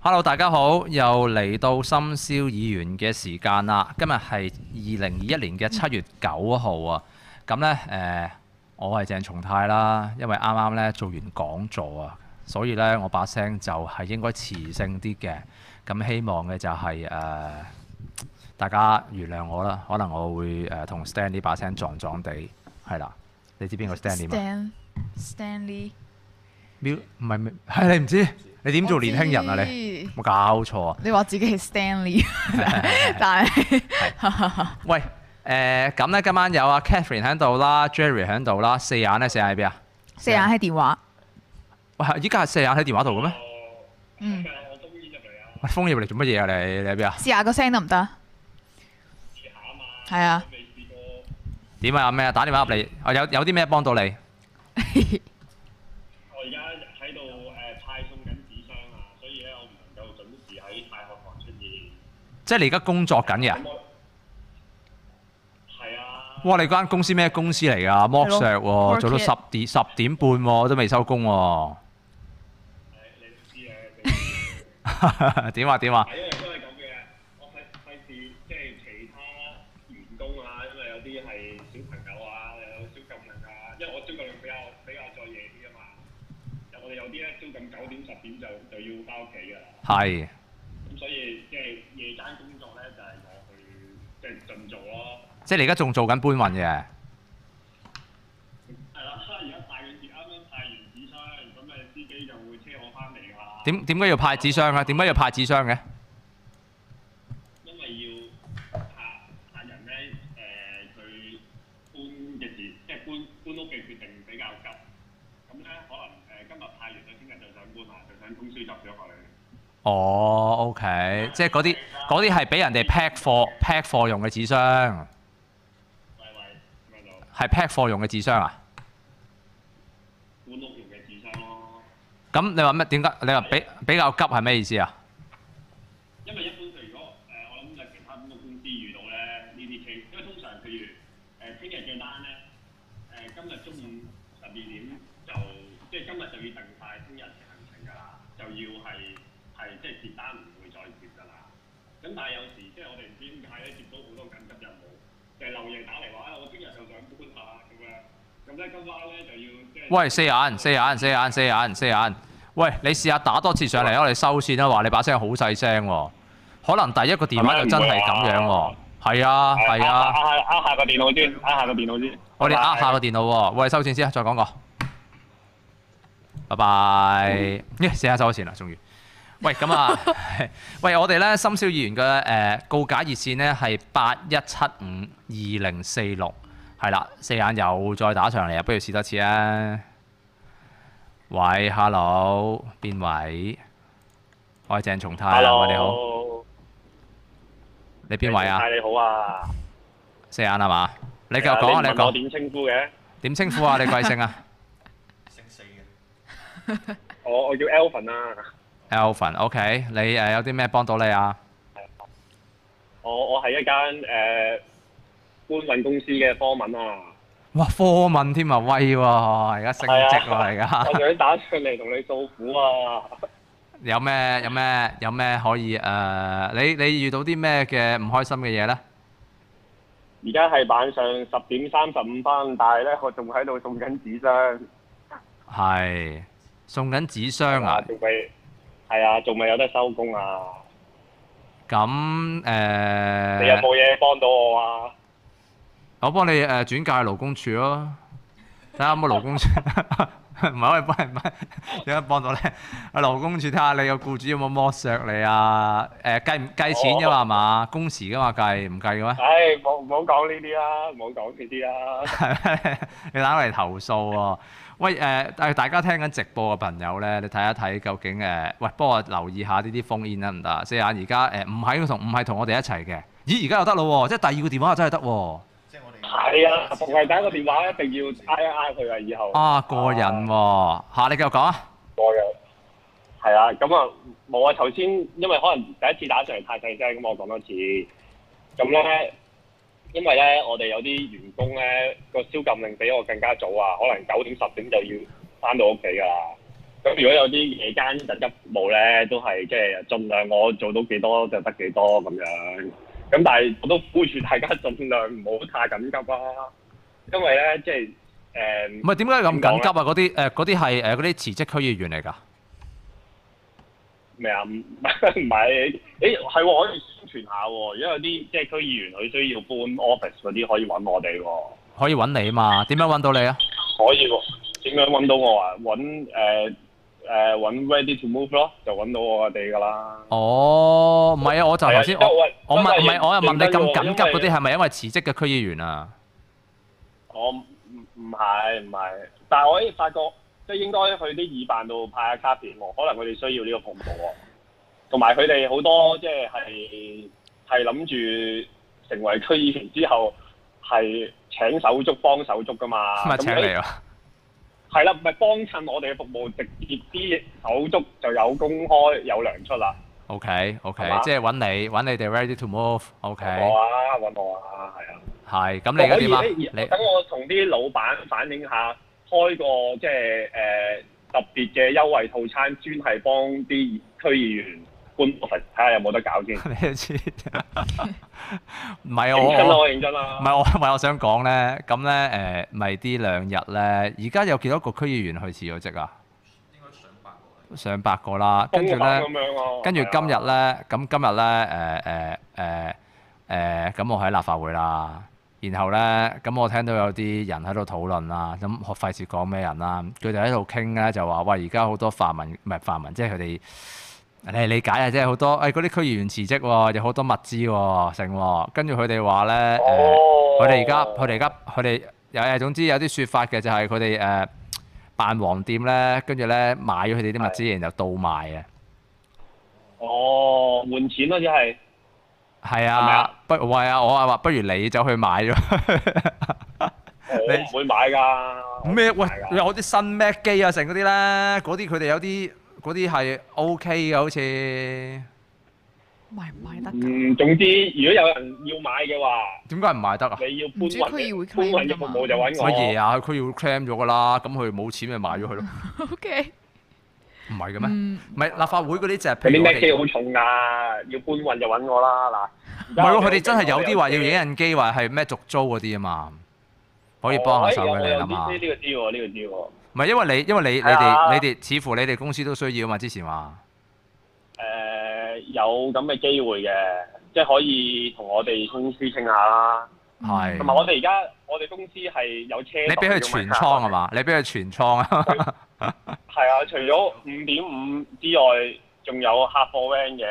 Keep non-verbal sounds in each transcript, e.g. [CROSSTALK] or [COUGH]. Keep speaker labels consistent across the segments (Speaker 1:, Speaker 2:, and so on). Speaker 1: Hello，大家好，又嚟到深宵議員嘅時間啦。今日係二零二一年嘅七月九號啊。咁呢，誒、我係鄭松泰啦，因為啱啱呢做完講座啊，所以呢，我把聲就係應該磁性啲嘅。咁希望嘅就係、誒、大家原諒我啦，可能我會誒同、Stan 呢把聲撞撞地，係啦。你知邊個 Stan 點啊
Speaker 2: Stan Stanley，
Speaker 1: Mil- 唔係係你唔知？你點做年輕人啊你？
Speaker 2: 你？
Speaker 1: 冇搞錯啊！
Speaker 2: 你話自己係
Speaker 1: [LAUGHS]
Speaker 2: Stanley，但係
Speaker 1: 喂，誒、咁咧今晚有阿 Catherine 喺度啦，Jerry 喺度啦，四眼咧四眼喺邊啊？
Speaker 2: [LAUGHS] 四眼喺電話。
Speaker 1: 喂，依家係四眼喺電話度嘅咩？
Speaker 2: 嗯，
Speaker 1: 喂，封入嚟做乜嘢啊？你你喺邊啊？
Speaker 2: 試下個聲得唔得？係啊，
Speaker 1: 點啊？有咩啊？打電話入嚟，啊有有啲咩幫到你？
Speaker 3: 我而家喺度誒派送緊紙箱啊，所以咧我唔能夠準時喺大學堂出現。
Speaker 1: 即係你而家工作緊嘅啊
Speaker 3: 咁。我係啊，
Speaker 1: 哇！你間公司咩公司嚟㗎？剝削喎，
Speaker 2: Work
Speaker 1: 做到
Speaker 2: it
Speaker 1: 十點十點半喎，都未收工喎。 [LAUGHS]
Speaker 3: 你都知嘅，你係
Speaker 1: 點啊點啊？
Speaker 3: 因為都係咁嘅。我費費事即係其他員工啊，因為有啲係小朋友啊，有宵禁令啊，因為我宵禁令比較比較再夜啲啊嘛。有我哋有啲咧宵禁九點十點就就要翻屋企㗎啦。
Speaker 1: 係
Speaker 3: 咁所以即係夜間工作咧，就係、我去即係盡做咯。
Speaker 1: 即係你而家仲做緊搬運嘅。
Speaker 3: 係啦，而家派緊啱啱派完紙箱，咁誒司機就會車我翻嚟啊㗎啦。
Speaker 1: 點點解要派紙箱啊？點解要派紙箱嘅？
Speaker 3: 因為要客客人咧，誒、佢搬嘅時，即係搬搬屋嘅決定比較急。咁咧可能誒、今日派完佢，聽日就想搬啦，就想通宵執咗佢。
Speaker 1: 哦，OK，即係嗰啲嗰啲係俾人哋 pack 貨 pack 貨用嘅紙箱，
Speaker 3: 喂喂，咁樣就
Speaker 1: 係 pack 貨用嘅紙箱啊？
Speaker 3: 搬屋用嘅紙箱咯。
Speaker 1: 咁你話咩？點解你話比比較急係咩意思啊？
Speaker 3: 因為一般佢如果誒、我諗就其他搬屋公司遇到咧呢啲 case，因為通常譬如誒聽日嘅單咧，誒、今日中午十二點就即係今日就要定晒聽日嘅行程㗎啦，就要係係即係接單唔會再接㗎啦。咁但係有時即係我哋唔知點解咧接到好多緊急任務，就係漏夜打嚟話啊，我聽日就想搬啊咁樣。咁咧今晚咧就要即係
Speaker 1: 喂，四眼，四眼，四眼，四眼，四眼。喂，你試下打多次上嚟啊！我哋收線啦，話你把聲好細聲喎，可能第一個電話就真係咁樣喎。係啊，係啊，
Speaker 3: 呃下呃下個電腦先，呃下個電腦先。
Speaker 1: 我哋呃下個電腦喎。喂，收線先啊，再講個。拜拜。咦，四眼收咗線啦，終於。喂，咁啊， [LAUGHS] 喂，我哋咧深宵議員嘅誒、呃告解熱線咧係八一七五二零四六，係啦，四眼又再打上嚟啊，不如試多次啊。喂，hello，邊位？我係鄭松泰啊
Speaker 3: Hello，
Speaker 1: 喂你好，你邊位啊？
Speaker 3: 你好啊！
Speaker 1: 四眼係嘛？你繼續講啊，你
Speaker 3: 你
Speaker 1: 繼續
Speaker 3: 問
Speaker 1: 講
Speaker 3: 我點稱呼嘅？
Speaker 1: 點稱呼啊？你貴姓啊
Speaker 3: 我我叫 Ờ, Alvin à. 啊，
Speaker 1: ？Alvin，OK，你誒有啲咩幫到你啊？
Speaker 3: 我我係一間誒、呃搬運公司嘅科文啊，
Speaker 1: 哇，科文添啊，威喎，而家升職喎，而
Speaker 3: [LAUGHS]
Speaker 1: 家。
Speaker 3: 我想打上嚟同你訴苦啊！
Speaker 1: 有咩有咩有咩可以誒、呃你你遇到啲咩嘅唔開心嘅嘢呢？
Speaker 3: 而家係晚上十點三十五分，但係咧我仲喺度送緊紙箱，
Speaker 1: 係送緊紙箱啊！
Speaker 3: 仲未係啊，仲未有得收工啊！
Speaker 1: 咁誒，
Speaker 3: 你有
Speaker 1: 呃
Speaker 3: 冇嘢幫到我啊？
Speaker 1: 我幫你誒、呃、轉介勞工處咯，睇下有冇勞工處。 [LAUGHS] 唔係可以幫人幫點樣幫到呢？啊勞工處睇下你個僱主有冇剝削你啊？誒、計唔計錢㗎嘛？係嘛、工時㗎嘛計唔計嘅咩？
Speaker 3: 唉，冇唔好講呢啲啦，唔好講呢啲啦。
Speaker 1: 係咩你打嚟投訴喎、喂誒，但、係大家聽緊直播嘅朋友咧，你睇一睇究竟誒、喂，幫我留意下呢啲封煙得唔得啊？四眼而家誒唔喺同唔係同我哋一齊嘅，咦而家又得咯喎，即係第二個電話真係得喎，
Speaker 3: 係啊，逢係打個電話一定要挨一挨佢啊！以後
Speaker 1: 啊過
Speaker 3: À.
Speaker 1: 癮喎、嚇、你繼續講啊，
Speaker 3: 過嘅。係啊，咁啊冇啊，頭先因為可能第一次打上嚟太細聲，咁我講多次。咁咧，因為咧我哋有啲員工咧個宵禁令比我更加早啊，可能九點十點就要翻到屋企㗎啦。咁如果有啲夜間特急服務咧，都係即係盡量我做到幾多就得幾多咁樣。咁但係我都呼籲大家盡量唔好太緊急啦、啊因為咧即係誒。
Speaker 1: 唔係點解咁緊急啊？嗰啲誒嗰啲係誒嗰啲辭職區議員嚟㗎。
Speaker 3: 咩啊？唔 [LAUGHS] 唔係，誒係喎，可以宣傳下喎，因為有啲即係區議員佢需要搬 office 嗰啲，可以揾我哋喎。
Speaker 1: 可以揾你嘛？點樣揾到你啊？
Speaker 3: 可以喎，點樣揾到我啊？揾誒誒揾 ready to move 咯，就揾到我哋噶啦。
Speaker 1: 哦，唔係啊，我就
Speaker 3: 係啊
Speaker 1: 頭先我
Speaker 3: 因為
Speaker 1: 我問唔
Speaker 3: 真係啊
Speaker 1: 係我又問你
Speaker 3: 認真
Speaker 1: 咁
Speaker 3: 喎
Speaker 1: 緊急嗰
Speaker 3: 因
Speaker 1: 啲
Speaker 3: 為
Speaker 1: 係咪因為辭職嘅區議員啊？
Speaker 3: 我唔唔係唔係，但係我已發覺即係應該去啲議辦度派下卡片喎，可能佢哋需要呢個服務喎。同埋佢哋好多即係係係諗住成為區議員之後係請手足幫手足噶嘛。
Speaker 1: 咪
Speaker 3: 咁
Speaker 1: 請
Speaker 3: 佢
Speaker 1: 你啊！
Speaker 3: 係啦，咪幫襯我哋嘅服務，直接啲手足就有工開有糧出啦。
Speaker 1: OK OK，
Speaker 3: 係嘛
Speaker 1: 即係揾你揾你哋 ready to move。OK，
Speaker 3: 揾我啊，揾我啊，係啊。
Speaker 1: 係咁你而家點啊？
Speaker 3: 可以
Speaker 1: 你
Speaker 3: 等我同啲老闆反映下，開個即係誒、呃特別嘅優惠套餐，專係幫啲區議員搬 office，睇下有冇得搞先。
Speaker 1: [LAUGHS] 你都知，唔係
Speaker 3: 認真啦，
Speaker 1: 我我
Speaker 3: 我認真啦。
Speaker 1: 唔係我唔係我想講咧，咁咧誒咪呢兩日咧，而家有幾多個區議員去辭咗職啊？應該上百個。上百個啦，跟住
Speaker 3: 瘋狂
Speaker 1: 咧
Speaker 3: 咁。樣咯、
Speaker 1: 跟住
Speaker 3: 係啊
Speaker 1: 今日咧，咁今日咧，誒誒誒誒，咁我喺立法會啦，然後咧，咁我聽到有啲人喺度討論啦，咁我費事講咩人啦，佢哋喺度傾咧就話，喂，而家好多泛民唔係泛民，即係佢哋。你係理解啊，即係好多誒嗰啲區議員辭職喎，有好多物資喎，成喎，跟住佢哋話咧誒，
Speaker 3: 哦
Speaker 1: 佢哋而家啊佢哋而家佢哋有誒，總之有啲説法嘅就係佢哋誒辦黃店咧，跟住咧買咗佢哋啲物資，然後倒賣啊。
Speaker 3: 哦，換錢咯，只係
Speaker 1: 係
Speaker 3: 係咪
Speaker 1: 啊
Speaker 3: 啊，
Speaker 1: 不喂啊，我啊話不如你走去買咗
Speaker 3: 我唔會買㗎。我唔會
Speaker 1: 咩？喂
Speaker 3: 買，啊㗎
Speaker 1: 有啲新 Mac 機啊，成嗰啲咧，嗰啲佢哋有啲嗰啲係 OK 嘅，好似
Speaker 2: [LAUGHS] 賣唔賣得㗎？
Speaker 3: 嗯，總之如果有人要買嘅話，
Speaker 1: 點解唔賣得啊？
Speaker 3: 你要搬
Speaker 2: 唔知
Speaker 3: 運
Speaker 2: 區議會
Speaker 3: 嘅搬運嘅服務就揾我。
Speaker 1: 所以啊，佢要 claim 咗噶啦，咁佢冇錢咪賣咗佢咯，
Speaker 2: O K，
Speaker 1: 唔係嘅咩？
Speaker 2: 嗯，
Speaker 1: 唔係立法會嗰啲就係
Speaker 3: 佢
Speaker 1: 譬
Speaker 3: 啲
Speaker 1: 如我
Speaker 3: 咩機
Speaker 1: 哋，
Speaker 3: 好重啊，要搬運就揾我啦嗱。
Speaker 1: 唔係喎，佢哋
Speaker 3: 啊
Speaker 1: 真係有啲話要
Speaker 3: 嘢。
Speaker 1: 影印機，話係咩續租嗰啲啊嘛，可以幫下手
Speaker 3: 哦
Speaker 1: 嘅
Speaker 3: 哎
Speaker 1: 你
Speaker 3: 有有
Speaker 1: 諗
Speaker 3: 呢
Speaker 1: 下，
Speaker 3: 呢個知喎，呢個知喎。
Speaker 1: 唔係因為你因為你你
Speaker 3: 係啊
Speaker 1: 哋你哋似乎你哋公司都需要啊嘛，之前話。
Speaker 3: 誒有咁嘅機會嘅，即係可以同我哋公司傾下啦。
Speaker 1: 係
Speaker 3: 同埋我哋而家我哋公司係有車。
Speaker 1: 你俾佢全倉係？嘛？你俾佢全倉啊？
Speaker 3: 係啊，除咗五點五之外，仲有客貨 van 嘅。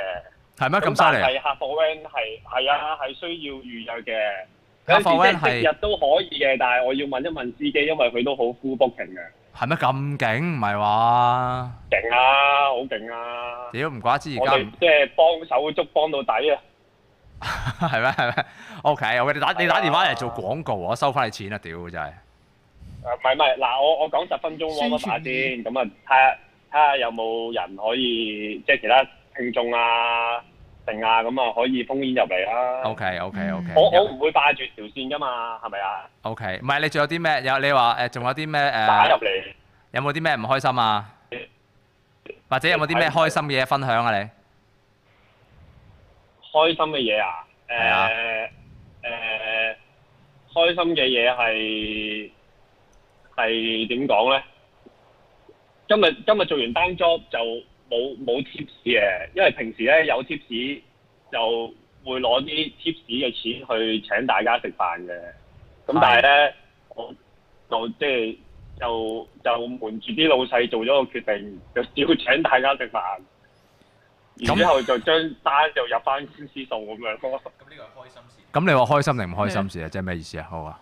Speaker 1: 係咩啊咁
Speaker 3: 但
Speaker 1: 犀利？
Speaker 3: 係客貨 van 係係啊，係需要預約嘅。
Speaker 1: 客貨 van
Speaker 3: 有時即係即日都可以嘅，但係我要問一問司機，因為佢都好 full booking 嘅。
Speaker 1: 係咩咁勁？唔係話？
Speaker 3: 勁啊，好勁啊！
Speaker 1: 屌唔怪之而
Speaker 3: 我
Speaker 1: 家
Speaker 3: 哋
Speaker 1: 唔
Speaker 3: 即係幫手足幫到底啊！
Speaker 1: [LAUGHS] 係咩係咩？OK，我哋打你
Speaker 3: 啊
Speaker 1: 打電話嚟做廣告，我收翻你錢啊！屌真係。
Speaker 3: 誒啊唔係唔係，嗱我我講十分鐘 warm up 下先，咁啊睇下睇下有冇人可以即係其他聽眾啊、定啊咁啊可以封煙入嚟啦。
Speaker 1: OK OK
Speaker 3: 啊嗯我我
Speaker 1: OK
Speaker 3: 唔會霸住條線噶嘛，係咪啊？
Speaker 1: OK，唔係你仲有啲咩？有你話誒，仲有啲咩
Speaker 3: 打入
Speaker 1: 誒？
Speaker 3: 嚟
Speaker 1: 有冇啲咩唔開心啊？或者有冇啲咩開心嘅嘢分享啊？你
Speaker 3: 開心嘅嘢啊！誒
Speaker 1: 係啊
Speaker 3: 誒開心嘅嘢係係點講咧？今日今日做完單 job 就冇冇 tips 嘅，因為平時咧有 tips 就會攞啲 tips 嘅錢去請大家食飯嘅。咁
Speaker 1: 係
Speaker 3: 但係咧，我就即係就就瞞住啲老細做咗個決定，就照請大家食飯。然之後就將單就入翻公司數咁樣咯。
Speaker 1: 咁你話開心定唔開心事啊？即係咩意思啊？好啊。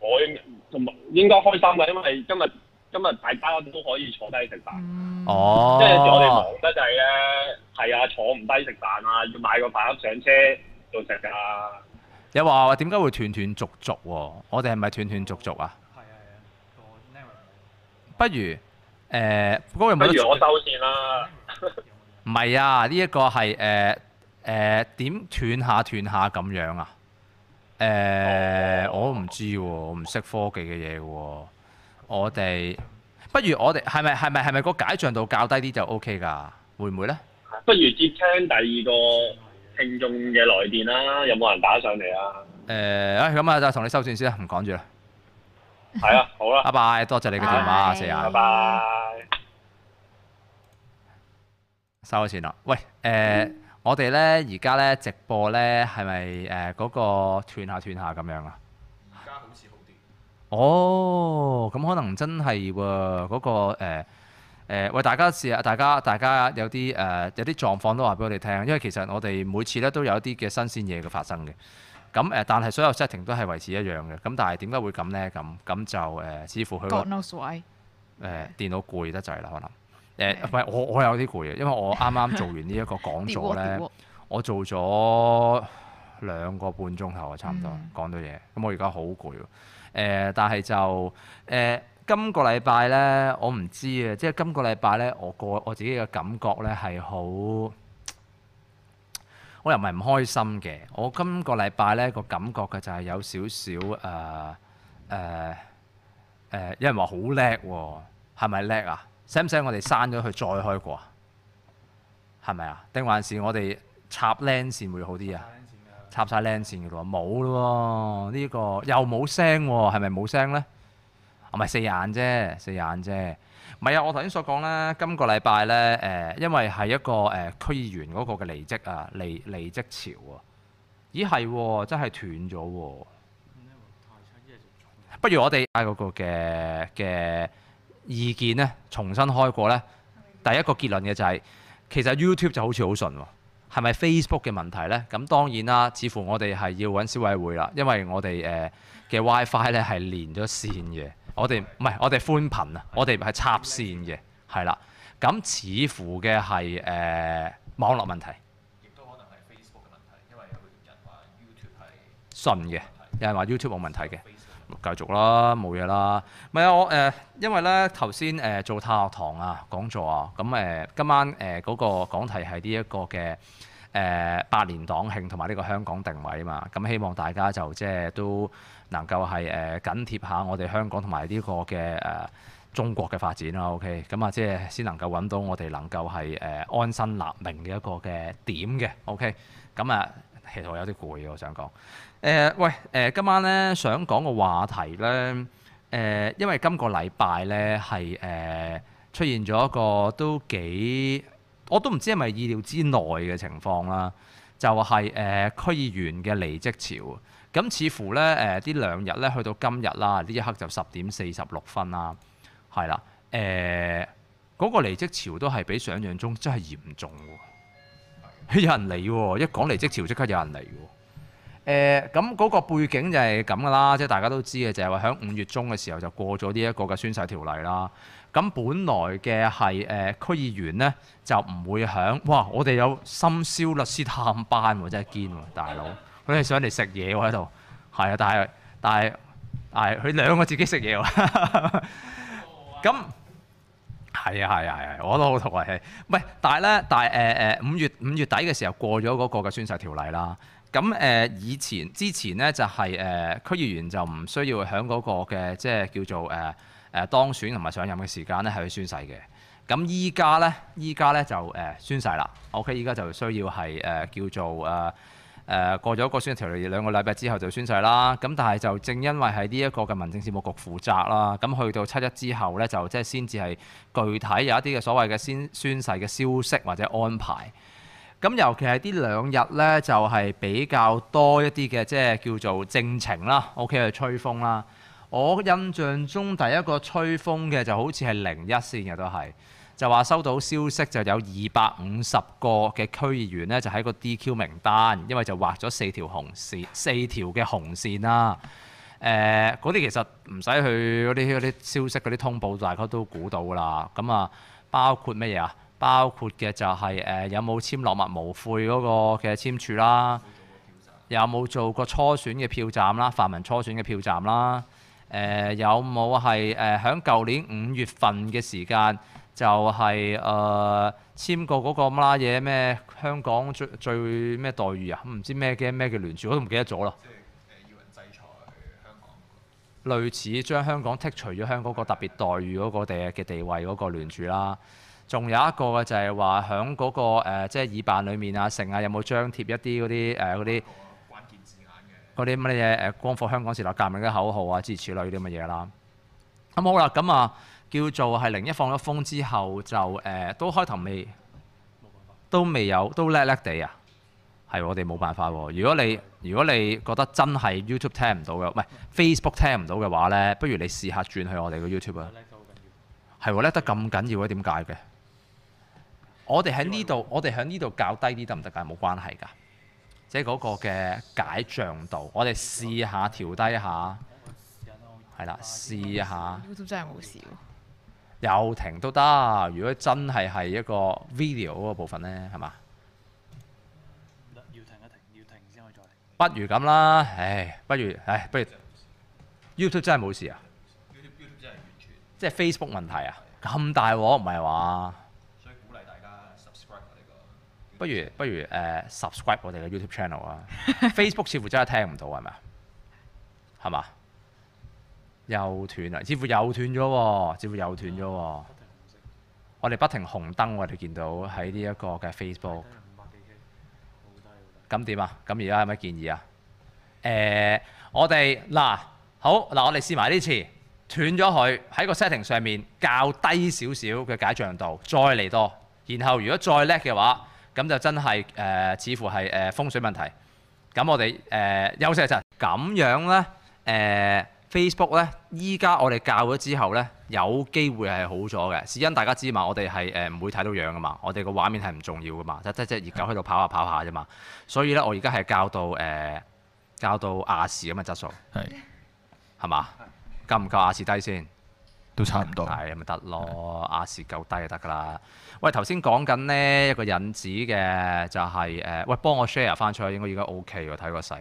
Speaker 3: 我應同埋應該開心嘅，因為今日今日大家都可以坐低食飯。
Speaker 2: 嗯，
Speaker 1: 哦
Speaker 3: 即。係我哋忙得滯咧，係啊，坐唔低食飯啊，要買個飯盒上車度食啊。
Speaker 1: 有話話點解會斷斷續續喎？我哋係咪斷斷續續啊？
Speaker 4: 係啊係啊，個 narrow
Speaker 1: 不如誒，嗰個有
Speaker 3: 不
Speaker 1: 冇
Speaker 3: 如
Speaker 1: 得
Speaker 3: 我收線啦。
Speaker 1: 唔係啊，呢、一個係誒誒點斷下斷下咁樣啊？呃誒、我唔知喎、我唔識科技嘅嘢喎。我哋不如我哋係咪係咪係咪個解像度較低啲就 O K 㗎？會唔會呢？
Speaker 5: 不如接聽第二個聽眾嘅來電啦，有冇人打上嚟啊？
Speaker 1: 誒、唉咁啊，就同你收線先啦，唔講住啦，
Speaker 5: 係啊，好啦，
Speaker 1: 拜拜，多謝你嘅電話啊，
Speaker 2: 拜
Speaker 1: 四
Speaker 5: 拜
Speaker 1: 眼，
Speaker 5: 拜。
Speaker 1: 收咗線啦。喂，誒、我哋呢而家呢直播呢係咪誒嗰個斷下斷下咁樣啊？
Speaker 6: 而家好似好啲。
Speaker 1: 哦，咁可能真係喎，嗰、個誒、呃呃喂，大家試下，大家大家有啲誒、呃有啲狀況都話俾我哋聽，因為其實我哋每次咧都有一啲嘅新鮮嘢嘅發生嘅。咁誒、呃但係所有 setting 都係維持一樣嘅。咁但係點解會咁呢？咁咁就誒、呃似乎佢個
Speaker 2: God knows why。
Speaker 1: 誒電腦攰得滯啦，可能。誒唔係我我有啲攰嘅，因為我啱啱做完呢一個講
Speaker 2: 跌
Speaker 1: 座
Speaker 2: 喎 [LAUGHS]
Speaker 1: 呢
Speaker 2: 跌。喎，
Speaker 1: 我做咗兩個半鐘頭啊，差唔多
Speaker 2: 嗯
Speaker 1: 講到嘢。咁我而家好攰喎。誒、但係就誒、今個禮拜呢，我唔知啊。即係今個禮拜呢，我個我自己嘅感覺呢係好，我又唔係唔開心嘅。我今個禮拜呢個感覺嘅就係有少少誒誒誒，有人話好叻喎，係咪叻啊？使唔使我哋刪咗佢再開過啊？係咪啊？定還是我哋插 LAN 線會好啲啊？
Speaker 6: 慳錢㗎
Speaker 1: 插晒 LAN 線嘅咯喎，冇咯喎，呢、個又冇聲喎，係咪冇聲呢？啊，唔係四眼啫，四眼啫。唔係啊，我頭先所講咧，今個禮拜呢，誒、因為係一個誒、區議員嗰個嘅離職啊，離離職潮啊，咦係喎，真係斷咗喎。
Speaker 6: 因為太差，一係就重。
Speaker 1: 不如我哋嗌嗰個嘅嘅意見呢，重新開過呢。第一個結論嘅就係、其實 YouTube 就好似好順喎，係咪 Facebook 嘅問題呢？咁當然啦，似乎我哋係要揾消委會啦，因為我哋誒嘅 WiFi 呢係連咗線嘅，我哋唔係我哋寬頻啊，我哋係插線嘅，係啦。咁似乎嘅係誒網絡問題
Speaker 7: 亦都可能係 Facebook 嘅問題，因為有人話 YouTube 係
Speaker 1: 順嘅，有人話 YouTube 冇問題嘅。
Speaker 7: Facebook
Speaker 1: 繼續啦，冇嘢啦。唔係啊，我誒、呃因為咧頭先誒做太學堂啊講座啊，咁誒、呃今晚誒嗰、個講題係呢一個嘅誒、呃百年黨慶同埋呢個香港定位啊嘛。咁希望大家就即係都能夠係誒、呃、緊貼下我哋香港同埋呢個嘅誒。呃中國嘅發展啦，OK，咁啊，即係先能夠揾到我哋能夠係誒、呃安身立命嘅一個嘅點嘅，OK，咁啊，其實我有啲攰啊嘅，我想講。誒、喂誒、呃今晚咧想講個話題咧誒、因為今個禮拜咧係誒出現咗一個都幾，我都唔知係咪意料之內嘅情況啦，就係、誒、區議員嘅離職潮。咁似乎咧誒呢呃兩日咧去到今日啦，呢一刻就十點四十六分啦，係啦，誒、嗰、個離職潮都係比想像中真係嚴重喎，有人嚟喎，一講離職潮即刻有人嚟喎。誒咁嗰個背景就係咁噶啦，即係大家都知嘅，就係話響五月中嘅時候就過咗呢一個嘅宣誓條例啦。咁本來嘅係誒區議員呢，就唔會響哇，我哋有深宵律師探班喎，真係堅喎，大佬佢哋上嚟食嘢喎喺度，係啊，但係但係但係佢兩個自己食嘢喎， [LAUGHS] 咁。係啊係啊係啊，我都好同意。唔係，但係咧，但係誒誒五月五月底嘅時候過咗嗰個嘅宣誓條例啦。咁誒、呃以前之前咧就係、誒、區議員就唔需要喺嗰個嘅即係叫做誒誒、呃呃、當選同埋上任嘅時間咧係去宣誓嘅。咁依家咧，依家咧就誒、呃宣誓啦。OK，依家就需要係誒、呃叫做誒。呃誒、過咗個宣傳條例兩個禮拜之後就宣誓啦，咁但係就正因為係呢一個嘅民政事務局負責啦，咁去到七一之後呢，就即係先至係具體有一啲嘅所謂嘅宣宣誓嘅消息或者安排。咁尤其係呢兩日呢，就係、比較多一啲嘅即係叫做政情啦，OK 去吹風啦。我印象中第一個吹風嘅就好似係零一線嘅都係，就話收到消息就有二百五十個嘅區議員呢，就喺個 DQ 名單，因為就畫咗四條紅線，四條嘅紅線啦。誒呃嗰啲其實唔使去嗰啲嗰啲消息嗰啲通報，大家都估到㗎啦。咁啊，包括乜嘢啊？包括嘅就係、誒、有冇簽落墨無悔嗰個嘅簽署啦，有冇做過初選嘅票站啦，泛民初選嘅票站啦。誒、有冇係誒喺舊年五月份嘅時間就係、誒、簽過嗰個乜啦嘢咩香港最最咩待遇啊？唔知咩嘅咩嘅聯署我都唔記得咗啦。
Speaker 7: 即係誒要人制裁香港嗰個。
Speaker 1: 類類似將香港剔除咗香港個特別待遇嗰個地嘅地位嗰個聯署啦。仲有一個嘅就係話響嗰個、呃、即係議辦裡面啊，成啊有冇張貼一啲嗰啲誒嗰啲
Speaker 7: 個關鍵字眼嘅。
Speaker 1: 嗰啲乜嘢誒光復香港時代革命嘅口號啊，諸如此類啲咁嘅嘢啦。咁好啦，咁啊叫做係零一放咗風之後就誒、呃都開頭未都未有都叻叻地啊，係我哋冇辦法喎。如果你如果你覺得真係 YouTube 聽唔到嘅，唔係 Facebook 聽唔到嘅話咧，不如你試下轉去我哋嘅 YouTube 啊。
Speaker 6: 叻得好緊要。
Speaker 1: 係喎，叻得咁緊要嘅，點解嘅？我哋喺呢度，我哋喺呢度較低啲得唔得㗎？冇關係㗎，即係嗰個嘅解像度，我哋試下調低下，係啦，試下
Speaker 2: YouTube 真係冇事喎，
Speaker 1: 又停都得。如果真係係一個 video 嗰個部分呢，係嘛？
Speaker 6: 要停一停，要停先可以再停。
Speaker 1: 不如咁啦，唉，不如唉，不如 YouTube 真係冇事啊，
Speaker 7: YouTube YouTube 真係完全，
Speaker 1: 即係 Facebook 問題啊，咁大鑊唔係話？
Speaker 7: 所以鼓勵大家 subscribe 我哋個。
Speaker 1: 不如不如誒、呃 subscribe 我哋嘅 YouTube channel 啊，Facebook 似乎真係聽唔到係咪啊？係嘛？又斷啊啦，似乎又斷咗喎，似乎又斷咗喎。
Speaker 6: 不停紅色，
Speaker 1: 我哋不停紅燈喎，我哋見到喺呢一個嘅 Facebook，
Speaker 6: 低五百幾 K，好低好
Speaker 1: 咁點啊？咁而家有咩建議啊？誒、我哋嗱好嗱，我哋試埋呢次斷咗佢喺個 setting 上面較低少少嘅解像度，再嚟多，然後如果再叻嘅話，咁就真係誒、呃似乎係誒、呃、風水問題。咁我哋誒、呃休息一陣，咁樣呢，誒、Facebook 呢，依家我哋教咗之後呢，有機會係好咗嘅。是因大家知嘛，我哋係誒唔會睇到樣噶嘛，我哋個畫面係唔重要噶嘛，即即即熱狗喺度跑下跑下啫嘛。所以呢，我而家係教到誒、呃教到亞視咁嘅質素，
Speaker 7: 係
Speaker 1: 係嘛？夠唔夠亞視低先？
Speaker 7: 都差唔多
Speaker 1: 係咪得咯？亞視夠低就得㗎啦。喂，頭先講緊呢一個引子嘅就係、呃喂幫我 share 翻出去，應該應該 OK 喎，睇個勢。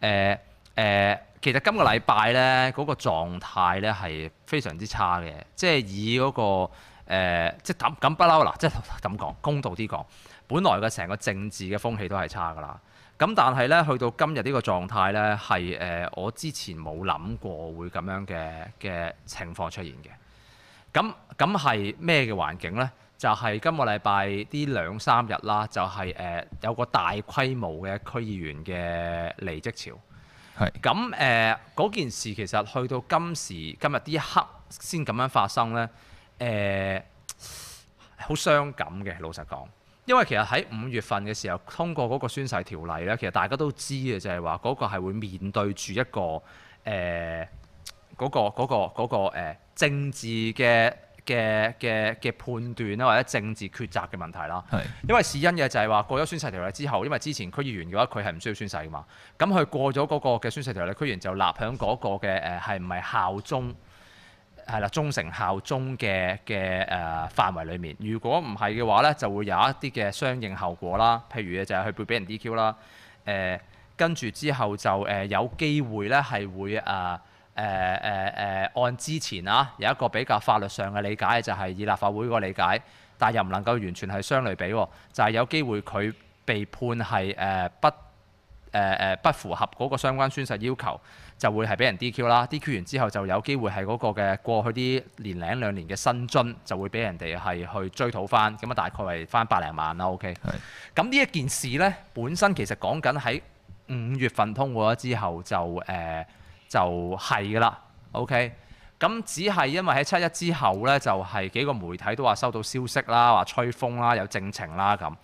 Speaker 1: 誒、誒、其實今個禮拜呢嗰、個狀態呢係非常之差嘅，即係以嗰、個、呃、即係咁咁不嬲啦，即係咁講公道啲講，本來嘅成個政治嘅風氣都係差㗎啦。咁但係呢，去到今日呢個狀態呢，係誒、呃我之前冇諗過會咁樣嘅嘅情況出現嘅。咁咁係咩嘅環境呢？就係、今個禮拜啲兩三日啦，就係、呃有個大規模嘅區議員嘅離職潮。
Speaker 7: 係
Speaker 1: 咁誒嗰件事其實去到今時今日呢一刻先咁樣發生呢，誒、好傷感嘅，老實講。因為其實喺五月份嘅時候通過嗰個宣誓條例呢，其實大家都知嘅就係話嗰個係會面對住一個誒。呃嗰、個嗰、個嗰、個呃政治嘅嘅嘅嘅判斷啦，或者政治抉擇嘅問題啦。
Speaker 7: 係
Speaker 1: 因為事因嘅就係話過咗宣誓條例之後，因為之前區議員嘅話佢係唔需要宣誓噶嘛，咁佢過咗嗰個嘅宣誓條例，區議員就立響嗰個嘅誒係唔係效忠係啦忠誠效忠嘅嘅誒範圍裡面。如果唔係嘅話咧，就會有一啲嘅相應後果啦，譬如就係佢會俾人 DQ 啦，誒跟住之後就誒、呃有機會咧係會啊。誒誒誒，按之前啊，有一個比較法律上嘅理解，就係以立法會嗰個理解，但又唔能夠完全係相類比喎，就係、有機會佢被判係誒、呃不誒誒、呃不符合嗰個相關宣誓要求，就會係俾人 DQ 啦。DQ 完之後就有機會係嗰個嘅過去啲年零兩年嘅薪津就會俾人哋係去追討翻，咁啊大概係翻百零萬啦。OK，咁呢一件事呢，本身其實講緊喺五月份通過咗之後就誒、呃就係噶啦。OK。咁只係因為喺七一之後呢，就係、幾個媒體都話收到消息啦，話吹風啦，有政情啦咁。誒、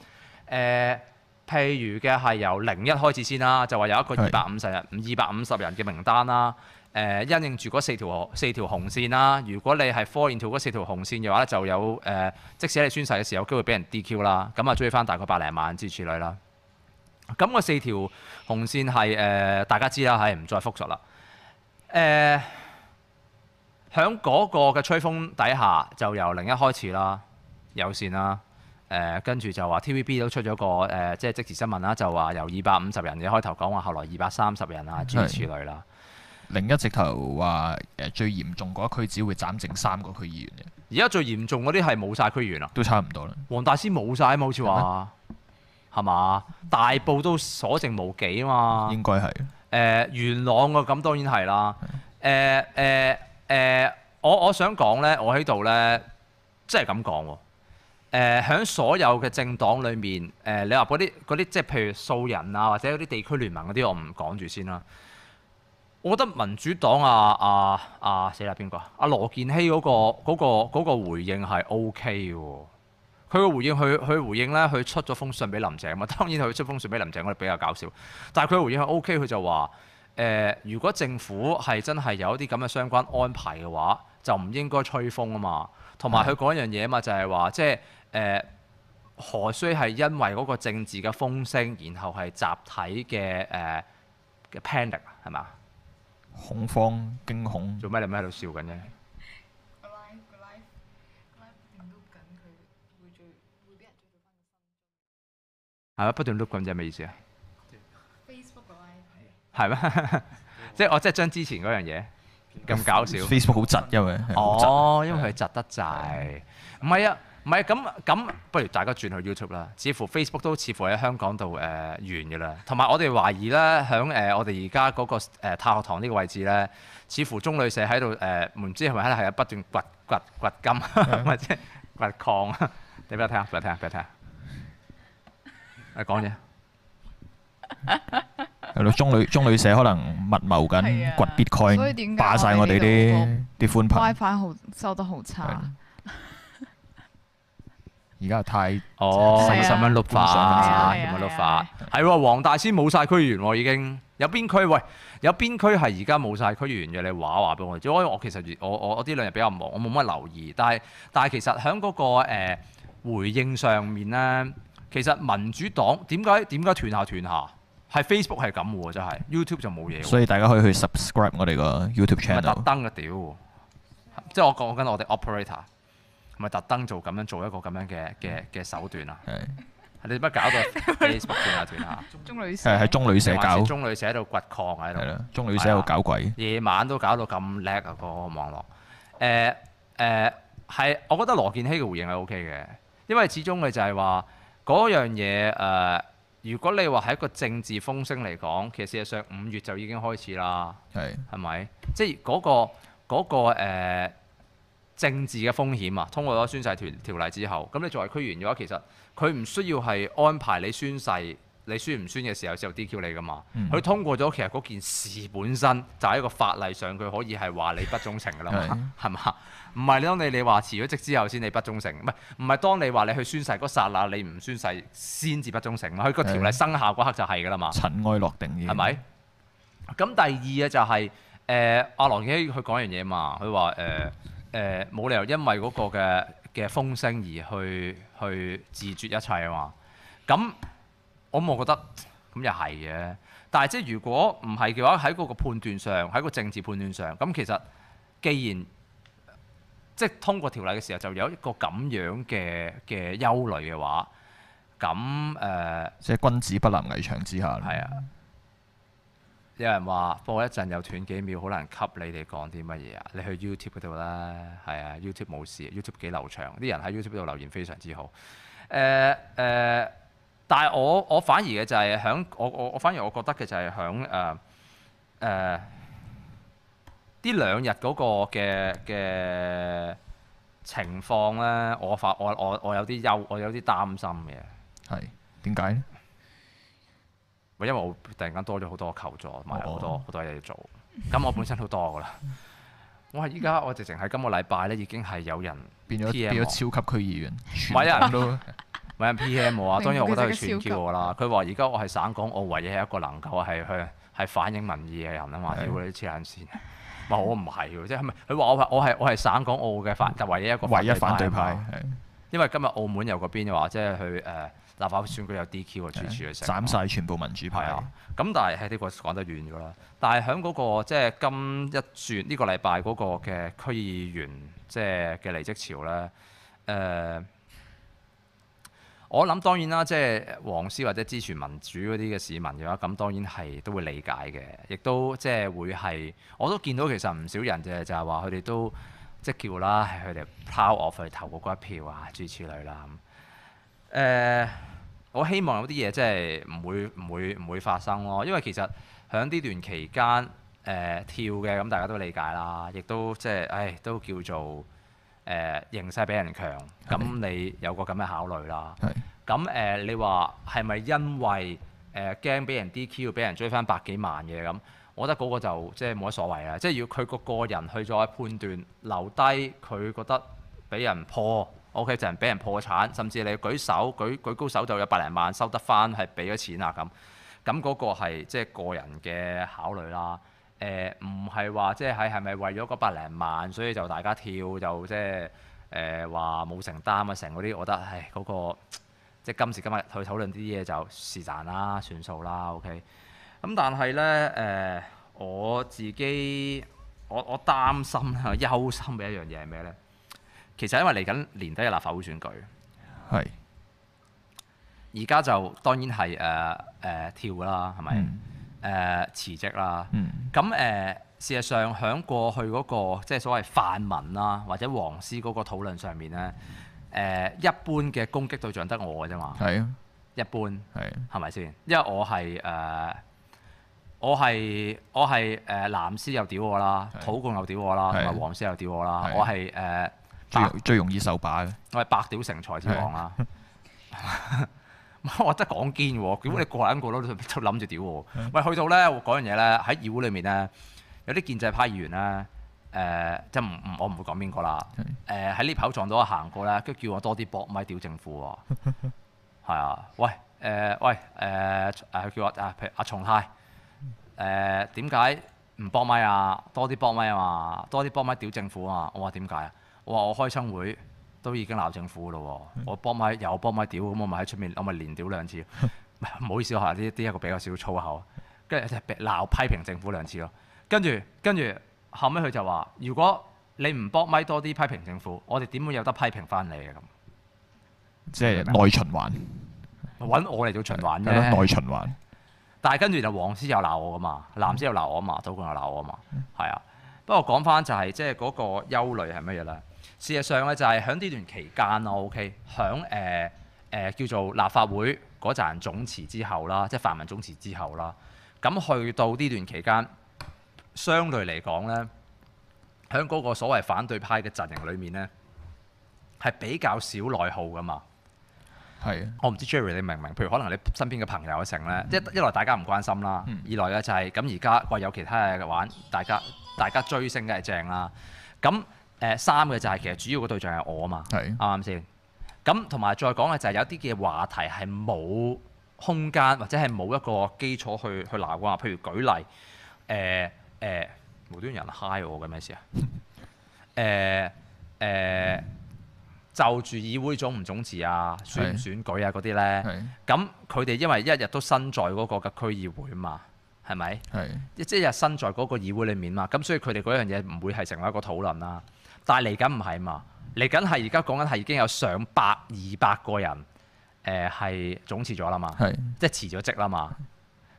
Speaker 1: 呃譬如嘅係由零一開始先啦，就話有一個二
Speaker 7: 係
Speaker 1: 百五十人、二百五十人嘅名單啦。誒、因應住嗰四條河四條紅線啦，如果你係 fall into 嗰四條紅線嘅話咧，就有誒、呃即使你宣誓嘅時候有機會俾人 DQ 啦，咁啊追翻大概百零萬之類啦。咁嗰四條紅線係誒、呃大家知啦，係唔再復述啦。呃誒、響嗰個嘅吹風底下，就由零一開始啦，有線啦，誒、跟住就話 TVB 都出咗個誒、即係即時新聞啦，就話由二百五十人嘅開頭講話，後來二百三十人
Speaker 8: 嗯
Speaker 1: 啊，諸如此類啦。
Speaker 8: 另一直頭話誒最嚴重嗰一區只會斬剩三個區議員嘅，
Speaker 1: 而家最嚴重嗰啲係冇晒區議員啊，
Speaker 8: 都差唔多啦。
Speaker 1: 黃大仙冇晒啊嘛，好似話係嘛？大埔都所剩無幾啊嘛。
Speaker 8: 應該係
Speaker 1: 呃誒、元朗個咁當然係啦。誒、誒誒誒，我我想講咧，我喺度咧，即係咁講喎。誒喺、所有嘅政黨裏面，誒、你話嗰啲嗰啲即係譬如素人啊，或者嗰啲地區聯盟嗰啲，我唔講住先啦。我覺得民主黨啊啊啊死啦邊個啊？阿羅健熙嗰、個嗰、個嗰、個回應係 O K 嘅喎。佢嘅回應，佢佢回應咧，佢出咗封信俾林鄭嘛。 [LAUGHS] 當然佢出封信俾林鄭，我哋比較搞笑。但係佢嘅回應係 O K，佢就話誒、如果政府係真係有一啲咁嘅相關安排嘅話，就唔應該吹風啊嘛。同埋佢講一樣嘢啊嘛，就係話即係誒、呃何須係因為嗰個政治嘅風聲，然後係集體嘅誒嘅 panic 啊係嘛？
Speaker 8: 恐慌驚恐。
Speaker 1: 做咩你咪喺度笑緊啫？
Speaker 9: 個 live 個 live 個 live 不斷 loop 緊佢會追會俾人追到翻
Speaker 1: 係咪不斷 loop 咁啫？咩意思啊？
Speaker 9: 個身。Facebook 個 live
Speaker 1: 係咩？ [LAUGHS] 即係我即係將之前嗰樣嘢咁搞笑。
Speaker 8: Facebook 好窒，因為係啊好窒
Speaker 1: 哦，因為佢窒得滯。唔係啊，唔係咁咁，不如大家轉去 YouTube 啦。似乎 Facebook 都似乎喺香港度誒、呃完嘅啦。同埋我哋懷疑咧，響誒、呃我哋而家嗰個呃太學堂呢個位置咧，似乎中旅社喺度誒，唔知係咪喺度係不斷掘掘掘
Speaker 8: [LAUGHS]
Speaker 1: 金或者掘礦。啊 [LAUGHS] 你俾我睇下，俾我睇下，俾我睇下。誒講嘢。
Speaker 8: 係咯，中旅中旅社可能密謀緊
Speaker 2: 係啊
Speaker 8: 掘
Speaker 2: 所以點解
Speaker 8: Bitcoin，霸晒我哋
Speaker 2: 我哋
Speaker 8: 啲啲寬頻。
Speaker 2: WiFi 好收得好差，
Speaker 8: 而家太
Speaker 1: 哦，
Speaker 2: 係啊
Speaker 1: 十蚊碌法，
Speaker 2: 係啊
Speaker 1: 十蚊碌
Speaker 2: 係啊
Speaker 1: 法，係喎，黃大仙冇晒區議員喎，已經有邊區？喂，有邊區係而家冇晒區議員嘅？你話話俾我知，因為我其實我我我呢兩日比較忙，我冇乜留意，但係但係其實喺嗰、個、呃、回應上面咧，其實民主黨點解點解斷下斷下？係 Facebook 係咁喎，真係 YouTube 就冇嘢喎，
Speaker 8: 所以大家可以去 subscribe 我哋個 YouTube
Speaker 1: 唔係特
Speaker 8: channel。
Speaker 1: 登嘅屌喎，即係我講緊我哋 operator，唔係特登做咁樣做一個咁樣嘅嘅嘅手段啊！
Speaker 8: 係
Speaker 1: 你乜搞到 Facebook 斷下斷下？
Speaker 2: 中女社
Speaker 8: 係喺中旅社
Speaker 1: 定還
Speaker 8: 搞
Speaker 1: 是，中旅社喺度掘礦喺
Speaker 8: 係
Speaker 1: 度，
Speaker 8: 啦，中旅社喺度搞鬼。
Speaker 1: 夜晚都搞到咁叻啊個網絡。誒誒係，我覺得羅健熙嘅回應係 OK 嘅，因為始終佢就係話嗰樣嘢誒、如果你話係一個政治風聲嚟講，其實事實上五月就已經開始啦，
Speaker 8: 係
Speaker 1: 係咪？即係嗰、個嗰、個呃政治嘅風險啊，通過咗宣誓條條例之後，咁你作為區議員嘅話，其實佢唔需要係安排你宣誓，你宣唔宣嘅時候就 DQ 你噶嘛。
Speaker 8: 嗯
Speaker 1: 佢、通過咗其實嗰件事本身就係一個法例上佢可以係話你不忠誠噶啦嘛，係嘛？唔係當你你話辭咗職之後先你不忠誠，唔係唔係當你話你去宣誓嗰剎那你唔宣誓先至不忠誠嘛？佢個條例
Speaker 8: 係
Speaker 1: 生效嗰刻就係噶啦嘛。
Speaker 8: 塵埃落定嘅。
Speaker 1: 啊係咪？咁第二嘅就係、誒阿羅健熙佢講樣嘢嘛，佢話誒誒冇理由因為嗰個嘅嘅風聲而去去自絕一切啊嘛。咁我我覺得咁又係嘅，但係即係如果唔係嘅話，喺嗰個判斷上，喺個政治判斷上，咁其實既然即係通過條例嘅時候就有一個咁樣嘅嘅憂慮嘅話，咁呃誒。
Speaker 8: 即係君子不立危牆之下。
Speaker 1: 係啊，有人話播一陣又斷幾秒，好難吸你哋講啲乜嘢啊！你去 YouTube 嗰度啦，係啊，YouTube 冇事，YouTube 幾流暢，啲人喺 YouTube 度留言非常之好。誒、誒、但係我我反而嘅就係響我我我反而我覺得嘅就係響誒誒呢兩日嗰個嘅嘅情況咧，我發我我我有啲憂，我有啲擔心嘅。
Speaker 8: 係點解呢？
Speaker 1: 因為我突然間多咗好多求助，同埋好多
Speaker 8: 哦
Speaker 1: 好多嘢要做。咁我本身都多噶啦。我係依家我直情係今個禮拜咧，已經係有人
Speaker 8: 變咗
Speaker 1: PM
Speaker 8: 變咗
Speaker 1: 我
Speaker 8: 超級區議員，全
Speaker 1: 係啊
Speaker 8: 部都
Speaker 1: 有人 P.M.
Speaker 8: [LAUGHS]
Speaker 1: 我啊。當然我覺得佢串
Speaker 2: 明白佢就係個
Speaker 1: Q 我啦。佢話而家我係省港澳唯一一個能夠係去係反映民意嘅人啊嘛。
Speaker 8: 係
Speaker 1: 屌你黐撚線！唔係我唔係喎，即係咪？佢話我係我係我係省港澳嘅反，就唯一一 [LAUGHS] 個
Speaker 8: 嗯唯一反對
Speaker 1: 啊
Speaker 8: 派
Speaker 1: 嘛。，
Speaker 8: 係
Speaker 1: 因為今日澳門有個邊話，即係佢誒立法會選舉有 D.Q. 啊，處處去食。
Speaker 8: 斬晒全部民主
Speaker 1: 係
Speaker 8: 派。
Speaker 1: 啊，咁但係喺呢個講得遠咗啦。但係喺嗰個即係今一轉呢個禮拜嗰個嘅區議員即係嘅離職潮咧，誒、我諗當然啦，即係黃絲或者支持民主嗰啲嘅市民嘅話，咁當然係都會理解嘅，亦都即係會係我都見到其實唔少人嘅就係話佢哋都即係叫啦，係佢哋 proud of 佢哋投過嗰一票啊，諸如此類啦咁。呃誒、我希望有啲嘢即係唔會唔會唔會發生咯，因為其實喺呢段期間，誒、誒跳嘅，咁大家都理解啦，亦都即係，唉，都叫做誒形勢比人強，咁你有個咁嘅考慮啦。
Speaker 8: 係
Speaker 1: 咁誒、呃你話係咪因為誒驚俾人 DQ，俾人追翻百幾萬嘅咁？我覺得嗰個就即係冇乜所謂啦，即係要佢個個人去再判斷，留低佢覺得俾人破，OK 就係俾人破產，甚至你舉手舉舉高手就有百零萬收得翻，係俾咗錢啦咁。咁嗰個係即係個人嘅考慮啦。誒唔係話即係哎係係咪為咗嗰百零萬，所以就大家跳就即係誒話冇承擔啊成嗰啲，我覺得唉嗰、個即係今時今日去討論呢啲嘢就是但啦，算數啦，OK。咁但係呢，誒我自己我我擔心啦，憂心嘅一樣嘢係咩呢？其實因為嚟緊年底嘅立法會選舉。
Speaker 8: 係
Speaker 1: 而家就當然係誒誒跳㗎啦，係咪？誒、呃
Speaker 8: 嗯
Speaker 1: 辭職啦。
Speaker 8: 嗯
Speaker 1: 咁誒、呃事實上喺過去嗰、個即係所謂泛民啦，或者黃絲嗰個討論上面咧，誒、一般嘅攻擊對象得我嘅啫嘛，
Speaker 8: 係啊
Speaker 1: 一般。
Speaker 8: 係啊
Speaker 1: 係咪先？因為我係誒、呃我係我係誒、呃、藍絲又屌我啦，
Speaker 8: 係
Speaker 1: 土共又屌我啦，同
Speaker 8: 係
Speaker 1: 埋黃絲又屌我啦。
Speaker 8: 係
Speaker 1: 我係誒、呃
Speaker 8: 最
Speaker 1: 白
Speaker 8: 容最容易受把嘅
Speaker 1: 我係白屌成才之王啦。 [LAUGHS] 我覺得講堅喎，屌你個撚個都都諗住屌我。喂，去到咧嗰樣嘢咧，喺議會裏面咧，有啲建制派議員咧，誒、即係唔唔，我唔會講邊個啦。誒、喺 lift 口撞到我行過咧，跟住叫我多啲搏咪屌政府喎。係啊，喂誒、喂誒誒、叫我啊，譬如阿松泰誒呃點解唔搏咪啊？多啲搏咪啊嘛，多啲搏咪屌政府啊嘛。我話點解啊？我話我開親會都已經鬧政府咯
Speaker 8: 嗯
Speaker 1: 喎，我搏咪又搏咪屌，咁我咪喺出面我咪連屌兩次。 [LAUGHS] 唔好意思，我係呢啲一個比較少粗口，跟住就鬧批評政府兩次咯。跟住跟住後尾佢就話：如果你唔搏咪多啲批評政府，我哋點會有得批評翻你啊？咁
Speaker 8: 即係內循環，
Speaker 1: 揾我嚟做循環
Speaker 8: 係咯
Speaker 1: 啫。
Speaker 8: 內循環。
Speaker 1: 但係跟住就黃絲又鬧我噶嘛，藍絲又鬧我啊嘛，賭共又鬧我嘛，係啊。不過講翻就係即係嗰個憂慮係乜嘢咧？事實上咧就係喺呢段期間咯，OK，響誒誒叫做立法會嗰陣總辭之後啦，即係泛民總辭之後啦，咁去到呢段期間，相對嚟講咧，喺嗰個所謂反對派嘅陣營裏面咧，係比較少內耗噶嘛。
Speaker 8: 係啊，
Speaker 1: 我唔知 Jerry 你明唔明？譬如可能你身邊嘅朋友成咧，一一來大家唔關心啦，
Speaker 8: 嗯
Speaker 1: 二來嘅就係咁而家喂有其他嘢玩，大家大家追星梗係正啦。咁誒、呃三嘅就係其實主要個對象係我啊嘛，啱
Speaker 8: 係
Speaker 1: 唔啱先？咁同埋再講嘅就係有啲嘅話題係冇空間或者係冇一個基礎去去鬧啊。譬如舉例，誒、呃、誒、呃、無端有人嗨我嘅咩事啊？ [LAUGHS] 誒誒、呃就住議會總唔總辭啊、選唔
Speaker 8: 係
Speaker 1: 選舉啊嗰啲咧。
Speaker 8: 係
Speaker 1: 咁佢哋因為一日都身在嗰個嘅區議會嘛，係咪？
Speaker 8: 係
Speaker 1: 即係一日身在嗰個議會裡面嘛，咁所以佢哋嗰樣嘢唔會係成為一個討論啦。但係嚟緊唔係嘛，嚟緊係而家講緊係已經有上百、二百個人誒係、總辭咗啦
Speaker 8: [LAUGHS]
Speaker 1: 嘛，
Speaker 8: 係
Speaker 1: 即係辭咗職啦嘛。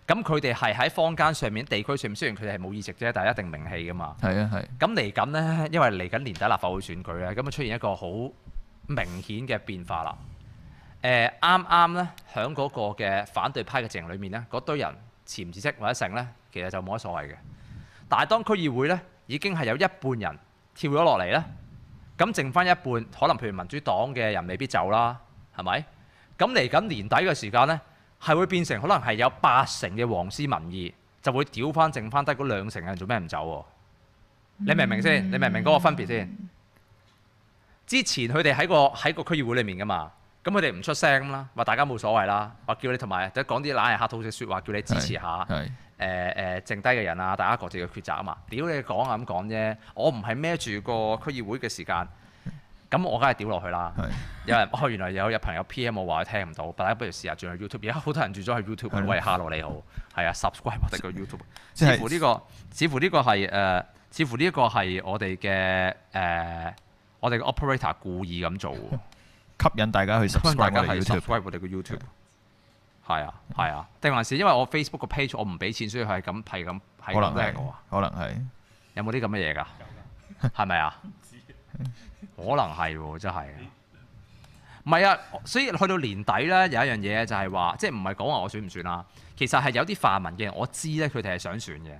Speaker 1: 咁佢哋係喺坊間上面、地區上面，雖然佢哋係冇議席啫，但係一定名氣噶嘛。
Speaker 8: 係啊係。
Speaker 1: 咁嚟緊呢，因為嚟緊年底立法會選舉咧，咁啊出現一個好明顯嘅變化啦。誒啱啱呢，喺嗰個嘅反對派嘅陣營裏面呢，嗰堆人潛辭職或者成呢，其實就冇乜所謂嘅。但係當區議會呢，已經係有一半人跳咗落嚟呢，咁剩翻一半，可能譬如民主黨嘅人未必走啦，係咪？咁嚟緊年底嘅時間呢，係會變成可能係有八成嘅黃絲民意就會屌翻剩翻低嗰兩成嘅人做咩唔走喎？你明唔明先？你明唔明嗰個分別先？之前佢哋喺個喺個區議會裏面噶嘛，咁佢哋唔出聲啦，話大家冇所謂啦，話叫你同埋即係講啲懶係客套嘅説話，叫你支持下誒
Speaker 8: 係
Speaker 1: 誒、剩低嘅人啊，大家各自嘅抉擇啊嘛。屌你講啊咁講啫，我唔係孭住個區議會嘅時間，咁我梗係屌落去啦。
Speaker 8: 係
Speaker 1: 有人哦，原來有有朋友 P.M 我話佢聽唔到，大家不如試下轉去 YouTube。而家好多人轉咗去 YouTube
Speaker 8: 係
Speaker 1: 啊。
Speaker 8: 咯
Speaker 1: 喂，hello 你好，係啊，subscribe 我哋個 YouTube。
Speaker 8: 即
Speaker 1: 似
Speaker 8: 係
Speaker 1: 乎呢、個，似乎呢個係誒、呃似乎呢個係我哋嘅誒，我哋嘅 operator 故意咁做
Speaker 8: [LAUGHS]
Speaker 1: 喎，
Speaker 8: 吸引大家去
Speaker 1: 因為
Speaker 8: subscribe
Speaker 1: 大家
Speaker 8: 我哋
Speaker 1: 係
Speaker 8: YouTube。
Speaker 1: subscribe 我哋嘅 YouTube。係啊，係啊，定還是因為我 Facebook 個 page 我唔俾錢，所以佢係咁係咁係
Speaker 8: 可能
Speaker 1: 咁
Speaker 8: 係
Speaker 1: 叻我啊？，
Speaker 8: 可能係，
Speaker 1: 有冇啲咁嘅嘢㗎？
Speaker 8: [LAUGHS]
Speaker 1: 係咪啊？可能係喎，真係。唔係啊，所以去到年底咧，有一樣嘢就係話，即係唔係講話我選唔選啦，其實係有啲泛民嘅人，我知咧佢哋係想選嘅，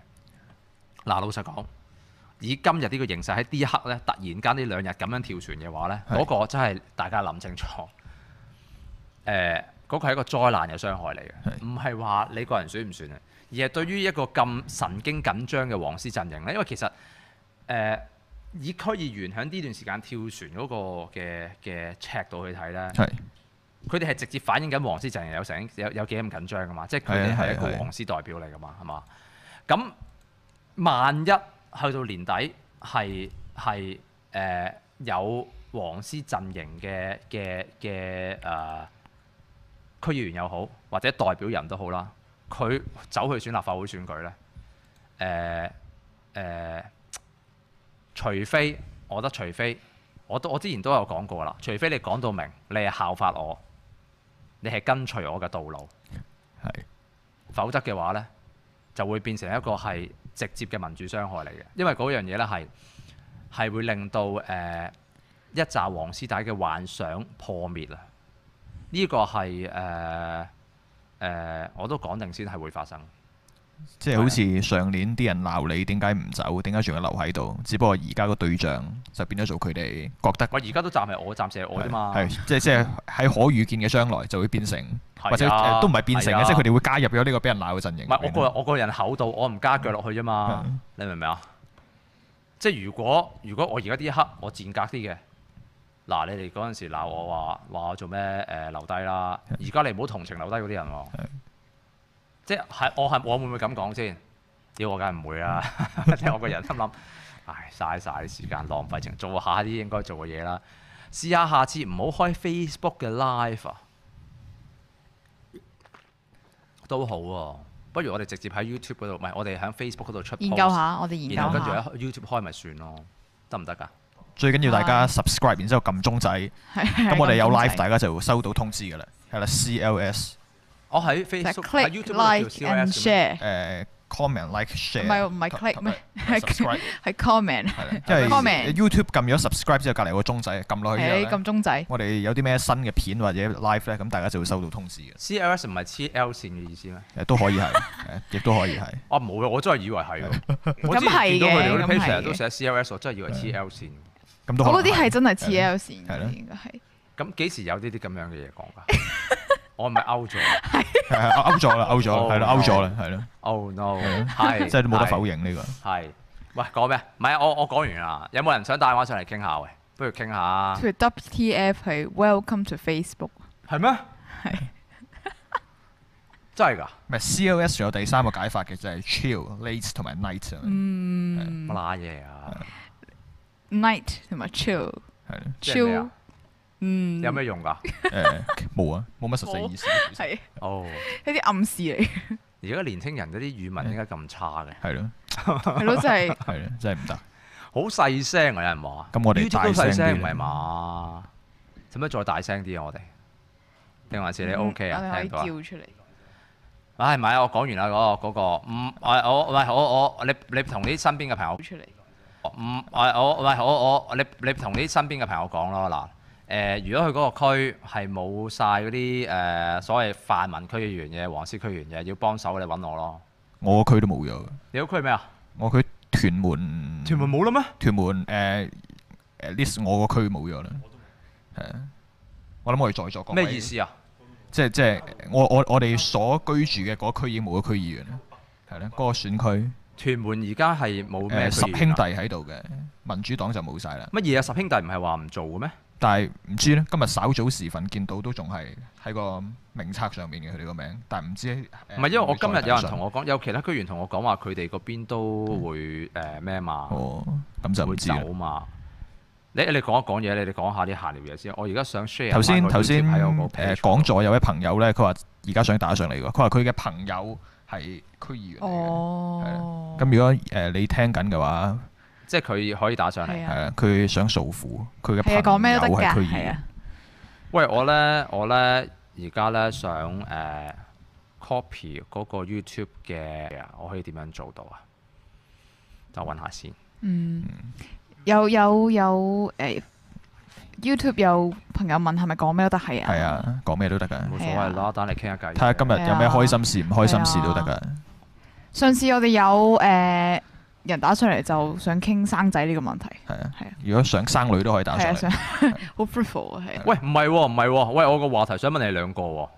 Speaker 1: 嗱，老實講，以今日呢個形勢喺呢一刻咧，突然間呢兩日咁樣跳船嘅話咧，
Speaker 8: 係
Speaker 1: 嗰個真係大家諗清楚。誒、嗰個係一個災難嘅傷害嚟嘅，
Speaker 8: 係
Speaker 1: 唔係話你個人選唔選啊，而係對於一個咁神經緊張嘅黃絲陣營咧，因為其實誒、以區議員喺呢段時間跳船嗰個嘅嘅尺度去睇咧。
Speaker 8: 係
Speaker 1: 佢哋係直接反映緊黃絲陣營有成有有幾咁緊張噶嘛，即係佢哋
Speaker 8: 係啊
Speaker 1: 係一
Speaker 8: 係啊
Speaker 1: 個
Speaker 8: 係啊
Speaker 1: 黃絲代表嚟噶嘛，係嘛？咁萬一去到年底係係誒有黃絲陣營嘅嘅嘅誒區議員又好，或者代表人都好啦，佢走去選立法會選舉咧，誒、誒、除非我覺得除非我都我之前都有講過啦，除非你講到明，你係效法我，你係跟隨我嘅道路，
Speaker 8: 係
Speaker 1: 否則嘅話呢，就會變成一個係直接嘅民主傷害嚟嘅，因為嗰樣嘢呢係係會令到誒、呃一紮黃絲帶嘅幻想破滅啊！呢、個係誒誒，我都講定先係會發生。
Speaker 8: 即係好似上年啲人鬧你點解唔走，點解仲要留喺度？只不過而家個對象就變咗做佢哋覺得
Speaker 1: 我而家都暫係我，暫時係我啫嘛。
Speaker 8: 係係即係即係喺可預見嘅將來就會變成，
Speaker 1: 係啊
Speaker 8: 或者誒都唔係變成
Speaker 1: 係啊
Speaker 8: 嘅，即係佢哋會加入咗呢個俾人鬧嘅陣
Speaker 1: 唔
Speaker 8: 營入
Speaker 1: 係我
Speaker 8: 面。
Speaker 1: 個我個人厚道，我唔加腳落去啫嘛
Speaker 8: 嗯。
Speaker 1: 你明唔明啊？即係如果如果我而家呢一刻我賤格啲嘅，嗱你哋嗰陣時鬧我話話我做咩誒、留低啦，而家你唔好同情留低嗰啲人喎。即係係我係我會唔會咁講先？屌我梗係唔會啦，即係我個人心諗，唉嘥晒啲時間浪費情，做下啲應該做嘅嘢啦。試下下次唔好開 Facebook 嘅 live 啊，都好喎、不如我哋直接喺 YouTube 嗰度，唔係我哋喺 Facebook 嗰度出 post,
Speaker 2: 研究下，我哋研究
Speaker 1: 然後跟住
Speaker 2: 下，
Speaker 1: 喺 YouTube 開咪算咯，得唔得㗎？
Speaker 8: 最緊要大家 subscribe，然之後撳鐘仔，咁
Speaker 2: 咁
Speaker 8: 我哋有 live，大家就會收到通知㗎啦。係啦，CLS
Speaker 1: 我哦喺
Speaker 2: 就
Speaker 1: Facebook 喺
Speaker 2: click
Speaker 1: YouTube 嗰度
Speaker 2: like
Speaker 1: 叫 CLS 嘅
Speaker 2: and
Speaker 1: 咩
Speaker 2: share，
Speaker 8: 誒 comment like share，
Speaker 2: 唔係唔係
Speaker 8: 同
Speaker 2: click 咩
Speaker 8: 同
Speaker 2: [LAUGHS]
Speaker 8: 埋 subscribe
Speaker 2: 係 comment，
Speaker 8: 係啦，因
Speaker 2: [LAUGHS]
Speaker 8: 為
Speaker 2: Comment
Speaker 8: YouTube 撳咗 subscribe 之後，隔離有個鐘仔撳落去之後
Speaker 2: 誒
Speaker 8: 咧
Speaker 2: 咁鐘仔，
Speaker 8: 我哋有啲咩新嘅片或者 live 咧，咁大家就會收到通知嘅。
Speaker 1: CLS 唔係黐 L 線嘅意思咩？
Speaker 8: 誒都可以係，誒亦都可以係。
Speaker 1: 啊冇啊！我真係以為係喎。我
Speaker 2: 咁
Speaker 1: 之前見到
Speaker 2: 係
Speaker 1: 佢哋
Speaker 2: 嘅
Speaker 1: 嗰啲
Speaker 2: 咁
Speaker 1: page 成日
Speaker 2: 係
Speaker 1: 都
Speaker 2: 嘅
Speaker 1: 寫 CLS，我真係以為 TL 線。
Speaker 8: 咁都可
Speaker 2: 我嗰
Speaker 8: 能
Speaker 2: 啲係真係 T
Speaker 8: 係
Speaker 2: L 線
Speaker 8: 係咯
Speaker 2: 嘅，應該係
Speaker 1: 咁幾時有呢啲咁樣嘅嘢講㗎？ [LAUGHS] 我係咪 out 咗啊
Speaker 8: 係係勾咗啦，勾咗
Speaker 1: 哦
Speaker 8: 啦，係啦，勾咗啦，係啦，
Speaker 1: ？Oh no！係
Speaker 8: 即係都冇得
Speaker 1: 係
Speaker 8: 否認呢個。
Speaker 1: 係。喂，講咩？唔係我我講完啦。有冇人想帶我上嚟傾下？喂，不如傾下。
Speaker 2: 佢 W T F 係 Welcome to Facebook，
Speaker 1: 係咩？係。真係㗎？
Speaker 8: 唔係 COS 仲有第三個解法嘅就係 chill、late 同埋 night 啊係咪
Speaker 2: 嗯
Speaker 1: 乜乸嘢啊？
Speaker 2: ，Night 同埋 Chill
Speaker 8: 係啦，
Speaker 1: 即係咩啊
Speaker 2: Chill，嗯，
Speaker 1: 有咩用㗎？
Speaker 8: 誒冇啊，冇乜實際意思。
Speaker 2: 係
Speaker 1: 哦，
Speaker 2: 一啲暗示嚟，
Speaker 1: 而家年青人嗰啲語文應該咁差嘅，
Speaker 8: 係咯，
Speaker 2: 係咯，即
Speaker 8: [LAUGHS]
Speaker 2: 係
Speaker 8: 係咯，真係唔得。
Speaker 1: 好細聲啊！有人話，
Speaker 8: 咁我哋
Speaker 1: YouTube
Speaker 8: 大
Speaker 1: 都
Speaker 8: 聲啲
Speaker 1: 細聲唔
Speaker 8: 啦
Speaker 1: 係嘛？使唔使再大聲啲啊？我哋定還是你
Speaker 2: 嗯
Speaker 1: OK
Speaker 2: 我
Speaker 1: 啊？
Speaker 2: 哋
Speaker 1: 聽唔
Speaker 2: 可以
Speaker 1: 到啊
Speaker 2: 叫？出嚟。
Speaker 1: 唉，唔係啊！我講完啦，嗰個嗰個唔，我我喂我我你你同啲身邊嘅朋友
Speaker 2: 出嚟。
Speaker 1: 唔係我喂我我你你同啲身邊嘅朋友講咯嗱誒、如果佢嗰個區係冇晒嗰啲誒所謂泛民區議員嘅、黃絲區議員嘅，要幫手你揾我咯。
Speaker 8: 我個區都冇咗嘅，
Speaker 1: 你嗰區咩啊？
Speaker 8: 我區屯門
Speaker 1: 門冇啦咩？
Speaker 8: 屯門誒誒 list 我個區冇咗啦。係啊，我諗我哋在座各位
Speaker 1: 咩意？思啊？
Speaker 8: 即係即係我我我哋所居住嘅嗰區已經冇咗區議員啦，係啦，嗰、個選區
Speaker 1: 屯門而家係冇
Speaker 8: 誒、
Speaker 1: 咩
Speaker 8: 十
Speaker 1: 區議員啊
Speaker 8: 兄弟喺度嘅，民主黨就冇晒啦。
Speaker 1: 乜嘢啊？十兄弟唔係話唔做嘅咩？
Speaker 8: 但係唔知呢，今日稍早時分見到都仲係喺個名冊上面嘅佢哋個名，但係唔知
Speaker 1: 唔係因為我今日有人同
Speaker 8: 我
Speaker 1: 我講，有其他區議員同我講話，佢哋嗰邊都會誒咩嘛，
Speaker 8: 哦，咁就唔
Speaker 1: 會
Speaker 8: 知啦。
Speaker 1: 走嘛。你你講一講嘢，你哋講下啲閒聊嘢先。我而家想 share
Speaker 8: 頭
Speaker 1: 翻
Speaker 8: 先
Speaker 1: 個
Speaker 8: 頭先
Speaker 1: YouTube 喺我
Speaker 8: 誒
Speaker 1: 個 page
Speaker 8: 講咗有位朋友呢，佢話而家想打上嚟喎，佢話佢嘅朋友係區議員嚟嘅。
Speaker 2: 哦，
Speaker 8: 咁如果誒、你聽緊嘅話，
Speaker 1: 即係佢可以打上嚟。
Speaker 2: 係
Speaker 8: 係
Speaker 2: 啊，
Speaker 8: 啦，佢想訴苦，佢嘅朋
Speaker 2: 係啊，
Speaker 8: 友
Speaker 2: 講咩都得
Speaker 8: 係
Speaker 2: 㗎，
Speaker 8: 區議
Speaker 2: 係
Speaker 8: 員
Speaker 2: 啊。，
Speaker 1: 喂，我咧我咧而家咧想誒、copy 嗰個 YouTube 嘅，我可以點樣做到啊？就揾下先。
Speaker 2: 嗯，有有有誒，YouTube 有朋友問係咪講咩都得係啊，
Speaker 8: 係，啊，講咩都得㗎。
Speaker 1: 冇所
Speaker 2: 啊
Speaker 1: 謂啦，等你傾下偈。
Speaker 8: 睇下今日有咩開心事、唔開心事都得㗎。
Speaker 2: 上次我哋有誒人打上嚟就想傾生仔呢個問題，
Speaker 8: 係啊
Speaker 2: 係啊，
Speaker 8: 如果想生女都可以打
Speaker 2: 係
Speaker 8: 上
Speaker 2: 啊，
Speaker 8: 嚟
Speaker 2: 想。好 fruitful 啊，係啊
Speaker 1: 喂，唔係喎，唔係喎，喂，我個話題想問你兩個喎。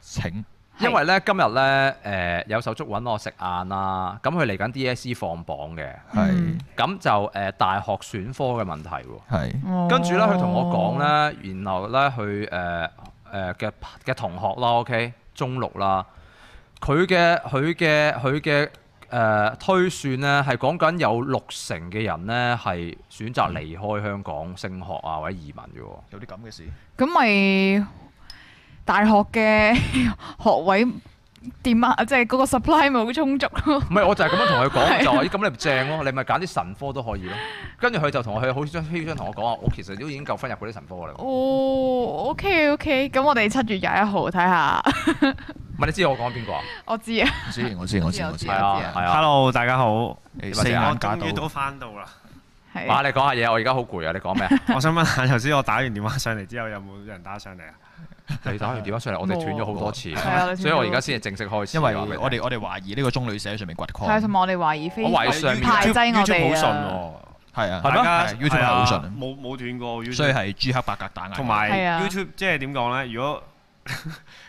Speaker 8: 請
Speaker 1: 因為咧今日咧誒、呃有手足揾我食晏啦，咁佢嚟緊 DSE 放榜嘅，
Speaker 2: 嗯
Speaker 8: 係
Speaker 1: 咁就誒、呃大學選科嘅問題喎。
Speaker 8: 係
Speaker 2: 哦
Speaker 1: 跟住咧，佢同我講，咧，然後咧，佢誒誒嘅嘅同學啦，OK，中六啦，佢嘅佢嘅佢嘅誒推算咧，係講緊有六成嘅人咧係選擇離開香港升學啊，或者移民嘅喎。
Speaker 8: 有啲咁嘅事。
Speaker 2: 咁咪大學嘅學位點啊？ [LAUGHS] 即係嗰個 supply 咪好充足咯。
Speaker 1: 唔係，我就係咁樣同佢講，
Speaker 2: 係
Speaker 1: 就話咦咁你咪正咯，你咪揀啲神科都可以咯。跟住佢就同我佢好張囂張同我講話，我其實都已經夠分入嗰啲神科㗎啦。
Speaker 2: 哦，OK OK，咁我哋七月廿一號睇下， [LAUGHS]
Speaker 1: 唔係你知我講邊個啊？
Speaker 2: 我知啊，
Speaker 8: 我知我知我知我知
Speaker 1: 係。啊係啊，
Speaker 4: Hello，大家好，我
Speaker 8: 誒
Speaker 1: 四
Speaker 8: 四
Speaker 1: 眼
Speaker 8: 眼假
Speaker 4: 終於
Speaker 8: 到
Speaker 4: 都翻到啦。
Speaker 2: 係
Speaker 1: 馬你講下嘢，我而家好攰啊！你
Speaker 2: [LAUGHS]
Speaker 1: 講咩啊？
Speaker 4: [LAUGHS] 我想問下，頭先我打完電話上嚟之後，有冇人打上嚟啊？
Speaker 1: 你打完電話上嚟，我哋斷咗好多次，
Speaker 2: 係啊你斷咗
Speaker 1: [LAUGHS] 所以我而家先係正式開始。啊
Speaker 8: 因為
Speaker 1: 話俾你
Speaker 8: 我哋我哋懷疑呢個中女社喺上面掘
Speaker 2: 係啊同
Speaker 8: 礦。
Speaker 2: 埋我哋懷疑非
Speaker 1: 我懷疑上面
Speaker 2: 排擠我
Speaker 4: YouTube 好
Speaker 2: 哋
Speaker 4: 順
Speaker 2: 啊。
Speaker 4: 喎，
Speaker 8: 係啊，
Speaker 1: 係咩
Speaker 4: 大
Speaker 8: 啊
Speaker 4: 家
Speaker 8: YouTube 係好
Speaker 4: 係啊
Speaker 8: 順，
Speaker 4: 冇冇斷過 YouTube。
Speaker 8: 所以係朱克伯格打壓。
Speaker 4: 同
Speaker 2: 係啊
Speaker 4: 埋 YouTube 即係點講咧？如果 [LAUGHS]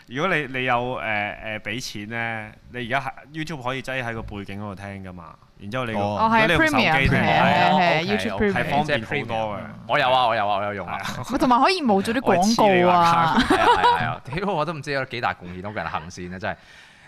Speaker 4: 如果你你有誒誒俾錢咧，你而家係 YouTube 可以擠喺個背景嗰度聽噶嘛，然之後你個
Speaker 8: 哦
Speaker 2: 哦，係啊
Speaker 4: 如果你用手機
Speaker 2: premium
Speaker 4: 聽
Speaker 2: 係啊係啊係啊
Speaker 1: 哦
Speaker 2: ，YouTube
Speaker 1: ，OK，OK，
Speaker 4: 係
Speaker 2: premium 嗯
Speaker 4: 方便好多嘅。
Speaker 1: 我有啊，我有啊，我有用啊。
Speaker 2: 喂同埋可以冇咗啲
Speaker 4: 我係
Speaker 2: 廣
Speaker 4: 黐你
Speaker 2: 告啊
Speaker 4: 話，
Speaker 1: 係啊係啊係啊！ [LAUGHS] 屌我都唔知有幾大貢獻到個人行善啊，真係。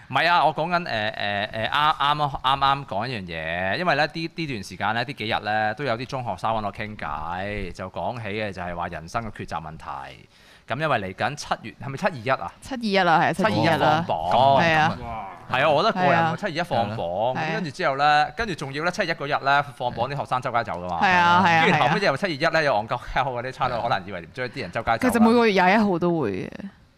Speaker 1: 唔係啊，我講緊誒誒誒啱啱啱啱講一樣嘢，因為咧呢呢段時間咧呢幾日咧都有啲中學生揾我傾偈，就講起嘅就係話人生嘅抉擇問題。咁因為嚟緊七月係咪七二一啊？
Speaker 2: 七二一啦，係啊，七
Speaker 1: 七
Speaker 2: 二
Speaker 1: 二
Speaker 2: 一
Speaker 1: 一
Speaker 2: 啦
Speaker 1: 放。榜。
Speaker 2: 係啊
Speaker 4: 哇！
Speaker 1: 係啊，我覺得個
Speaker 2: 係
Speaker 1: 人
Speaker 2: 啊
Speaker 1: 喎七二一放榜，
Speaker 2: 係啊
Speaker 1: 咁跟住之後咧，跟住仲要咧七二一嗰日咧放榜啲學生周街走噶嘛，
Speaker 2: 係啊係啊
Speaker 1: 跟住
Speaker 2: 係
Speaker 1: 後
Speaker 2: 啊
Speaker 1: 尾，又七二一咧又戇鳩鳩嗰啲差佬，可能以為將啲人周街走
Speaker 2: 其
Speaker 1: 啦。
Speaker 2: 實每個月廿一號都會嘅，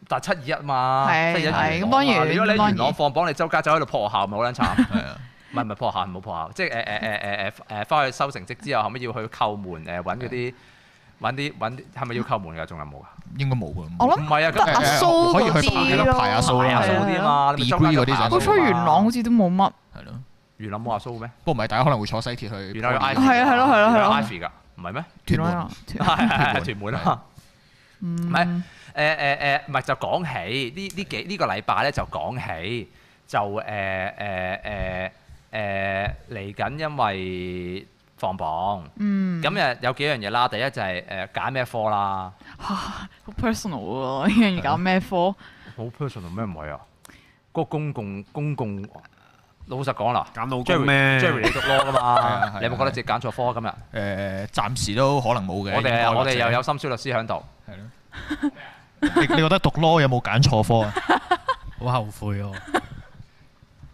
Speaker 1: 但係七二一嘛，
Speaker 2: 係
Speaker 1: 七二一
Speaker 2: 係咁當然
Speaker 1: 如果你喺
Speaker 2: 當
Speaker 1: 元朗
Speaker 2: 然
Speaker 1: 放榜，你周街走喺度破學校，咪好撚
Speaker 2: [LAUGHS]
Speaker 1: 慘。
Speaker 8: 係啊，
Speaker 1: 唔係唔係破校，唔好破校，即係誒誒誒誒誒誒，翻去收成績之後，後尾要去叩門誒揾嗰啲揾啲揾啲，係咪要叩門㗎？仲有冇㗎？
Speaker 8: 應該冇㗎。
Speaker 2: 我
Speaker 1: 唔
Speaker 2: 諗
Speaker 1: 係啊，
Speaker 2: 得阿
Speaker 1: 咁
Speaker 8: 誒
Speaker 2: 蘇
Speaker 8: 可以
Speaker 2: 嗰
Speaker 8: 去排
Speaker 2: 啲
Speaker 8: 咯排阿蘇
Speaker 2: 咯，
Speaker 8: 啦
Speaker 1: 係啊，
Speaker 8: 排
Speaker 1: 嗰啲啊嘛，你咪周
Speaker 8: Degree
Speaker 1: 街
Speaker 8: 嗰啲就係
Speaker 2: 好
Speaker 1: 跑
Speaker 2: 彩元朗好似都冇乜，
Speaker 8: 係咯。
Speaker 1: 元朗冇阿蘇咩？
Speaker 8: 不過唔係，大家可能會坐西鐵去。
Speaker 1: 元朗有 Ivy，㗎
Speaker 2: 係啊係咯係咯係咯
Speaker 1: 元朗有 Ivy 㗎，唔係咩？
Speaker 8: 屯
Speaker 2: 元 [LAUGHS]
Speaker 8: 門
Speaker 2: 朗有
Speaker 1: 係係 [LAUGHS] 係屯門啊嘛。
Speaker 2: 嗯
Speaker 1: 唔係誒誒誒，唔係就講起呢呢幾呢個禮拜咧就講起就誒誒誒誒嚟緊，因為放榜
Speaker 2: 嗯，
Speaker 1: 咁誒有幾樣嘢啦。第一就係誒揀咩科啦，
Speaker 2: 好 personal 喎，呢樣嘢搞咩科？
Speaker 1: 好 personal 咩唔係啊？個公共公共老實講啦
Speaker 4: 減老公
Speaker 1: Jerry
Speaker 4: 咩
Speaker 1: Jerry 你讀 law 噶
Speaker 8: [LAUGHS] 啊
Speaker 1: 嘛？
Speaker 8: 係啊
Speaker 1: 你有冇覺得自己揀錯科今日？
Speaker 8: 誒，暫時都可能冇嘅。
Speaker 1: 我
Speaker 8: 應該
Speaker 1: 哋我
Speaker 8: 或
Speaker 1: 哋
Speaker 8: 者
Speaker 1: 又有深宵律師喺度，
Speaker 8: 係咯。你你覺得讀 law 有冇揀錯科啊？
Speaker 10: 好後悔哦！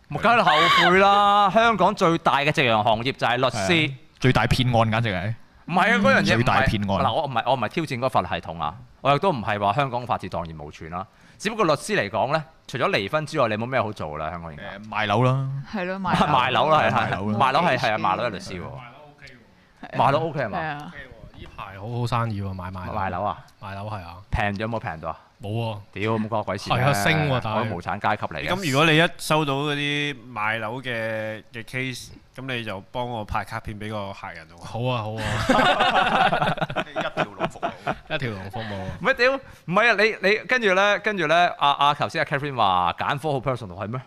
Speaker 1: 咪梗係後悔啦！香港最大嘅夕陽行業就係律師。
Speaker 8: 最大騙案簡直係。
Speaker 1: 唔係啊，嗰樣嘢唔係
Speaker 8: 啊最大騙案
Speaker 1: 嗱，我唔係我唔係挑戰嗰個法律系統啊，我亦都唔係話香港法治蕩然無存啦。只不過律師嚟講咧，除咗離婚之外，你冇咩好做啦，香港而家。
Speaker 8: 誒賣樓啦，
Speaker 2: 係咯，賣
Speaker 1: 賣樓啦，係
Speaker 8: 賣
Speaker 1: 係
Speaker 8: 樓啦
Speaker 1: 賣樓係係啊，賣樓係律師喎，賣樓 OK 係
Speaker 2: 係
Speaker 1: 嘛？
Speaker 2: 啊，
Speaker 10: 呢排好好生意喎，買賣
Speaker 1: 賣樓啊，
Speaker 10: 賣樓係啊，
Speaker 1: 平咗有冇平到啊？
Speaker 10: 冇喎，
Speaker 1: 屌咁關我鬼事
Speaker 10: 係啊升喎但係
Speaker 1: 我無產階級嚟嘅。
Speaker 4: 咁如果你一收到嗰啲買樓嘅嘅 case，咁你就幫我派卡片俾個客人咯。
Speaker 10: 好啊好啊，
Speaker 8: 一條龍服務。
Speaker 10: [LAUGHS] 一條龍服務啊，
Speaker 1: 唔係屌，唔係啊！你你跟住咧，跟住咧，阿阿頭先阿 Catherine 話揀科好 personal 係咩？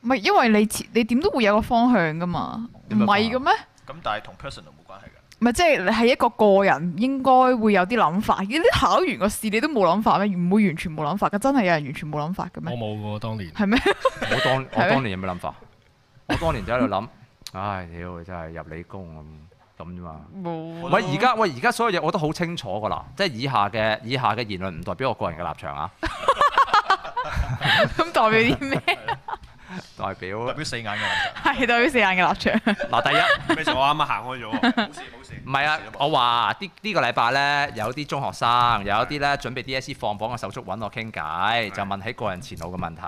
Speaker 2: 唔係因為你設你點都會有個方向噶嘛，唔
Speaker 1: 點樣啊
Speaker 2: 係嘅咩？
Speaker 8: 咁但係同 personal 冇關係㗎。
Speaker 2: 唔係即係你係一個個人應該會有啲諗法，你考完個試你都冇諗法咩？唔會完全冇諗法嘅，真係有人完全冇諗法嘅
Speaker 10: 我
Speaker 2: 咩？
Speaker 10: 冇喎當年。
Speaker 2: 係咩？
Speaker 1: 我當我
Speaker 2: 係咩
Speaker 1: 當年有咩諗法？我當年就喺度諗， [LAUGHS] 唉屌，真係入理工咁咁啫嘛。
Speaker 2: 冇啊。
Speaker 1: 喂，而家喂而家所有嘢我都好清楚噶啦，即係以下嘅以下嘅言論唔代表我個人嘅立場 [LAUGHS] 啊，
Speaker 2: [LAUGHS] 咁代表啲咩？
Speaker 1: [LAUGHS] 代表
Speaker 8: 代表四眼嘅。
Speaker 2: 係代表四眼嘅立場。
Speaker 1: 嗱第一
Speaker 4: 咩事？我啱啱
Speaker 1: [LAUGHS]
Speaker 4: 行開咗喎。
Speaker 8: 冇事冇事
Speaker 1: 唔係啊，我話呢呢個禮拜呢，有啲中學生，有啲呢準備 DSE 放榜嘅手足揾我傾偈，就問起個人前路嘅問題，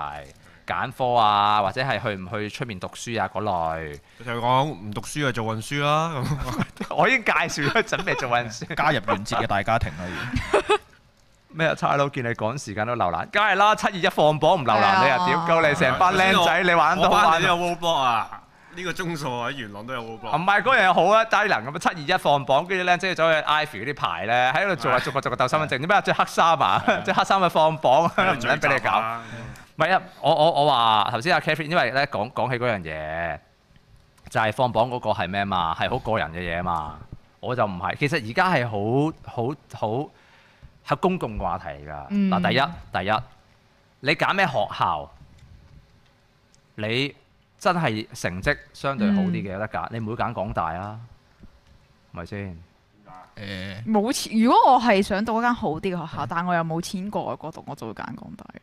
Speaker 1: 揀科啊，或者係去唔去出面讀書啊嗰類，
Speaker 4: 就講唔讀書啊，做運輸啦
Speaker 1: [LAUGHS]
Speaker 4: 咁。
Speaker 1: 我已經介紹咗準備做運輸。
Speaker 8: 加入元節嘅大家庭啦，已
Speaker 1: 咩啊？差佬見你趕時間都留難，梗係啦！七二一放榜唔留難，你
Speaker 2: 係
Speaker 1: 又
Speaker 2: 啊
Speaker 1: 屌鳩你成班僆仔，你玩都
Speaker 4: 我
Speaker 1: 好
Speaker 4: 班
Speaker 1: 玩啊。
Speaker 4: 你有 robot 啊？呢個鐘數喺元朗都有好
Speaker 1: 唔
Speaker 4: 噃。
Speaker 1: 係嗰樣嘢好啊，低能咁啊！七二一放榜，跟住咧即係走去 Ivy 嗰啲牌咧，喺度做下逐個逐個鬥身份證，點解着黑衫啊？ [LAUGHS] 着黑衫咪放榜，
Speaker 4: 啊
Speaker 1: 唔想俾你搞。唔係啊！我我我話頭先阿 Catherine，因為咧講講起嗰樣嘢，就係、放榜嗰個係咩嘛，係好個人嘅嘢嘛。我就唔係，其實而家係好好好係公共話題㗎。嗱、
Speaker 2: 嗯
Speaker 1: 第一第一，你揀咩學校，你真係成績相對好啲嘅有得揀，你唔會揀港大啊，係咪先？
Speaker 10: 誒，
Speaker 2: 冇錢。如果我係想讀一間好啲嘅學校，但我又冇錢過外國讀，我就會揀港大啦。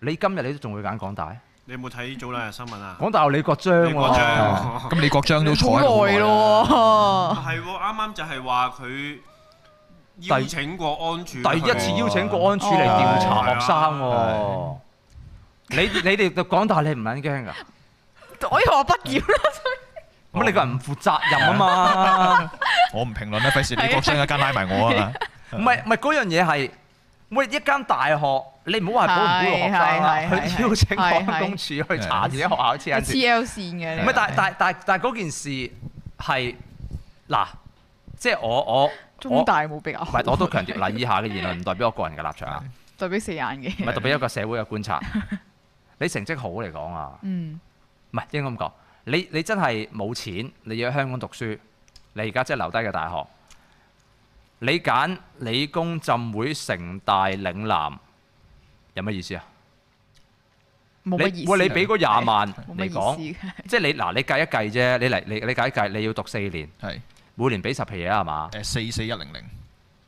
Speaker 1: 你今日你都仲會揀港大？
Speaker 4: 你有冇睇早兩日新聞啊？
Speaker 1: 港大有李國章喎、
Speaker 4: 李國章
Speaker 8: [LAUGHS] 咁李國章都坐喺
Speaker 2: 好
Speaker 8: 度好
Speaker 2: 耐
Speaker 8: 耐啦
Speaker 2: 咯
Speaker 1: 啊
Speaker 2: 喎，
Speaker 4: 係喎，啱啱就係話佢邀請過安
Speaker 2: 嗯
Speaker 4: 全，
Speaker 1: 第一
Speaker 2: 啊
Speaker 1: 次邀請國安處嚟調查學生喎
Speaker 8: 哦。
Speaker 1: 你你哋就講大你唔撚
Speaker 2: 哦
Speaker 1: 驚㗎？
Speaker 2: 我以為我畢業啦。
Speaker 1: 咁你個人唔負責任啊
Speaker 2: [LAUGHS]
Speaker 1: 嘛。
Speaker 8: 我唔評論啦，費事
Speaker 2: 啊
Speaker 8: 李國章一間拉埋我啊！
Speaker 1: 唔係唔係嗰樣嘢係，喂一間大學，你唔好話保唔保護學生啦，
Speaker 2: 係係係
Speaker 1: 佢邀請國
Speaker 2: 係係
Speaker 1: 安公署去查自己學校黐
Speaker 2: 係 [LAUGHS]
Speaker 1: 人線。
Speaker 2: 黐 L 線嘅
Speaker 1: 唔
Speaker 2: 你
Speaker 1: 係，但但但但嗰件事係嗱，即係我我
Speaker 2: 中
Speaker 1: 我
Speaker 2: 大冇比較
Speaker 1: 唔
Speaker 2: 好，
Speaker 1: 係我都強調嗱，以下嘅言論唔代表我個人嘅立場啊，
Speaker 2: 代表四眼嘅
Speaker 1: 唔。係代表一個社會嘅觀察。你成績好嚟講啊。
Speaker 2: 嗯，
Speaker 1: 唔係應該咁講，你你真係冇錢，你要喺香港讀書，你而家即係留低嘅大學，你揀理工、浸會、城大、嶺南，有乜意思啊？
Speaker 2: 冇乜意
Speaker 1: 你
Speaker 2: 思。
Speaker 1: 喂你俾嗰廿萬
Speaker 2: [LAUGHS] 冇乜
Speaker 1: 嚟
Speaker 2: 意
Speaker 1: 講，
Speaker 2: 思嘅。 [LAUGHS]
Speaker 1: 即係你嗱你計一計啫，你嚟你你計一計，你要讀四年，
Speaker 8: 係
Speaker 1: 每年俾十皮嘢啦係啊嘛？
Speaker 8: 誒四四一零零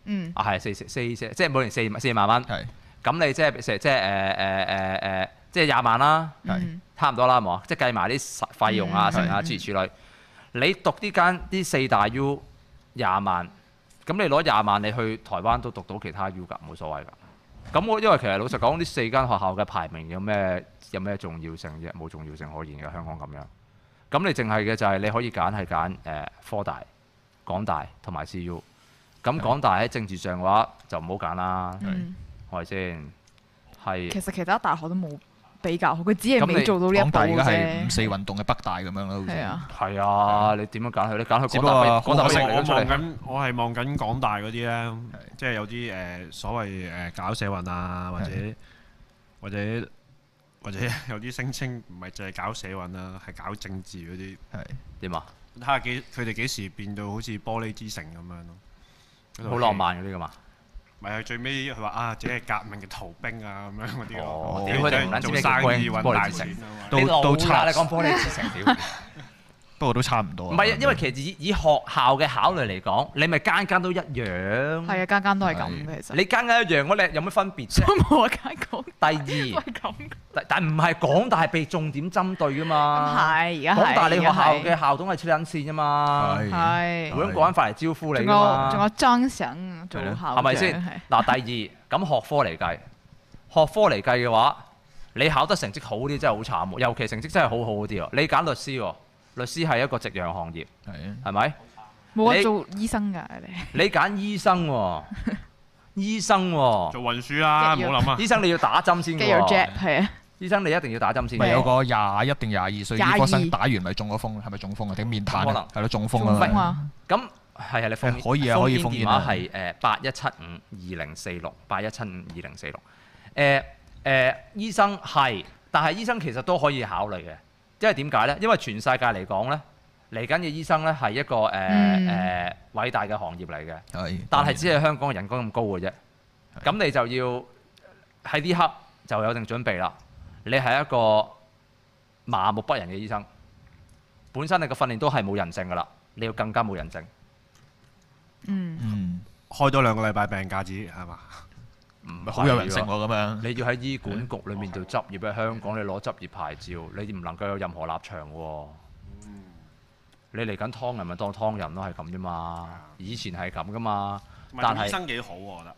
Speaker 2: 嗯，
Speaker 1: 啊係四四四四即係每年四四萬蚊，
Speaker 8: 係
Speaker 1: 咁你即係即係即係誒誒誒誒，即係廿萬啦。
Speaker 8: 係
Speaker 2: 嗯
Speaker 1: 差唔多啦，係嘛？即係計埋啲費用啊、
Speaker 2: 嗯
Speaker 1: 成啊諸如此類。你讀呢間啲四大 U 廿萬，咁你攞廿萬你去台灣都讀到其他 U 㗎，冇所謂㗎。咁我因為其實老實講，呢四間學校嘅排名有咩有咩重要性啫？冇重要性可言嘅，香港咁樣。咁你淨係嘅就係你可以揀係揀誒科大、港大同埋 CU。咁港大喺政治上嘅話就唔好揀啦，
Speaker 2: 嗯，
Speaker 1: 係咪先？係
Speaker 2: 其實其他大學都冇比較好，佢只係
Speaker 1: 咁
Speaker 2: 未
Speaker 1: 你
Speaker 2: 做到呢一
Speaker 8: 港
Speaker 2: 步
Speaker 8: 大而家係五
Speaker 2: 啫。
Speaker 8: 四運動嘅北大咁樣啦，好似
Speaker 2: 係啊。
Speaker 1: 係啊，你點樣揀佢？你揀
Speaker 8: 只
Speaker 1: 佢港
Speaker 8: 不
Speaker 1: 大
Speaker 8: 過
Speaker 1: 北，港大北
Speaker 4: 我
Speaker 8: 可惜
Speaker 1: 嚟
Speaker 4: 望我
Speaker 1: 咗出
Speaker 4: 望
Speaker 1: 嚟。
Speaker 4: 緊，我係望緊港大嗰啲咧，即係有啲誒所謂誒搞社運啊，或者或者或者 [LAUGHS] 有啲聲稱唔係淨係搞社運啊，係搞政治嗰啲，
Speaker 8: 係
Speaker 1: 點啊？
Speaker 4: 睇下幾佢哋幾時變到好似玻璃之城咁樣咯。嗰套
Speaker 1: 好
Speaker 4: 戲
Speaker 1: 浪，漫嗰啲噶嘛？
Speaker 4: 咪係最尾佢話啊，只係革命嘅逃兵啊咁樣嗰啲咯。
Speaker 1: 哦
Speaker 4: 跟住
Speaker 1: 屌佢哋唔撚知
Speaker 4: 做
Speaker 1: 咩叫
Speaker 4: 生
Speaker 1: 玻璃
Speaker 4: 意揾
Speaker 1: 玻璃
Speaker 4: 大
Speaker 1: 之
Speaker 4: 錢
Speaker 1: 城
Speaker 4: 啊嘛
Speaker 8: 都
Speaker 1: 你老
Speaker 8: 都
Speaker 1: 啦！
Speaker 8: 差
Speaker 1: 你講玻璃之城屌，
Speaker 8: 不過都差唔
Speaker 1: 唔
Speaker 8: 多啊。
Speaker 1: 係因 [LAUGHS] 為其實以以學校嘅考慮嚟講，你咪間間都一樣。
Speaker 2: 係啊，間間都係咁嘅，其實
Speaker 1: 你間間一樣，我哋有 [LAUGHS] 咩分別啫？
Speaker 2: 都 [LAUGHS] 冇一間講
Speaker 1: 第二， [LAUGHS]
Speaker 2: 係咁。
Speaker 1: 但但唔係港大被重點針對噶
Speaker 2: 咁
Speaker 1: 嘛？
Speaker 2: 係，而家係。
Speaker 1: 港大你學校
Speaker 2: 而家
Speaker 1: 嘅校董係黐撚線啫嘛，
Speaker 8: 係
Speaker 2: 係
Speaker 1: 啊會咁講法嚟招呼你
Speaker 2: 仲
Speaker 1: 㗎
Speaker 2: 有
Speaker 1: 嘛
Speaker 2: 仲有張相做校長
Speaker 1: 係咪先？？嗱，第二咁學科嚟計，學科嚟計嘅話，你考得成績好啲真係好慘喎，尤其成績真係好好嗰啲喎。你揀律師喎，律師係一個夕陽行業，
Speaker 8: 係啊
Speaker 1: 係咪？
Speaker 2: 冇啊，
Speaker 1: 你
Speaker 2: 做醫生㗎你。
Speaker 1: 你揀醫生
Speaker 4: [LAUGHS]
Speaker 1: 喎，醫生喎，
Speaker 4: 做運輸啦，唔好諗啊。
Speaker 1: 醫生你要打針先
Speaker 2: 跟住有
Speaker 1: 㗎
Speaker 2: Jap
Speaker 1: 喎，
Speaker 2: 係啊，
Speaker 1: 醫生你一定要打針先
Speaker 8: 咪
Speaker 1: 㗎
Speaker 8: 有
Speaker 1: 喎。
Speaker 8: 個廿一定廿二歲醫
Speaker 2: 22
Speaker 8: 科生打完咪中咗風，係咪中風啊？定面癱
Speaker 1: 可能
Speaker 8: 啊？係咯，中
Speaker 2: 中
Speaker 8: 風啊
Speaker 2: 風
Speaker 8: 嘛。
Speaker 2: 啊！
Speaker 1: 咁係啊，你封
Speaker 8: 誒可以啊可以封
Speaker 1: 電
Speaker 8: 煙
Speaker 1: 話
Speaker 8: 啊
Speaker 1: 係誒八一七五二零四六八一七五二零四六。誒誒，醫生係，但係醫生其實都可以考慮嘅，因為點解咧？因為全世界嚟講咧，嚟緊嘅醫生咧係一個誒誒
Speaker 2: 嗯
Speaker 1: 偉大嘅行業嚟嘅，
Speaker 8: 係，
Speaker 1: 但係只係香港嘅人工咁高嘅啫。咁你就要喺呢刻就有定準備啦。你係一個麻木不仁嘅醫生，本身你嘅訓練都係冇人性噶啦，你要更加冇人性。
Speaker 2: 嗯，
Speaker 8: 嗯，
Speaker 4: 開多兩個禮拜病假紙係嘛？
Speaker 1: 唔
Speaker 8: 嗯好有人性喎咁樣。
Speaker 1: 你要喺醫管局裏面度執業喺香港，你攞執業牌照，你唔能夠有任何立場喎。你嚟緊劏人咪當劏人咯，係咁啫嘛。以前係咁噶嘛，
Speaker 4: 唔係
Speaker 1: 但
Speaker 4: 做醫
Speaker 1: 係
Speaker 4: 生幾好喎，我覺得。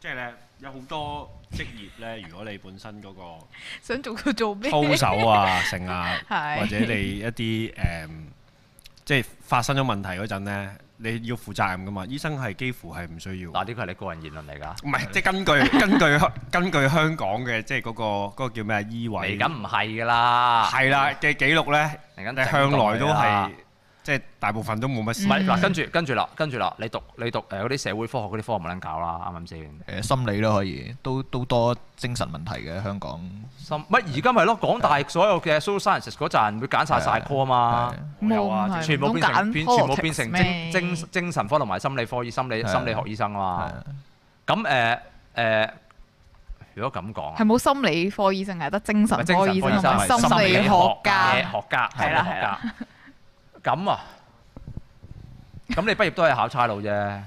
Speaker 4: 即係咧，有好多職業咧，如果你本身嗰個
Speaker 2: 想做佢做咩？
Speaker 4: [LAUGHS] 操守啊、成 [LAUGHS] 啊，
Speaker 2: 係
Speaker 4: 或者你一啲誒、即係發生咗問題嗰陣咧，你要負責任噶嘛。醫生係幾乎係唔需要。
Speaker 1: 嗱，呢個係你個人言論嚟㗎。
Speaker 4: 唔係，即係根據 [LAUGHS] 根據香根據香港嘅即係嗰個嗰個叫咩啊醫
Speaker 1: 嚟
Speaker 4: 委
Speaker 1: 緊唔係㗎啦，
Speaker 4: 係啦嘅記錄咧，
Speaker 1: 嚟緊
Speaker 4: 你
Speaker 1: 整
Speaker 4: 向來
Speaker 1: 動
Speaker 4: 都
Speaker 1: 佢啦
Speaker 4: 係即係大部分都冇乜事
Speaker 1: 唔。係嗱，跟住跟住啦，跟住啦，你讀你讀誒嗰啲社會科學嗰啲科唔撚搞啦，啱唔啱先？
Speaker 8: 誒心理咯，可以都都多精神問題嘅香港。
Speaker 1: 心乜而家咪咯，港大所有嘅 social sciences 嗰陣會揀晒晒
Speaker 8: 係
Speaker 1: 科啊嘛，
Speaker 2: 係
Speaker 1: 有啊，
Speaker 2: 冇
Speaker 1: 全部
Speaker 2: 唔係
Speaker 1: 變成
Speaker 2: 唔
Speaker 1: 變
Speaker 2: 通揀
Speaker 1: 全部變成精
Speaker 2: politics 咩
Speaker 1: 精精神科同埋心理科醫心理
Speaker 8: 係
Speaker 1: 心理學醫生啊
Speaker 8: 係
Speaker 1: 嘛。
Speaker 8: 啊
Speaker 1: 咁誒誒，如果咁講啊
Speaker 2: 係，冇心理科醫生，係得精神
Speaker 1: 咪
Speaker 2: 科醫
Speaker 1: 科
Speaker 2: 生同埋
Speaker 8: 同埋
Speaker 2: 心理
Speaker 8: 心理
Speaker 2: 學
Speaker 1: 嘅
Speaker 2: 家。
Speaker 1: 學家
Speaker 2: 係啦係啦。
Speaker 1: 咁啊，咁你畢業都係考差佬啫，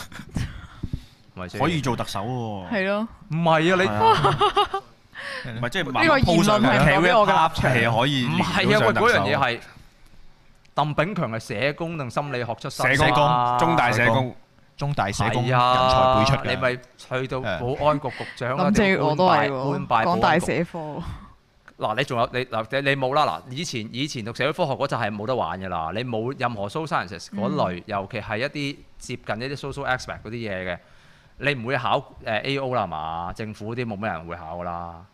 Speaker 1: 係咪先
Speaker 4: 可以做特首喎，
Speaker 2: 係咯，
Speaker 1: 唔係啊？你
Speaker 4: 係啊唔係即係慢
Speaker 2: 呢個
Speaker 4: 慢
Speaker 2: 言論
Speaker 4: 鋪上
Speaker 2: 係代表我嘅立場
Speaker 4: 係可以
Speaker 1: 唔係
Speaker 4: 連
Speaker 1: 啊，
Speaker 4: 到
Speaker 1: 喂，
Speaker 4: 上特
Speaker 1: 嗰樣
Speaker 4: 首
Speaker 1: 嘢係鄧炳強係社工定心理學出身
Speaker 4: 社
Speaker 1: 啊
Speaker 4: 工、中大社工。
Speaker 8: 中大社工人
Speaker 1: 係啊
Speaker 8: 才輩出嘅，
Speaker 1: 你咪去到
Speaker 8: 係
Speaker 1: 保安局局長
Speaker 2: 林
Speaker 1: 嗰
Speaker 2: 鄭
Speaker 1: 度
Speaker 2: 我都係
Speaker 1: 官
Speaker 2: 喎，
Speaker 1: 啊拜
Speaker 2: 港大
Speaker 1: 社
Speaker 2: 社科。
Speaker 1: 嗱，你仲有你嗱你你冇啦嗱，以前以前讀社會科學嗰陣係冇得玩嘅啦，你冇任何 social sciences
Speaker 2: 嗯
Speaker 1: 嗰類，尤其係一啲接近一啲 social aspect 嗰啲嘢嘅，你唔會考誒 A.O. 啦係嘛？政府嗰啲冇咩人會考噶啦，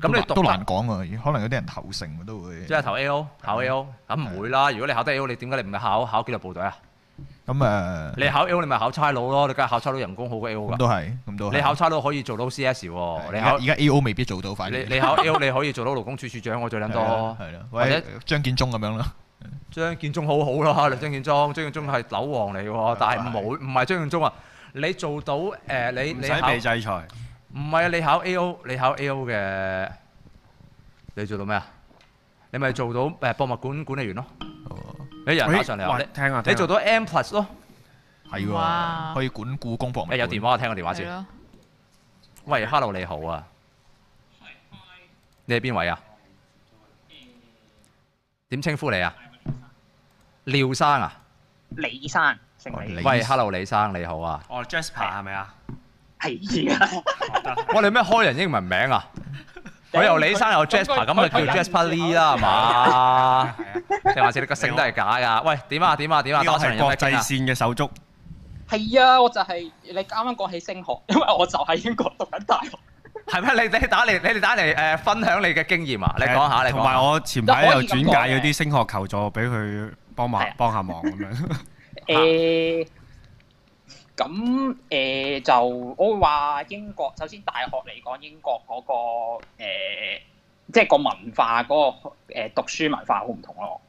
Speaker 1: 咁你
Speaker 8: 都
Speaker 1: 讀
Speaker 8: 都
Speaker 1: 得
Speaker 8: 難講喎，可能有啲人投誠都會。
Speaker 1: 即係投 A.O. 考 A.O. 咁唔會啦。如果你考得 A.O. 你點解你唔考考紀律部隊啊？
Speaker 8: 咁誒，
Speaker 1: 你考 A.O. 你咪考差佬咯，你梗係考差佬人工好過 A.O.
Speaker 8: 咁
Speaker 1: 㗎。
Speaker 8: 都係，咁都係。
Speaker 1: 你考差佬可以做到 C.S. 喎，
Speaker 8: 而
Speaker 1: 你
Speaker 8: 家
Speaker 1: 考
Speaker 8: 而家 A.O. 未必做到，反而
Speaker 1: 你你考 A.O. 你可以做到勞工處處長，我最撚
Speaker 8: 係啊
Speaker 1: 多。
Speaker 8: 係啦，
Speaker 1: 或
Speaker 8: 或
Speaker 1: 者
Speaker 8: 者張建忠咁樣啦。
Speaker 1: 張建忠好好啦，你張建忠，張建忠係扭王嚟喎，但係冇唔係張建忠啊！你做到誒、你
Speaker 4: 唔
Speaker 1: 你
Speaker 4: 使
Speaker 1: 考
Speaker 4: 被制裁，
Speaker 1: 唔係啊？你考 A.O. 你考 A.O. 嘅，你做到咩啊？你咪做到誒博物館管理員咯，你有人打上嚟啊
Speaker 4: 喂
Speaker 1: 你
Speaker 4: 聽下，
Speaker 1: 你做到 M plus 咯，
Speaker 8: 係喎，
Speaker 2: 哇
Speaker 8: 可以管故宮博物
Speaker 1: 誒
Speaker 8: 館。
Speaker 1: 有電話我聽個電話
Speaker 2: 係
Speaker 1: 先。
Speaker 2: 咯，
Speaker 1: 喂，hello 你好啊，你係邊位啊？點稱呼你啊？廖生啊？
Speaker 11: 李生，姓
Speaker 8: 哦
Speaker 11: 李，
Speaker 8: 李
Speaker 1: 喂，hello 李生你好啊。
Speaker 4: 哦 Jasper 係咪啊？
Speaker 11: 係啊，
Speaker 1: 我哋咩開人英文名 [LAUGHS] 啊？佢又李生又 Jasper，咁咪叫 Jasper Lee 啦，係啊嘛？定還是你個姓都係假噶？喂，點啊點啊點啊！
Speaker 4: 呢個
Speaker 1: 打上嚟
Speaker 4: 係
Speaker 1: 有
Speaker 4: 國
Speaker 1: 咩
Speaker 4: 際
Speaker 1: 傾啊？
Speaker 4: 線嘅手足，
Speaker 11: [LAUGHS] 係啊，我就係、你啱啱講起升學， [LAUGHS] 因為我就喺英國讀緊大學，
Speaker 1: 係咩？你你打嚟你哋打嚟誒分享你嘅經驗啊！你講下你
Speaker 4: 同埋
Speaker 1: 講下。
Speaker 4: 我前排又轉
Speaker 11: 都可以咁講嘅
Speaker 4: 介咗啲升學求助俾佢幫
Speaker 11: 係
Speaker 4: 忙
Speaker 11: 啊
Speaker 4: 幫下忙咁樣。
Speaker 11: 誒、咁誒、就我會話英國，首先大學嚟講，英國嗰、個、誒即係個文化嗰、個誒、讀書文化好唔同咯。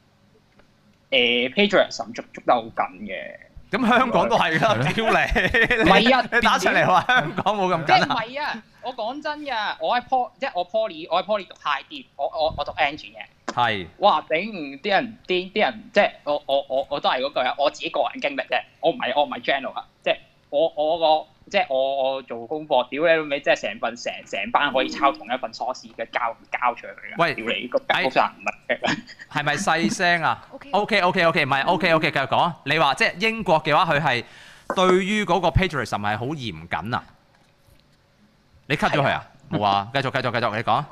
Speaker 11: 誒 plagiarism 捉捉得好緊嘅， [LAUGHS]
Speaker 1: 咁香港都係啦，屌
Speaker 11: 唔
Speaker 1: 你！
Speaker 11: 係啊，
Speaker 1: 你打上嚟話香港冇咁
Speaker 11: 即係
Speaker 1: 緊
Speaker 11: 唔
Speaker 1: 啊！
Speaker 11: 係啊！我講真㗎，我喺 po 即係我 poly 我喺 poly 讀 high 啲，我我我讀 engine 嘅。
Speaker 1: 係
Speaker 11: 哇頂！啲人啲啲人即係我我我我都係嗰句啊！我自己個人經歷啫，我唔係我唔係 general 啊！即係我我個即係我我做功課，屌你老味！即係成份成成班可以抄同一份 source 嘅交交出去㗎。啊
Speaker 1: 喂
Speaker 11: 屌你個
Speaker 1: 哎
Speaker 11: 教生唔得嘅。
Speaker 1: 係咪細聲啊？
Speaker 9: OK
Speaker 1: OK OK OK，唔係 OK OK，繼續講。你話即係英國嘅話，佢係對於嗰個 plagiarism 係好嚴謹啊？你 cut 咗佢啊？冇啊，繼續繼續繼續，你講。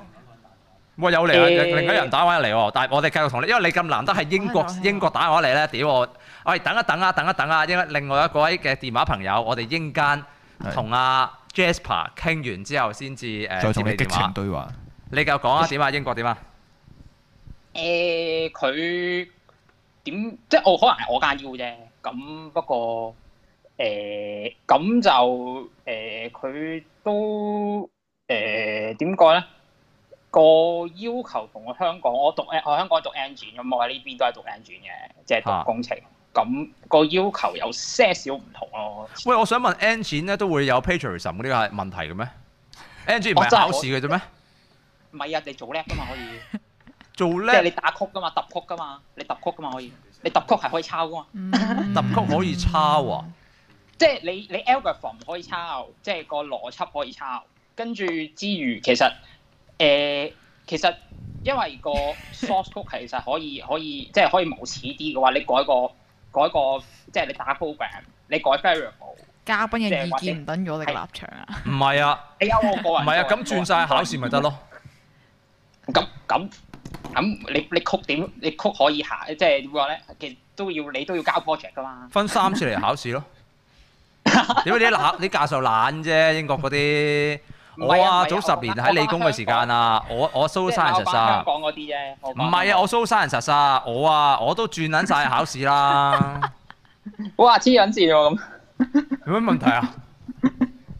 Speaker 1: 喂，有嚟啊！
Speaker 11: 誒
Speaker 1: 另一人打電話嚟喎，但係我哋繼續同你，因為你咁難得係英國
Speaker 2: 我喺度
Speaker 1: 英國打電話嚟咧，屌我！喂，等一等啊，等一等啊，因為另外一個位嘅電話朋友，我哋英間
Speaker 8: 係
Speaker 1: 同阿 Jasper 傾完之後先至誒
Speaker 8: 再
Speaker 1: 接
Speaker 8: 同
Speaker 1: 你
Speaker 8: 你激
Speaker 1: 電話
Speaker 8: 情。對話。
Speaker 1: 你繼續講啊？點啊？英國點啊？
Speaker 11: 誒呃佢點即係我可能係我間 U 啫，咁不過誒咁、就誒佢、都誒點講咧？個要求同我香港，我讀我香港讀 engine 咁，我喺呢邊都係讀 engine 嘅，即係
Speaker 1: 啊
Speaker 11: 讀工程。咁、個要求有些少唔同咯。
Speaker 1: 喂，我想問 engine 咧都會有 plagiarism 呢個係問題嘅咩？engine 唔
Speaker 11: 我
Speaker 1: 係
Speaker 11: 真係
Speaker 1: 考試嘅啫咩？
Speaker 11: 唔係啊，你做叻噶嘛可以，
Speaker 1: 做
Speaker 11: 即係
Speaker 1: 叻
Speaker 11: 你打曲噶嘛，揼曲噶嘛，你揼曲噶嘛可以，你揼曲係可以抄噶嘛。
Speaker 2: 嗯
Speaker 1: [LAUGHS] 揼曲可以抄啊？
Speaker 11: 即係你你 algorithm 可以抄，即係個邏輯可以抄，跟住之餘其實誒、呃其實因為個 source code 其實可以可以即係可以無恥啲嘅話，你改個改個即係你打 program，你改 variable，
Speaker 2: 嘉賓嘅
Speaker 11: 即係或
Speaker 2: 意
Speaker 11: 者
Speaker 2: 見唔等於我哋嘅立場啊！
Speaker 1: 唔係啊，
Speaker 11: 你有我個
Speaker 1: 唔
Speaker 11: 人
Speaker 1: 係啊，
Speaker 11: 個
Speaker 1: 咁
Speaker 11: 人
Speaker 1: 轉晒考試咪得咯？
Speaker 11: 咁咁咁你你曲點你曲可以下，即係點講咧？其實都要你都要交 project 噶嘛。
Speaker 1: 分三次嚟考試
Speaker 11: [LAUGHS]
Speaker 1: 咯。點解啲懶啲教授懶啫？英國嗰啲，
Speaker 11: 唔
Speaker 1: 我
Speaker 11: 係啊
Speaker 1: 啊
Speaker 11: 唔係
Speaker 1: 早
Speaker 11: 啊
Speaker 1: 十年喺理工嘅時間啊，我我 s o
Speaker 11: 即
Speaker 1: c
Speaker 11: 係
Speaker 1: i
Speaker 11: 我
Speaker 1: e
Speaker 11: 講香港嗰啲啫，我
Speaker 1: 唔係啊，我 s o c i e 啊，我啊我都轉撚晒考試
Speaker 11: [LAUGHS]
Speaker 1: 啦。
Speaker 11: 我哇黐撚線喎咁，
Speaker 1: 有乜問題啊？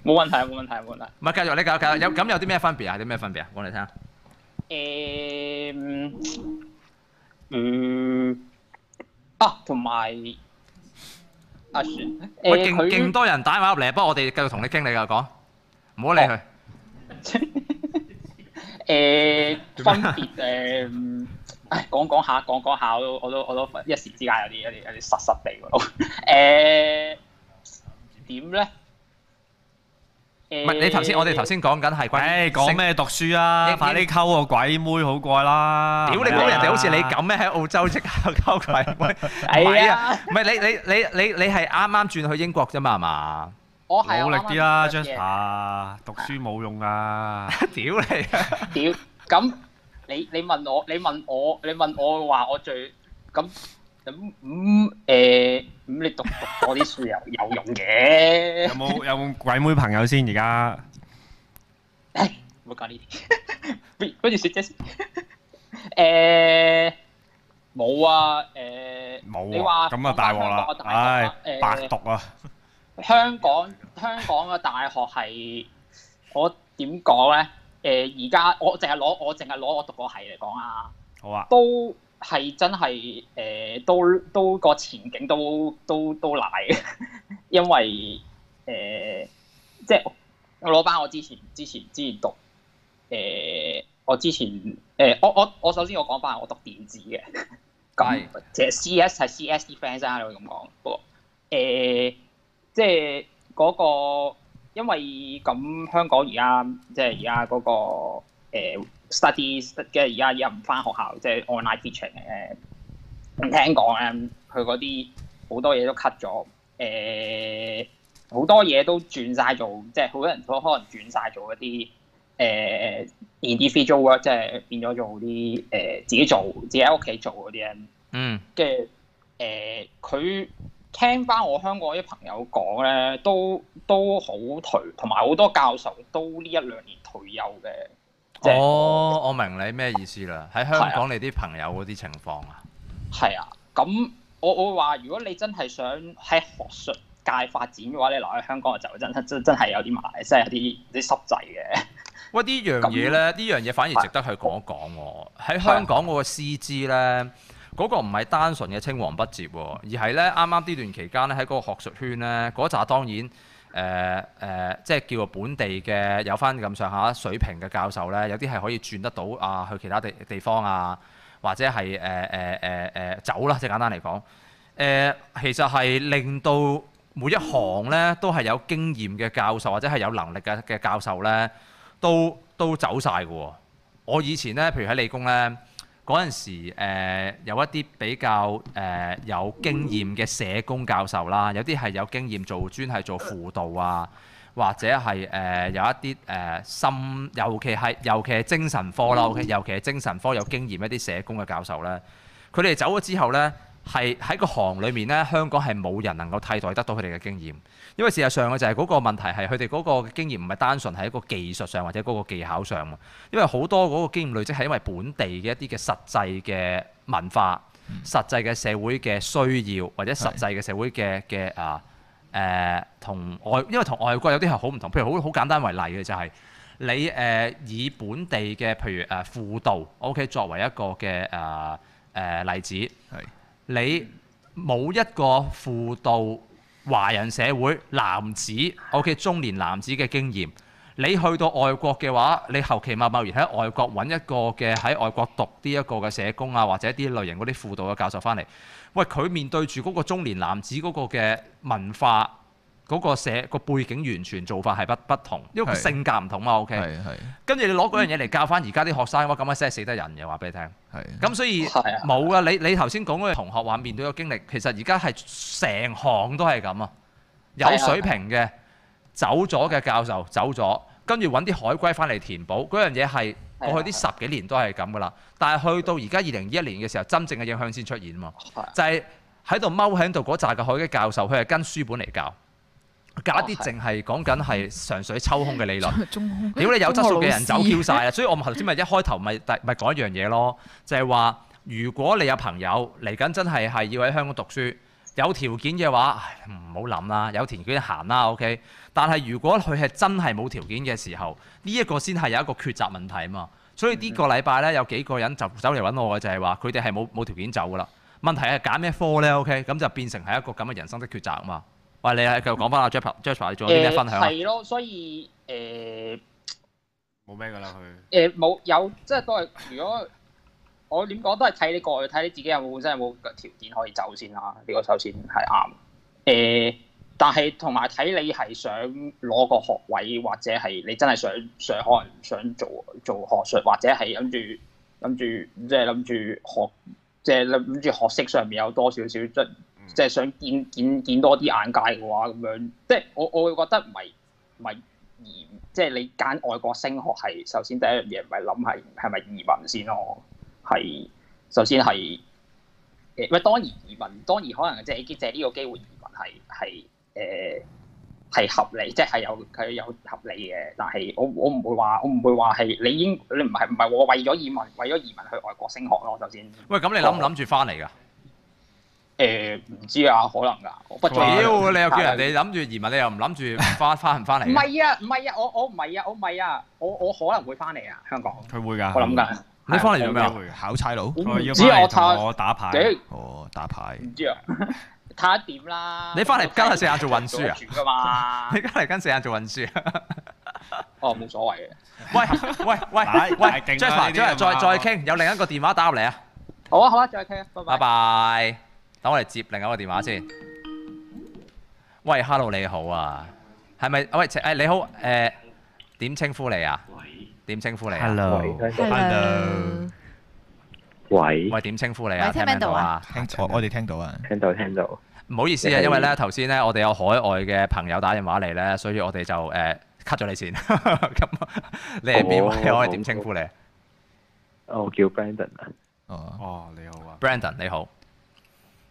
Speaker 11: 冇問題冇問題冇問題。
Speaker 1: 唔係繼續你繼續繼續有咁有啲咩分別啊？有啲咩分別啊？講嚟聽下。
Speaker 11: 誒、嗯嗯啊，同埋啊，算
Speaker 1: 喂，
Speaker 11: 誒
Speaker 1: 勁勁
Speaker 11: 佢
Speaker 1: 多人打電話入嚟，不過我哋繼續同你傾你㗎講，唔好理佢。
Speaker 11: 誒分別誒，嗯唉講講下講講下，我都我都我都一時之間有啲有啲有啲實實地喎 [LAUGHS] 都誒點咧？誒
Speaker 1: 唔係你頭先，我哋頭先講緊
Speaker 4: [LAUGHS]
Speaker 1: 係關於
Speaker 4: 誒講咩讀書啊？
Speaker 1: 英
Speaker 4: 快啲溝個鬼妹好過啦！
Speaker 1: 屌你
Speaker 4: 係
Speaker 1: 講
Speaker 4: 咪
Speaker 1: 人
Speaker 4: 啊
Speaker 1: 哋好似你咁咩？喺澳洲即刻交鬼妹，唔
Speaker 11: 係
Speaker 1: 係
Speaker 11: 啊
Speaker 1: 啊，唔係你你你你你係啱啱轉去英國啫嘛，係嘛？ [LAUGHS]
Speaker 11: 我係
Speaker 4: 努
Speaker 11: 我
Speaker 4: 力
Speaker 11: 啱啱
Speaker 4: 啲啦
Speaker 11: 做嘅嘢
Speaker 4: ，Jasper，讀書冇用
Speaker 11: [LAUGHS]
Speaker 4: 啊！
Speaker 1: 屌你！
Speaker 11: 屌，咁你你問我，你問我，你問我話我最咁咁咁誒咁你讀讀我啲書有有用嘅
Speaker 4: 有，冇有冇鬼妹朋友先而家？
Speaker 11: 唔好講呢啲， [LAUGHS] 不如不如説啫先。誒冇啊誒，你
Speaker 4: 冇
Speaker 11: 話
Speaker 4: 啊！咁啊大鑊啦
Speaker 11: 講返香港嘅！大學
Speaker 4: 唉
Speaker 11: 誒，
Speaker 4: 白讀啊！
Speaker 11: 香港香港嘅大學係我點講咧？誒而家我淨係攞我淨係攞我讀個係嚟講啊。
Speaker 4: 好啊，
Speaker 11: 都係真係誒、呃都都個前景都都都賴嘅， [LAUGHS] 因為誒、呃即係我攞翻我之前之前之前讀誒、呃我之前誒、呃我我我首先我講翻我讀電子嘅，咁其實 C.S 係 C.S. defence 啦，你可以咁講，不過誒即係嗰、個因為咁香港而家即係而家嗰個、呃 studies 嘅而家而家唔翻學校，即係 online teaching 誒。咁聽講咧，佢嗰啲好多嘢都 cut 咗，誒、好多嘢都轉晒做，即係好多人都可能轉晒做一啲誒、individual work，即係變咗做啲誒、呃自己做、自己喺屋企做嗰啲啊咧。
Speaker 1: 嗯，
Speaker 11: 跟住誒，呃佢、聽翻我香港啲朋友講咧，都都好頹，同埋好多教授都呢一兩年退休嘅。即係
Speaker 1: 哦，我明你咩意思啦。喺香港你啲朋友嗰啲情況啊，
Speaker 11: 係啊，咁我我會話，如果你真係想喺學術界發展嘅話，你留喺香港就真真真係有啲麻，真係有啲有啲濕滯嘅。
Speaker 1: 喂，呢樣嘢咧，呢樣嘢反而值得去講一講喎。喺香港嗰個師資咧，嗰個唔係單純嘅青黃不接喎，而係咧啱啱呢段期間咧喺嗰個學術圈咧，嗰扎當然。誒誒、呃即係叫做本地嘅有翻咁上下水平嘅教授咧，有啲係可以轉得到啊，去其他地地方啊，或者係誒呃誒誒誒呃走啦，即係簡單嚟講。誒、呃其實係令到每一行咧都係有經驗嘅教授，或者係有能力嘅嘅教授咧，都都走晒嘅喎。我以前咧，譬如喺理工咧。嗰陣時、呃，有一啲比較誒、呃有經驗嘅社工教授啦，有啲係有經驗做專係做輔導啊，或者係誒、呃有一啲誒、呃心，尤其係尤其係精神科啦，OK，尤其係精神科有經驗一啲社工嘅教授咧，佢哋走咗之後咧，係喺個行裡面咧，香港係冇人能夠替代得到佢哋嘅經驗，因為事實上嘅就係嗰個問題係佢哋嗰個經驗唔係單純係一個技術上或者嗰個技巧上喎因為好多嗰個經驗累積係因為本地嘅一啲嘅實際嘅文化、實際嘅社會嘅需要，或者實際嘅社會嘅嘅啊誒同外，因為同外國有啲係好唔同。譬如好好簡單為例嘅就係、你誒、呃以本地嘅譬如誒、呃、輔導，OK 作為一個嘅誒誒例子。
Speaker 8: 係
Speaker 1: 你冇一個輔導華人社會男子，OK 中年男子嘅經驗，你去到外國嘅話，你後期貿貿然喺外國揾一個嘅喺外國讀呢一個嘅社工啊，或者啲類型嗰啲輔導嘅教授翻嚟，喂佢面對住嗰個中年男子嗰個嘅文化。嗰個社個背景完全做法係不不同，因為佢
Speaker 8: 係
Speaker 1: 性格唔同嘛，OK。
Speaker 8: 係係
Speaker 1: 跟住你攞嗰樣嘢嚟教翻而家啲學生嘅話，咁樣先係死得人嘅話俾你聽。
Speaker 8: 係。
Speaker 1: 咁所以
Speaker 11: 係啊
Speaker 1: 冇啊！你你頭先講嗰個同學話面對嘅經歷，其實而家係成行都係咁啊！
Speaker 11: 係
Speaker 1: 有
Speaker 11: 啊
Speaker 1: 水平嘅走咗嘅教授走咗，跟住揾啲海歸翻嚟填補嗰樣嘢係
Speaker 11: 係啊
Speaker 1: 過去呢十幾年都係咁噶啦。但係去到而家二零二一年嘅時候，真正嘅影響先出現啊嘛，就係喺度踎喺度嗰扎嘅海嘅教授，佢係跟書本嚟教，教一
Speaker 11: 哦
Speaker 1: 啲淨係講緊係純粹抽空嘅理論。
Speaker 2: [LAUGHS] 中
Speaker 1: 屌你有質素嘅人走
Speaker 2: 中學老
Speaker 1: Q
Speaker 2: 師
Speaker 1: 晒啊！所以我咪頭先咪一開頭咪咪講一樣嘢咯，就係話如果你有朋友嚟緊真係係要喺香港讀書，有條件嘅話，唉唔好諗啦，有條件行啦，OK。但係如果佢係真係冇條件嘅時候，呢、一個先係有一個抉擇問題啊嘛。所以呢個禮拜咧有幾個人就走嚟揾我嘅，就係話佢哋係冇冇條件走噶啦。問題係揀咩科咧？OK，咁就變成係一個咁嘅人生的抉擇啊嘛。喂，你係繼續講翻阿 j a p p e r j a p p e r 你仲有啲咩分享啊？
Speaker 11: 呃係咯，所以呃誒
Speaker 4: 冇咩噶啦佢。
Speaker 11: 誒呃冇有，即係都係如果我點講都係睇你過去，睇你自己有冇本身有冇條件可以走先啦。呢、個首先係啱。誒、但係同埋睇你係想攞個學位，或者係你真係想想可能想做做學術，或者係諗住諗住即係諗住學，即係諗住學識上面有多少少即即係想見見見多啲眼界嘅話，咁樣即係我我會覺得唔係唔係移，即係你揀外國升學係首先第一樣嘢唔係諗係係咪移民先咯，係首先係。誒，喂，當然移民，當然可能借借呢個機會移民係係誒係合理，即係有佢有合理嘅。但係我我唔會話，我唔會話係你應你唔係唔係我為咗移民，為咗移民去外國升學咯。首先，
Speaker 1: 喂，咁你諗唔諗住翻嚟㗎？
Speaker 11: 誒唔知啊，可能㗎，我不啊
Speaker 1: 屌，
Speaker 11: 在。
Speaker 1: 你又叫人哋諗住移民，你又唔諗住 [LAUGHS] 翻翻唔翻嚟
Speaker 11: 唔
Speaker 1: 嘅？
Speaker 11: 係啊，唔係啊，我我唔係啊，我唔係啊，我我可能會翻嚟啊，香港。
Speaker 4: 佢會㗎，
Speaker 11: 我諗緊。
Speaker 1: 你翻嚟做咩啊？
Speaker 8: 考差佬，
Speaker 4: 佢要
Speaker 11: 唔知啊
Speaker 4: 翻嚟
Speaker 11: 我太
Speaker 4: 同我打牌。
Speaker 11: 屌
Speaker 8: 哦，打牌。
Speaker 11: 唔知啊， [LAUGHS] 睇下點啦。
Speaker 1: 你翻嚟跟阿四眼做運輸啊
Speaker 11: 做㗎嘛？
Speaker 1: 你而家嚟跟四眼做運輸
Speaker 4: [LAUGHS]
Speaker 1: 啊？
Speaker 11: 哦，冇所謂嘅。
Speaker 1: 喂喂喂
Speaker 4: 大
Speaker 1: 喂
Speaker 4: 大勁啦
Speaker 1: Jasper，
Speaker 4: 呢啲啊
Speaker 1: Jasper，再
Speaker 4: 嘛
Speaker 1: 再傾，有另一個電話打入嚟啊！
Speaker 11: 好啊，好啊，再傾啊，拜
Speaker 1: 拜
Speaker 11: 拜。
Speaker 1: 拜，等我嚟接另一個電話先。喂，hello，你好啊，係咪？喂，誒你好，誒點稱呼你啊？點稱呼你啊？
Speaker 2: Hello
Speaker 12: 喂，
Speaker 1: 喂，點稱呼你啊？
Speaker 2: 喂聽
Speaker 1: 聽
Speaker 2: 唔
Speaker 1: 唔聽
Speaker 2: 聽到
Speaker 1: 到啊
Speaker 2: 啊？
Speaker 8: 聽我我哋聽到啊，
Speaker 12: 聽到聽到，
Speaker 1: 唔好意思啊，因為咧頭先咧我哋有海外嘅朋友打電話嚟咧，所以我哋就誒 cut 咗你先。 [LAUGHS] 咁啊你係邊位？
Speaker 12: 哦
Speaker 1: 我係點稱呼你
Speaker 12: 我叫 Brandon 啊。
Speaker 8: 哦，
Speaker 4: 哦，你好啊。
Speaker 1: ？Brandon 你好，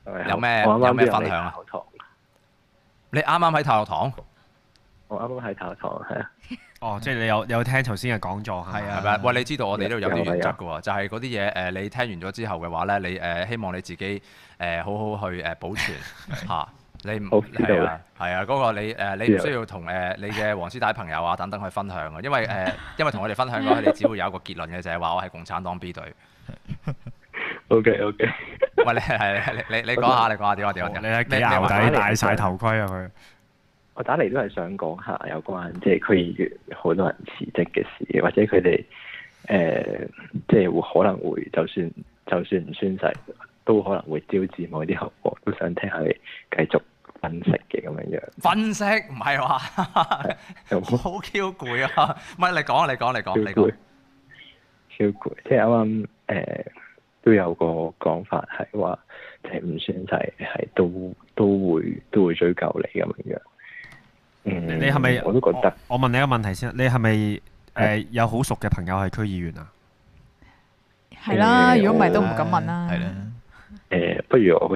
Speaker 12: 誒
Speaker 1: 有咩
Speaker 12: 我啱啱
Speaker 1: 有咩
Speaker 12: 都
Speaker 1: 分享啊
Speaker 12: 嚟考堂，
Speaker 1: 你啱啱喺太學堂
Speaker 12: 我啱啱喺考堂，係啊，
Speaker 4: 哦，即係你有有聽頭先嘅講座係咪
Speaker 8: 係啊
Speaker 1: 係咪啊？喂，你知道我哋呢度有啲
Speaker 12: 有啊
Speaker 1: 原則嘅喎，就係嗰啲嘢誒，你聽完咗之後嘅話咧，你誒希望你自己誒好好去誒保
Speaker 12: [LAUGHS]
Speaker 1: 存嚇。你唔
Speaker 12: 好知道
Speaker 1: 係啊，係啊，嗰個你誒，你
Speaker 12: 知
Speaker 1: 唔
Speaker 12: 道
Speaker 1: 需要同誒你嘅黃絲帶朋友啊等等去分享啊，因為
Speaker 12: [LAUGHS]
Speaker 1: 誒，因為同我哋分享嘅話，你只會有一個結論嘅，就係話我係共產黨 B 隊。
Speaker 12: OK OK，
Speaker 1: 喂，你 [LAUGHS] 係你你你講下，你講下點啊點啊點啊？
Speaker 4: 你係幾
Speaker 1: 咩咩
Speaker 4: 牛
Speaker 1: 話
Speaker 4: 底戴晒頭盔啊佢？
Speaker 12: 我打嚟都係想講下有關即係區議員好多人辭職嘅事，或者佢哋誒即係會可能會就算就算唔宣誓，都可能會招致某啲後果，都想聽下你繼續分析嘅咁樣樣。
Speaker 1: 分析唔係話 [LAUGHS]
Speaker 12: 有冇
Speaker 1: 好 Q 攰啊！唔係你講啊，你講你
Speaker 4: 哦
Speaker 12: 超
Speaker 1: 講你
Speaker 12: 攰
Speaker 1: 講，，
Speaker 12: 超攰。即係啱啱誒都有個講法係話，即係唔宣誓係都都會都會追究你咁樣樣。嗯，
Speaker 4: 你你係咪？
Speaker 12: 我都覺得
Speaker 4: 我。我問你一個問題先，你係咪誒有好熟嘅朋友係區議員啊？
Speaker 2: 係啦，
Speaker 12: 誒
Speaker 2: 如果唔係都唔敢問啊啦。
Speaker 8: 係啦，
Speaker 12: 誒、呃不如我
Speaker 4: 不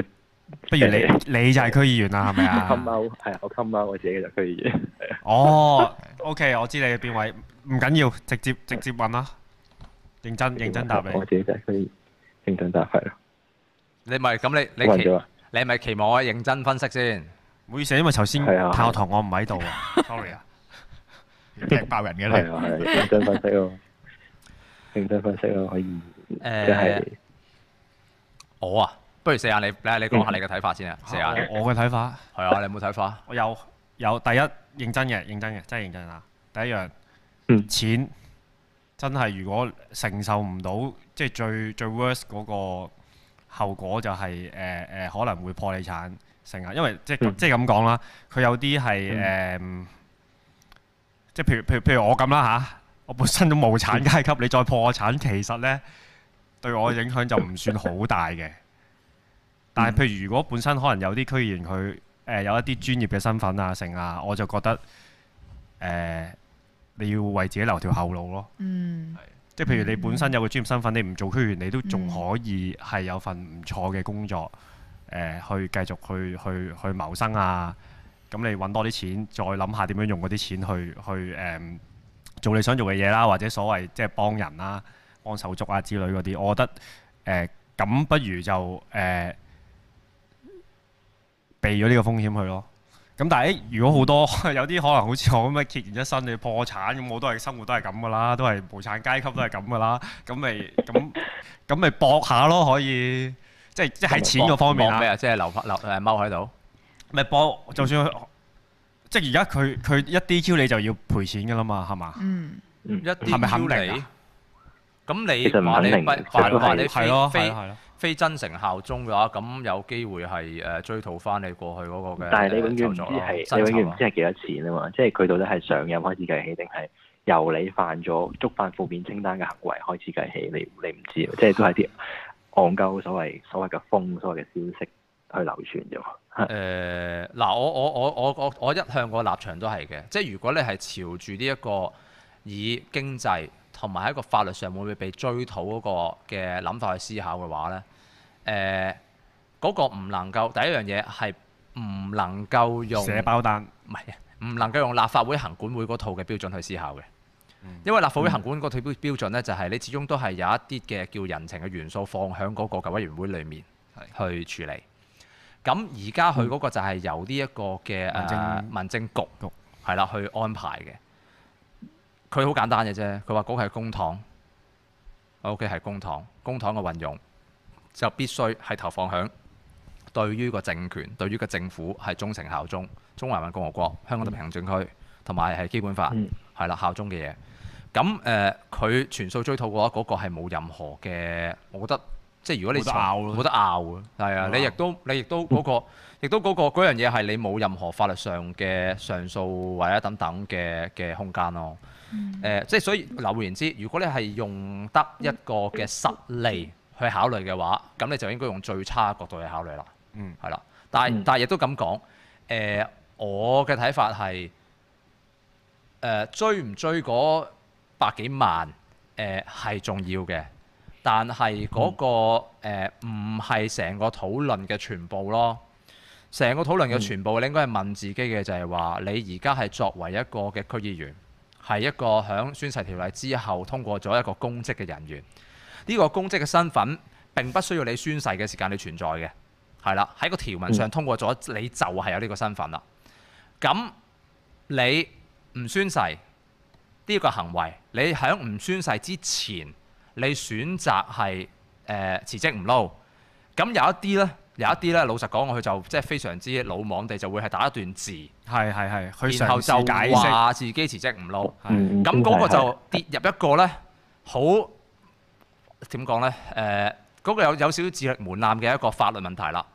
Speaker 4: 如你你就係區議員啦，係咪
Speaker 12: [LAUGHS] come
Speaker 4: 啊？
Speaker 12: out 係啊我 come out 我自己就區議員。
Speaker 4: 哦，OK，我知你係邊位，唔緊要，直接直接問啦。認真 [LAUGHS] 認真答你。
Speaker 12: [LAUGHS] 我自己就係區議員，認真答係咯。
Speaker 1: 你咪咁你
Speaker 12: 我
Speaker 1: 你
Speaker 12: 問咗
Speaker 1: 期
Speaker 12: 啊，
Speaker 1: 你係咪期望我認真分析先？
Speaker 4: 唔好意思，因為頭先
Speaker 12: 係啊
Speaker 4: 炮堂我唔喺度
Speaker 12: [LAUGHS]
Speaker 4: 啊，sorry 啊。
Speaker 8: 踢爆人嘅
Speaker 12: 係
Speaker 8: 你。
Speaker 12: 啊
Speaker 4: [LAUGHS]
Speaker 12: 係啊，認真分析咯，認真分析咯，可以即係
Speaker 1: 誒我啊，不如四眼你你你講下你嘅睇法先啊，四眼
Speaker 4: 我我嘅睇法。
Speaker 1: 係啊，你有冇睇法？
Speaker 4: 我有有第一認真嘅，認真嘅，真係認真啊！第一樣，
Speaker 12: 嗯
Speaker 4: 錢真係如果承受唔到，即係最最 worst 嗰個後果就係誒誒可能會破你產成啊，因為即係咁
Speaker 12: 嗯
Speaker 4: 即係咁講啦，佢有啲係誒，即係譬如譬如譬如我咁啦吓，我本身都無產階級，你再破我產，其實咧對我嘅影響就唔算好大嘅。但係譬如如果本身可能有啲區議員佢誒、有一啲專業嘅身份啊成啊，我就覺得誒、你要為自己留條後路咯。
Speaker 2: 嗯，
Speaker 4: 即係譬如你本身有個專業身份，你唔做區員，你都仲可以係有份唔錯嘅工作，誒、去繼續去去去謀生啊。咁你揾多啲錢，再諗下點樣用嗰啲錢去去誒、做你想做嘅嘢啦，或者所謂即係幫人啦、幫手足啊之類嗰啲。我覺得誒呃咁、不如就誒、避咗呢個風險去咯。咁但係、誒如果好多 [LAUGHS] 有啲可能好似我咁樣揭然一身，你破產咁，我都係生活都係咁噶啦，都係無產階級都係咁噶啦，咁咪咁咁咪搏下咯，可以即係即係喺錢嗰方面
Speaker 1: 搏
Speaker 4: 啊
Speaker 1: 咩。啊？即係留留誒踎喺度。
Speaker 4: 咪波，就算佢即係而家佢佢一 DQ 你就要賠錢噶啦嘛，係嘛？
Speaker 2: 嗯，
Speaker 1: 一
Speaker 4: 係咪
Speaker 1: 啲
Speaker 4: 肯
Speaker 1: 挑
Speaker 4: 定
Speaker 1: 你
Speaker 4: 啊？
Speaker 1: 咁
Speaker 4: 其實
Speaker 1: 你
Speaker 4: 唔
Speaker 1: 話
Speaker 4: 肯
Speaker 1: 你
Speaker 4: 定
Speaker 1: 不話
Speaker 4: 嘅其實
Speaker 1: 話你
Speaker 4: 係
Speaker 1: 非
Speaker 4: 係咯係
Speaker 1: 非
Speaker 4: 咯係咯
Speaker 1: 非真誠效忠嘅話，咁有機會係誒追討翻你過去嗰個嘅。
Speaker 12: 但係你
Speaker 1: 遠
Speaker 12: 永遠唔知係，你永遠唔知係幾多錢啊嘛！即係佢到底係上任開始計起，定係由你犯咗觸犯負面清單嘅行為開始計起？你你唔知啊，即係都係啲戇鳩所謂所謂嘅風、所謂嘅消息去流傳啫嘛。
Speaker 1: 誒嗱、我我我我我我一向個立場都係嘅，即係如果你係朝住呢一個以經濟同埋喺個法律上會唔會被追討嗰個嘅諗法去思考嘅話呢，誒、嗰、個唔能夠第一樣嘢係唔能夠用
Speaker 4: 寫包單，
Speaker 1: 唔係啊唔能夠用立法會行管會嗰套嘅標準去思考嘅。因為立法會行管嗰套標標準咧，就係你始終都係有一啲嘅叫人情嘅元素放喺嗰個嘅委員會裡面去處理。咁而家佢嗰個就係由呢一個嘅
Speaker 4: 民政
Speaker 1: 誒民政局係啦去安排嘅。佢好簡單嘅啫，佢話嗰個係公帑，OK 係公帑，公帑嘅運用就必須係投放響對於個政權、對於個政府係忠誠效忠，中華人民共和國、香
Speaker 4: 嗯
Speaker 1: 港特別行政區同埋係基本法係啦、效忠嘅嘢。咁誒，佢、全數追討嘅話，嗰、個係冇任何嘅，我覺得即係如果你
Speaker 4: 冇得
Speaker 1: 從
Speaker 4: 拗咯
Speaker 1: 冇得拗嘅，係啊，你亦都你亦
Speaker 4: [LAUGHS]
Speaker 1: 都嗰、個，亦都嗰、個嗰樣嘢係你冇任何法律上嘅上訴或者等等嘅嘅空間咯。誒、呃即係所以，嗱換言之，如果你係用得一個嘅實例去考慮嘅話，咁你就應該用最差嘅角度去考慮啦。
Speaker 4: 嗯，
Speaker 1: 係啦。但係、但係亦都咁講，誒、呃我嘅睇法係誒、追唔追嗰百幾萬誒係、重要嘅，但係嗰、個誒唔係成個討論嘅全部咯。成個討論嘅全部，你應該係問自己嘅就係話，你而家係作為一個嘅區議員，係一個響宣誓條例之後通過咗一個公職嘅人員。呢、個公職嘅身份並不需要你宣誓嘅時間你存在嘅，係啦，喺個條文上
Speaker 3: 嗯
Speaker 1: 通過咗，你就係有呢個身份啦。咁你唔宣誓呢個行為，你喺唔宣誓之前，你選擇係誒、呃辭職唔撈。咁有一啲呢，有一啲呢，老實講，佢就即係非常之魯莽地就會係打一段字，
Speaker 4: 係係係，佢
Speaker 1: 然後
Speaker 4: 嘗試解
Speaker 1: 就
Speaker 4: 釋。
Speaker 1: 話自己辭職唔撈。
Speaker 4: 嗯
Speaker 1: 咁嗰個
Speaker 4: 嗯係
Speaker 1: 就跌入一個呢，好點講呢？誒、嗰、個有有少少智力門檻嘅一個法律問題啦。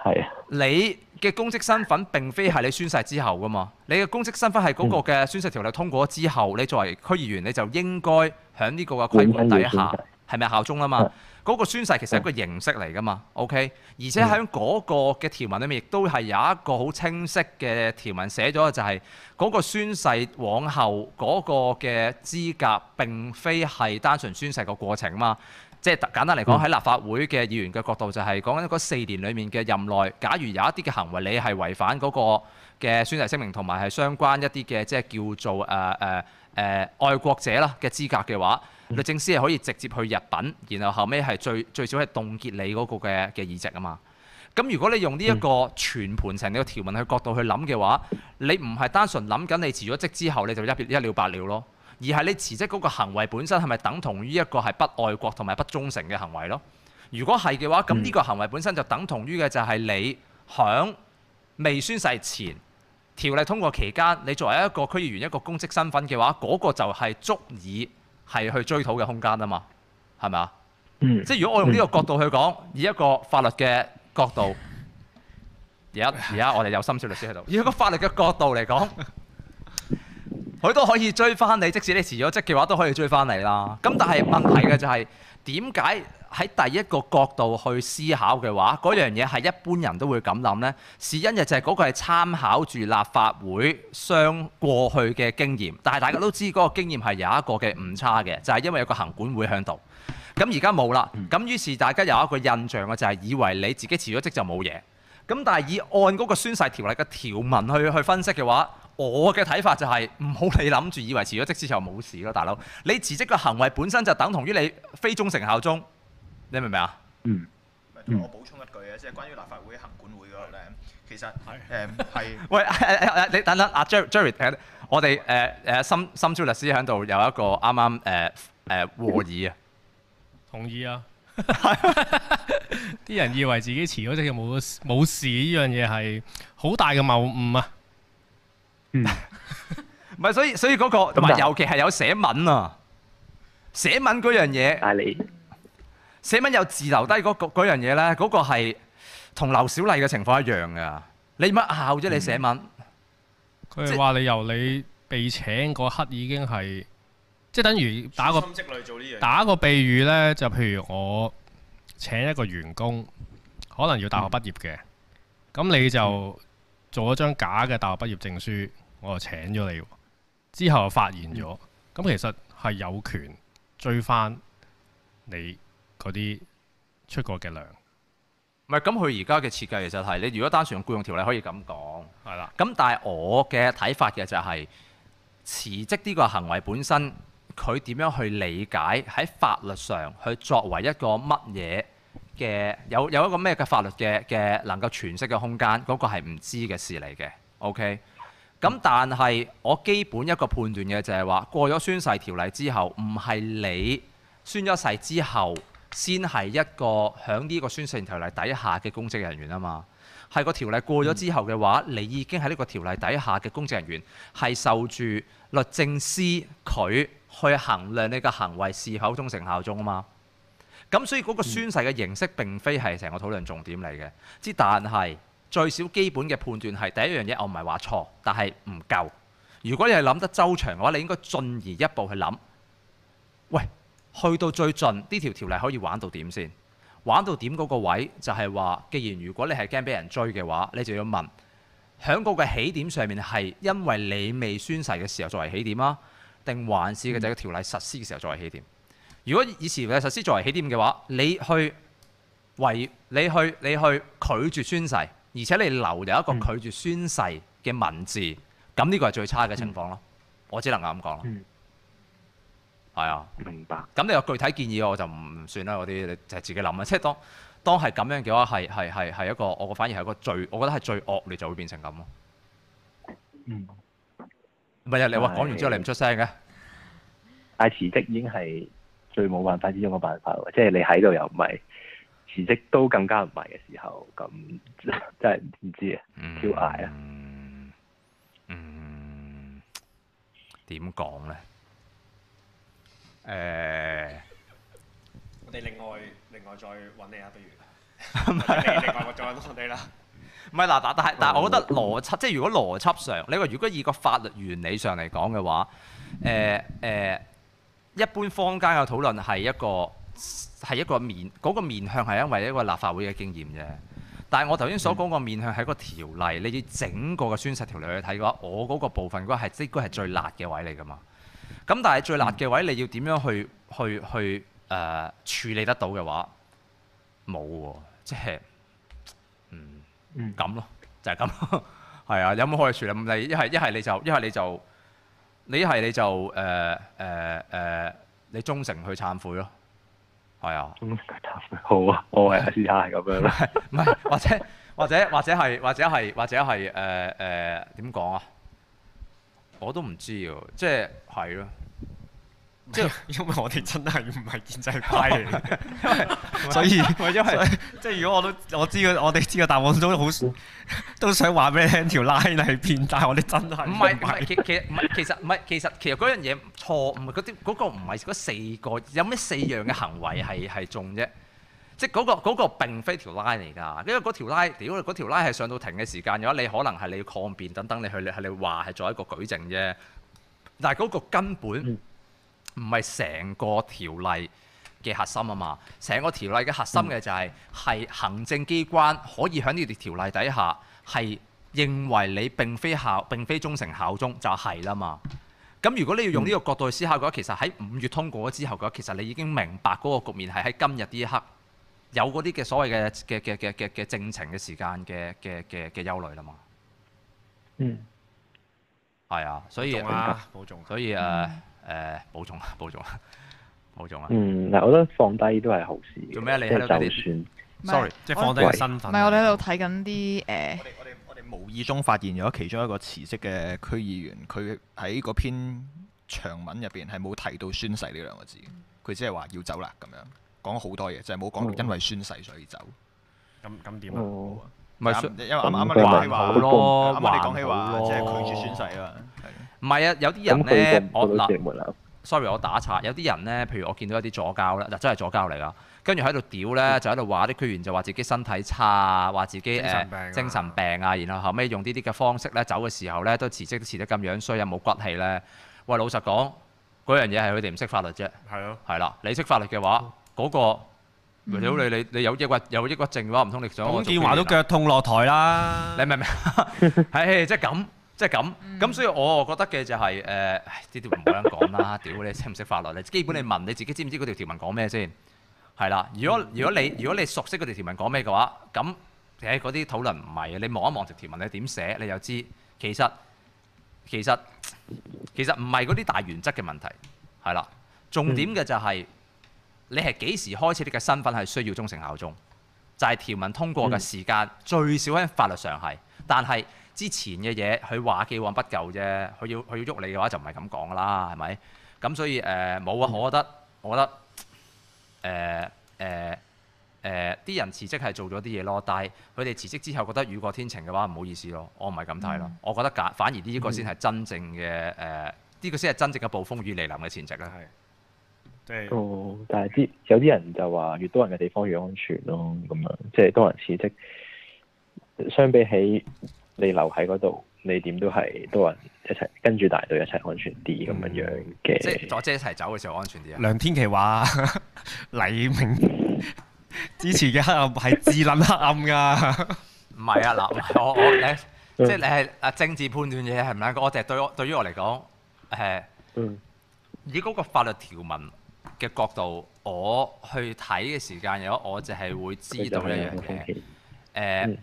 Speaker 12: 係啊。
Speaker 1: 你嘅公職身份並非係你宣誓之後噶嘛，你嘅公職身份係嗰個嘅宣誓條例通過咗之後，你作為區議員你就應該喺呢個嘅規管底下
Speaker 12: 本身要宣誓
Speaker 1: 係咪效忠啦嘛？嗰個宣誓其實係一個形式嚟噶嘛，OK？而且喺嗰個嘅條文裏面，亦都係有一個好清晰嘅條文寫咗，就係嗰個宣誓往後嗰個嘅資格並非係單純宣誓個過程嘛。即係簡單嚟講，喺立法會嘅議員嘅角度就係講緊嗰四年裡面嘅任內，假如有一啲嘅行為你係違反嗰個嘅宣誓聲明同埋係相關一啲嘅即係叫做誒誒誒愛國者啦嘅資格嘅話，律政司係可以直接去入稟，然後後尾係最最少係凍結你嗰個嘅嘅議席啊嘛。咁如果你用呢一個全盤成呢個條文去角度去諗嘅話，你唔係單純諗緊你辭咗職之後你就一別一了百了咯，而係你辭職嗰個行為本身係咪等同於一個係不愛國同埋不忠誠嘅行為咯？如果係嘅話，咁呢個行為本身就等同於嘅就係你響未宣誓前條例通過期間，你作為一個區議員一個公職身份嘅話，嗰、個就係足以係去追討嘅空間啊嘛，係咪啊？
Speaker 12: 嗯
Speaker 1: 即係如果我用呢個角度去講，以一個法律嘅角度，而家而家我哋有深宵律師喺度，以一個法律嘅角度嚟講，佢都可以追翻你，即使你辭咗職嘅話，都可以追翻你啦。咁但係問題嘅就係點解喺第一個角度去思考嘅話，嗰樣嘢係一般人都會咁諗呢。是因為就係嗰個係參考住立法會相過去嘅經驗，但係大家都知嗰個經驗係有一個嘅誤差嘅，就係、因為有個行管會喺度。咁而家冇啦，咁於是大家有一個印象嘅就係以為你自己辭咗職就冇嘢。咁但係以按嗰個宣誓條例嘅條文去去分析嘅話，我嘅睇法就係唔好你諗住以為辭咗職之後冇事咯，大佬。你辭職嘅行為本身就等同於你非忠誠效忠，你明唔明啊？
Speaker 12: 嗯。
Speaker 1: 嗯
Speaker 7: 我補充一句嘅，即係關於立法會行管會嗰度咧，其實誒係
Speaker 1: 喂， [LAUGHS] 誒誒誒你等等，阿 Jerry Jerry，誒我哋呃誒誒深深超律師喺度有一個啱啱誒誒和議啊。
Speaker 10: 同意啊！ [LAUGHS] 啲人以為自己辭咗職就冇冇事，呢樣嘢係好大嘅謬誤啊！
Speaker 1: 唔係，所以所以嗰、個同埋尤其係有寫文啊，寫文嗰樣嘢，寫文有字留低嗰嗰嗰樣嘢咧，嗰、個係同劉小麗嘅情況一樣㗎。你乜拗啫？你寫文，
Speaker 10: 佢係話你由你被請嗰刻已經係，即係等於打個
Speaker 7: 心積累做呢樣嘢
Speaker 10: 打個比喻呢，就譬如我請一個員工，可能要大學畢業嘅，咁、你就做咗張假嘅大學畢業證書，我就請咗你喎，之後就發現咗，咁、其實係有權追翻你嗰啲出過嘅糧。
Speaker 1: 唔係咁佢而家嘅設計其實係你如果單純用僱傭條例可以咁講，
Speaker 10: 係啦。
Speaker 1: 咁但係我嘅睇法嘅就係、辭職呢個行為本身，佢點樣去理解喺法律上去作為一個乜嘢嘅有有一個咩嘅法律嘅嘅能夠詮釋嘅空間，嗰、個係唔知嘅事嚟嘅。OK，咁但係我基本一個判斷嘅就係話，過咗宣誓條例之後，唔係你宣咗誓之後先係一個響呢個宣誓條例底下嘅公職人員啊嘛。係個條例過咗之後嘅話，你已經喺呢個條例底下嘅公職人員係受住律政司佢去衡量你嘅行為是否忠誠效忠啊嘛。咁所以嗰個宣誓嘅形式並非係成個討論重點嚟嘅，之但係最少基本嘅判斷係第一樣嘢，我唔係話錯，但係唔夠。如果你係諗得周詳嘅話，你應該進而一步去諗，喂，去到最盡呢條條例可以玩到點先？玩到點嗰個位就係話，既然如果你係驚俾人追嘅話，你就要問，響嗰個起點上面係因為你未宣誓嘅時候作為起點啊，定還是嘅就係個條例實施嘅時候作為起點？如果以前嘅實施作為起點嘅話，你去違你去你去拒絕宣誓，而且你留有一個拒絕宣誓嘅文字，咁呢個係最差嘅情況咯。我只能夠咁講咯。係啊，
Speaker 12: 明白。
Speaker 1: 咁你有具體建議我就唔算啦，嗰啲你就係自己諗啦。即係當當係咁樣嘅話，係係係係一個我反而係一個最，我覺得係最惡劣就會變成咁咯。
Speaker 12: 嗯。
Speaker 1: 唔係啊，你話講完之後你唔出聲嘅。
Speaker 12: 但係辭職已經係最冇辦法之中嘅辦法喎，即係你喺度又唔係，辭職都更加唔係嘅時候，咁 [LAUGHS] 真係唔知啊，跳崖啊！
Speaker 1: 嗯點講呢？誒、
Speaker 7: 我哋另外另外再揾你啊，不如或者你另外再揾我哋啦。
Speaker 1: 唔係嗱，但但係但係，我覺得邏輯即係如果邏輯上，你話如果以個法律原理上嚟講嘅話，誒、誒、一般坊間嘅討論係一個係一個面嗰、個面向係因為一個立法會嘅經驗啫。但係我頭先所講個面向係一個條例，你以整個嘅宣誓條例去睇嘅話，我嗰個部分嗰個係應該係最辣嘅位嚟㗎嘛。咁但係最辣嘅位，你要點樣去去去誒、呃、處理得到嘅話，冇喎，即係。嗯咁咯，就係咁咯。 [LAUGHS] 係啊，有冇可以處理？咁你一係一係你就一係你就你一係你就誒誒誒，你忠誠去懺悔咯。係啊，
Speaker 12: 好啊，我係試下係咁樣啦。
Speaker 1: 唔係或者或者或者係或者係或者係誒誒呃點講啊？我都唔知喎，即係係咯。
Speaker 6: 即係 [LAUGHS] 因為我哋真係唔係建制派
Speaker 1: [LAUGHS]
Speaker 6: 嚟，
Speaker 1: 所以所以
Speaker 6: 即係如果我都我知個我哋知個答案都好都想話俾你聽條 line 係邊，但係我哋真係
Speaker 1: 唔係唔係，其其實唔係其實唔係其實其實嗰樣嘢錯誤，嗰啲嗰個唔係嗰四個有咩四樣嘅行為係係中啫？即係嗰、個嗰、個並非條 line 嚟㗎，因為嗰條 line 屌嗰條 line 係上到庭嘅時間嘅話，你可能係你要抗辯等等，你去你係你話係作為一個舉證嗯啫。但係嗰個根本唔係成個條例嘅核心啊嘛。成個條例嘅核心
Speaker 12: 嗯
Speaker 1: 嘅就係、係、行政機關可以喺呢條條例底下係認為你並非效並非忠誠效忠就係啦嘛。咁如果你要
Speaker 12: 嗯
Speaker 1: 用呢個角度去思考嘅話，其實喺五月通過咗之後嘅話，其實你已經明白嗰個局面係喺今日呢一刻有嗰啲嘅所謂嘅嘅嘅嘅嘅嘅政情嘅時間嘅嘅嘅嘅憂慮啦嘛。
Speaker 12: 嗯，
Speaker 1: 係啊，所以嗯
Speaker 12: 保重啊
Speaker 4: 保重
Speaker 1: 所以呃誒誒保重啊，保重啊，保重啊。
Speaker 12: 嗯，嗱，我覺得放低都係好事嘅。
Speaker 1: 做咩啊你
Speaker 12: 即係
Speaker 1: 喺度
Speaker 12: 就
Speaker 1: 俾啲
Speaker 12: 算
Speaker 2: 唔係
Speaker 8: Sorry，即係放低個身份
Speaker 2: 唔係我哋喺度睇緊啲誒，
Speaker 8: 無意中發現咗其中一個辭職嘅區議員，佢喺嗰篇長文入邊係冇提到宣誓呢兩個字，佢只係話要走啦咁樣，講好多嘢，就係冇講到因為宣誓所以走。
Speaker 4: 咁咁點
Speaker 8: 啊？
Speaker 1: 唔係
Speaker 8: 啱
Speaker 12: 嗯
Speaker 1: 宣
Speaker 8: 因為啱啱
Speaker 1: 咁
Speaker 8: 你
Speaker 1: 佢
Speaker 8: 講起
Speaker 1: 還
Speaker 8: 話
Speaker 1: 好咯
Speaker 8: 啱啱你講起
Speaker 1: 還
Speaker 8: 話
Speaker 1: 好咯
Speaker 8: 即係拒絕宣誓啊嘛。
Speaker 1: 唔係啊，有啲
Speaker 12: 咁佢
Speaker 1: 人呢，
Speaker 12: 過唔
Speaker 1: 我
Speaker 12: 過到
Speaker 1: 嗱
Speaker 12: 正門啦。
Speaker 1: sorry，我打岔。有啲人呢，譬如我見到一啲左交啦，嗱真係左交嚟噶，跟住喺度屌呢，就喺度話啲區議員就話自己身體差啊，話自己
Speaker 11: 嗯精神
Speaker 1: 誒
Speaker 11: 病啊
Speaker 1: 精神病啊，然後後尾用呢啲嘅方式呢，走嘅時候呢，都辭職都辭得咁樣衰啊，冇骨氣呢。喂，老實講，嗰樣嘢係佢哋唔識法律啫。
Speaker 4: 係咯。
Speaker 1: 係啦，你識法律嘅話，嗰個喂屌你你你有抑鬱有抑鬱症嘅話，唔通你想我
Speaker 4: 董
Speaker 1: 做
Speaker 4: 建
Speaker 1: 區
Speaker 4: 華
Speaker 1: 議
Speaker 4: 都
Speaker 1: 員啊
Speaker 4: 腳痛落台啦。
Speaker 1: 你明唔明？ [LAUGHS] 係即係咁，即係咁。咁所以我覺得嘅就係誒，呃唉呢啲唔好咁講啦。屌你識唔識法律？你基本你問你自己知唔知嗰條條文講咩先？係啦，如果如果你如果你熟悉嗰條條文講咩嘅話，咁誒嗰啲討論唔係嘅。啊你望一望條條文你點寫，你就知其實其實其實唔係嗰啲大原則嘅問題，係啦。重點嘅就係、你係幾時開始你嘅身份係需要忠誠效忠？就係條文通過嘅時間、最少喺法律上係，但係之前嘅嘢佢話既往不咎啫，佢要佢要喐你嘅話就唔係咁講啦，係咪？咁所以誒冇、啊，我覺得呃我覺得誒誒誒呃啲人辭職係做咗啲嘢咯，但係佢哋辭職之後覺得雨過天晴嘅話唔好意思咯，我唔係咁睇咯，
Speaker 11: 嗯
Speaker 1: 我覺得反反而呢個先係真正嘅誒呢個先係真正嘅暴風雨嚟臨嘅前夕啊啦。
Speaker 4: 即係
Speaker 12: 哦，但係啲有啲人就話越多人嘅地方越安全咯，咁樣即係多人辭職，相比起你留喺嗰度，你點都係多人一齊跟住大隊一齊安全啲咁樣樣嘅。
Speaker 1: 嗯即係坐車一齊走嘅時候安全啲啊！
Speaker 4: 梁天琪話 [LAUGHS]
Speaker 6: [LAUGHS]
Speaker 4: 黎明之前嘅黑暗係自撚黑暗㗎。
Speaker 1: 唔係啊，嗱，我 [LAUGHS] 我你即係你係啊政治判斷嘢係唔係我就係對我對於我嚟講，誒、
Speaker 12: 嗯
Speaker 1: 以嗰個法律條文嘅角度，我去睇嘅時間，有我就係嗯會知道一樣嘢，誒、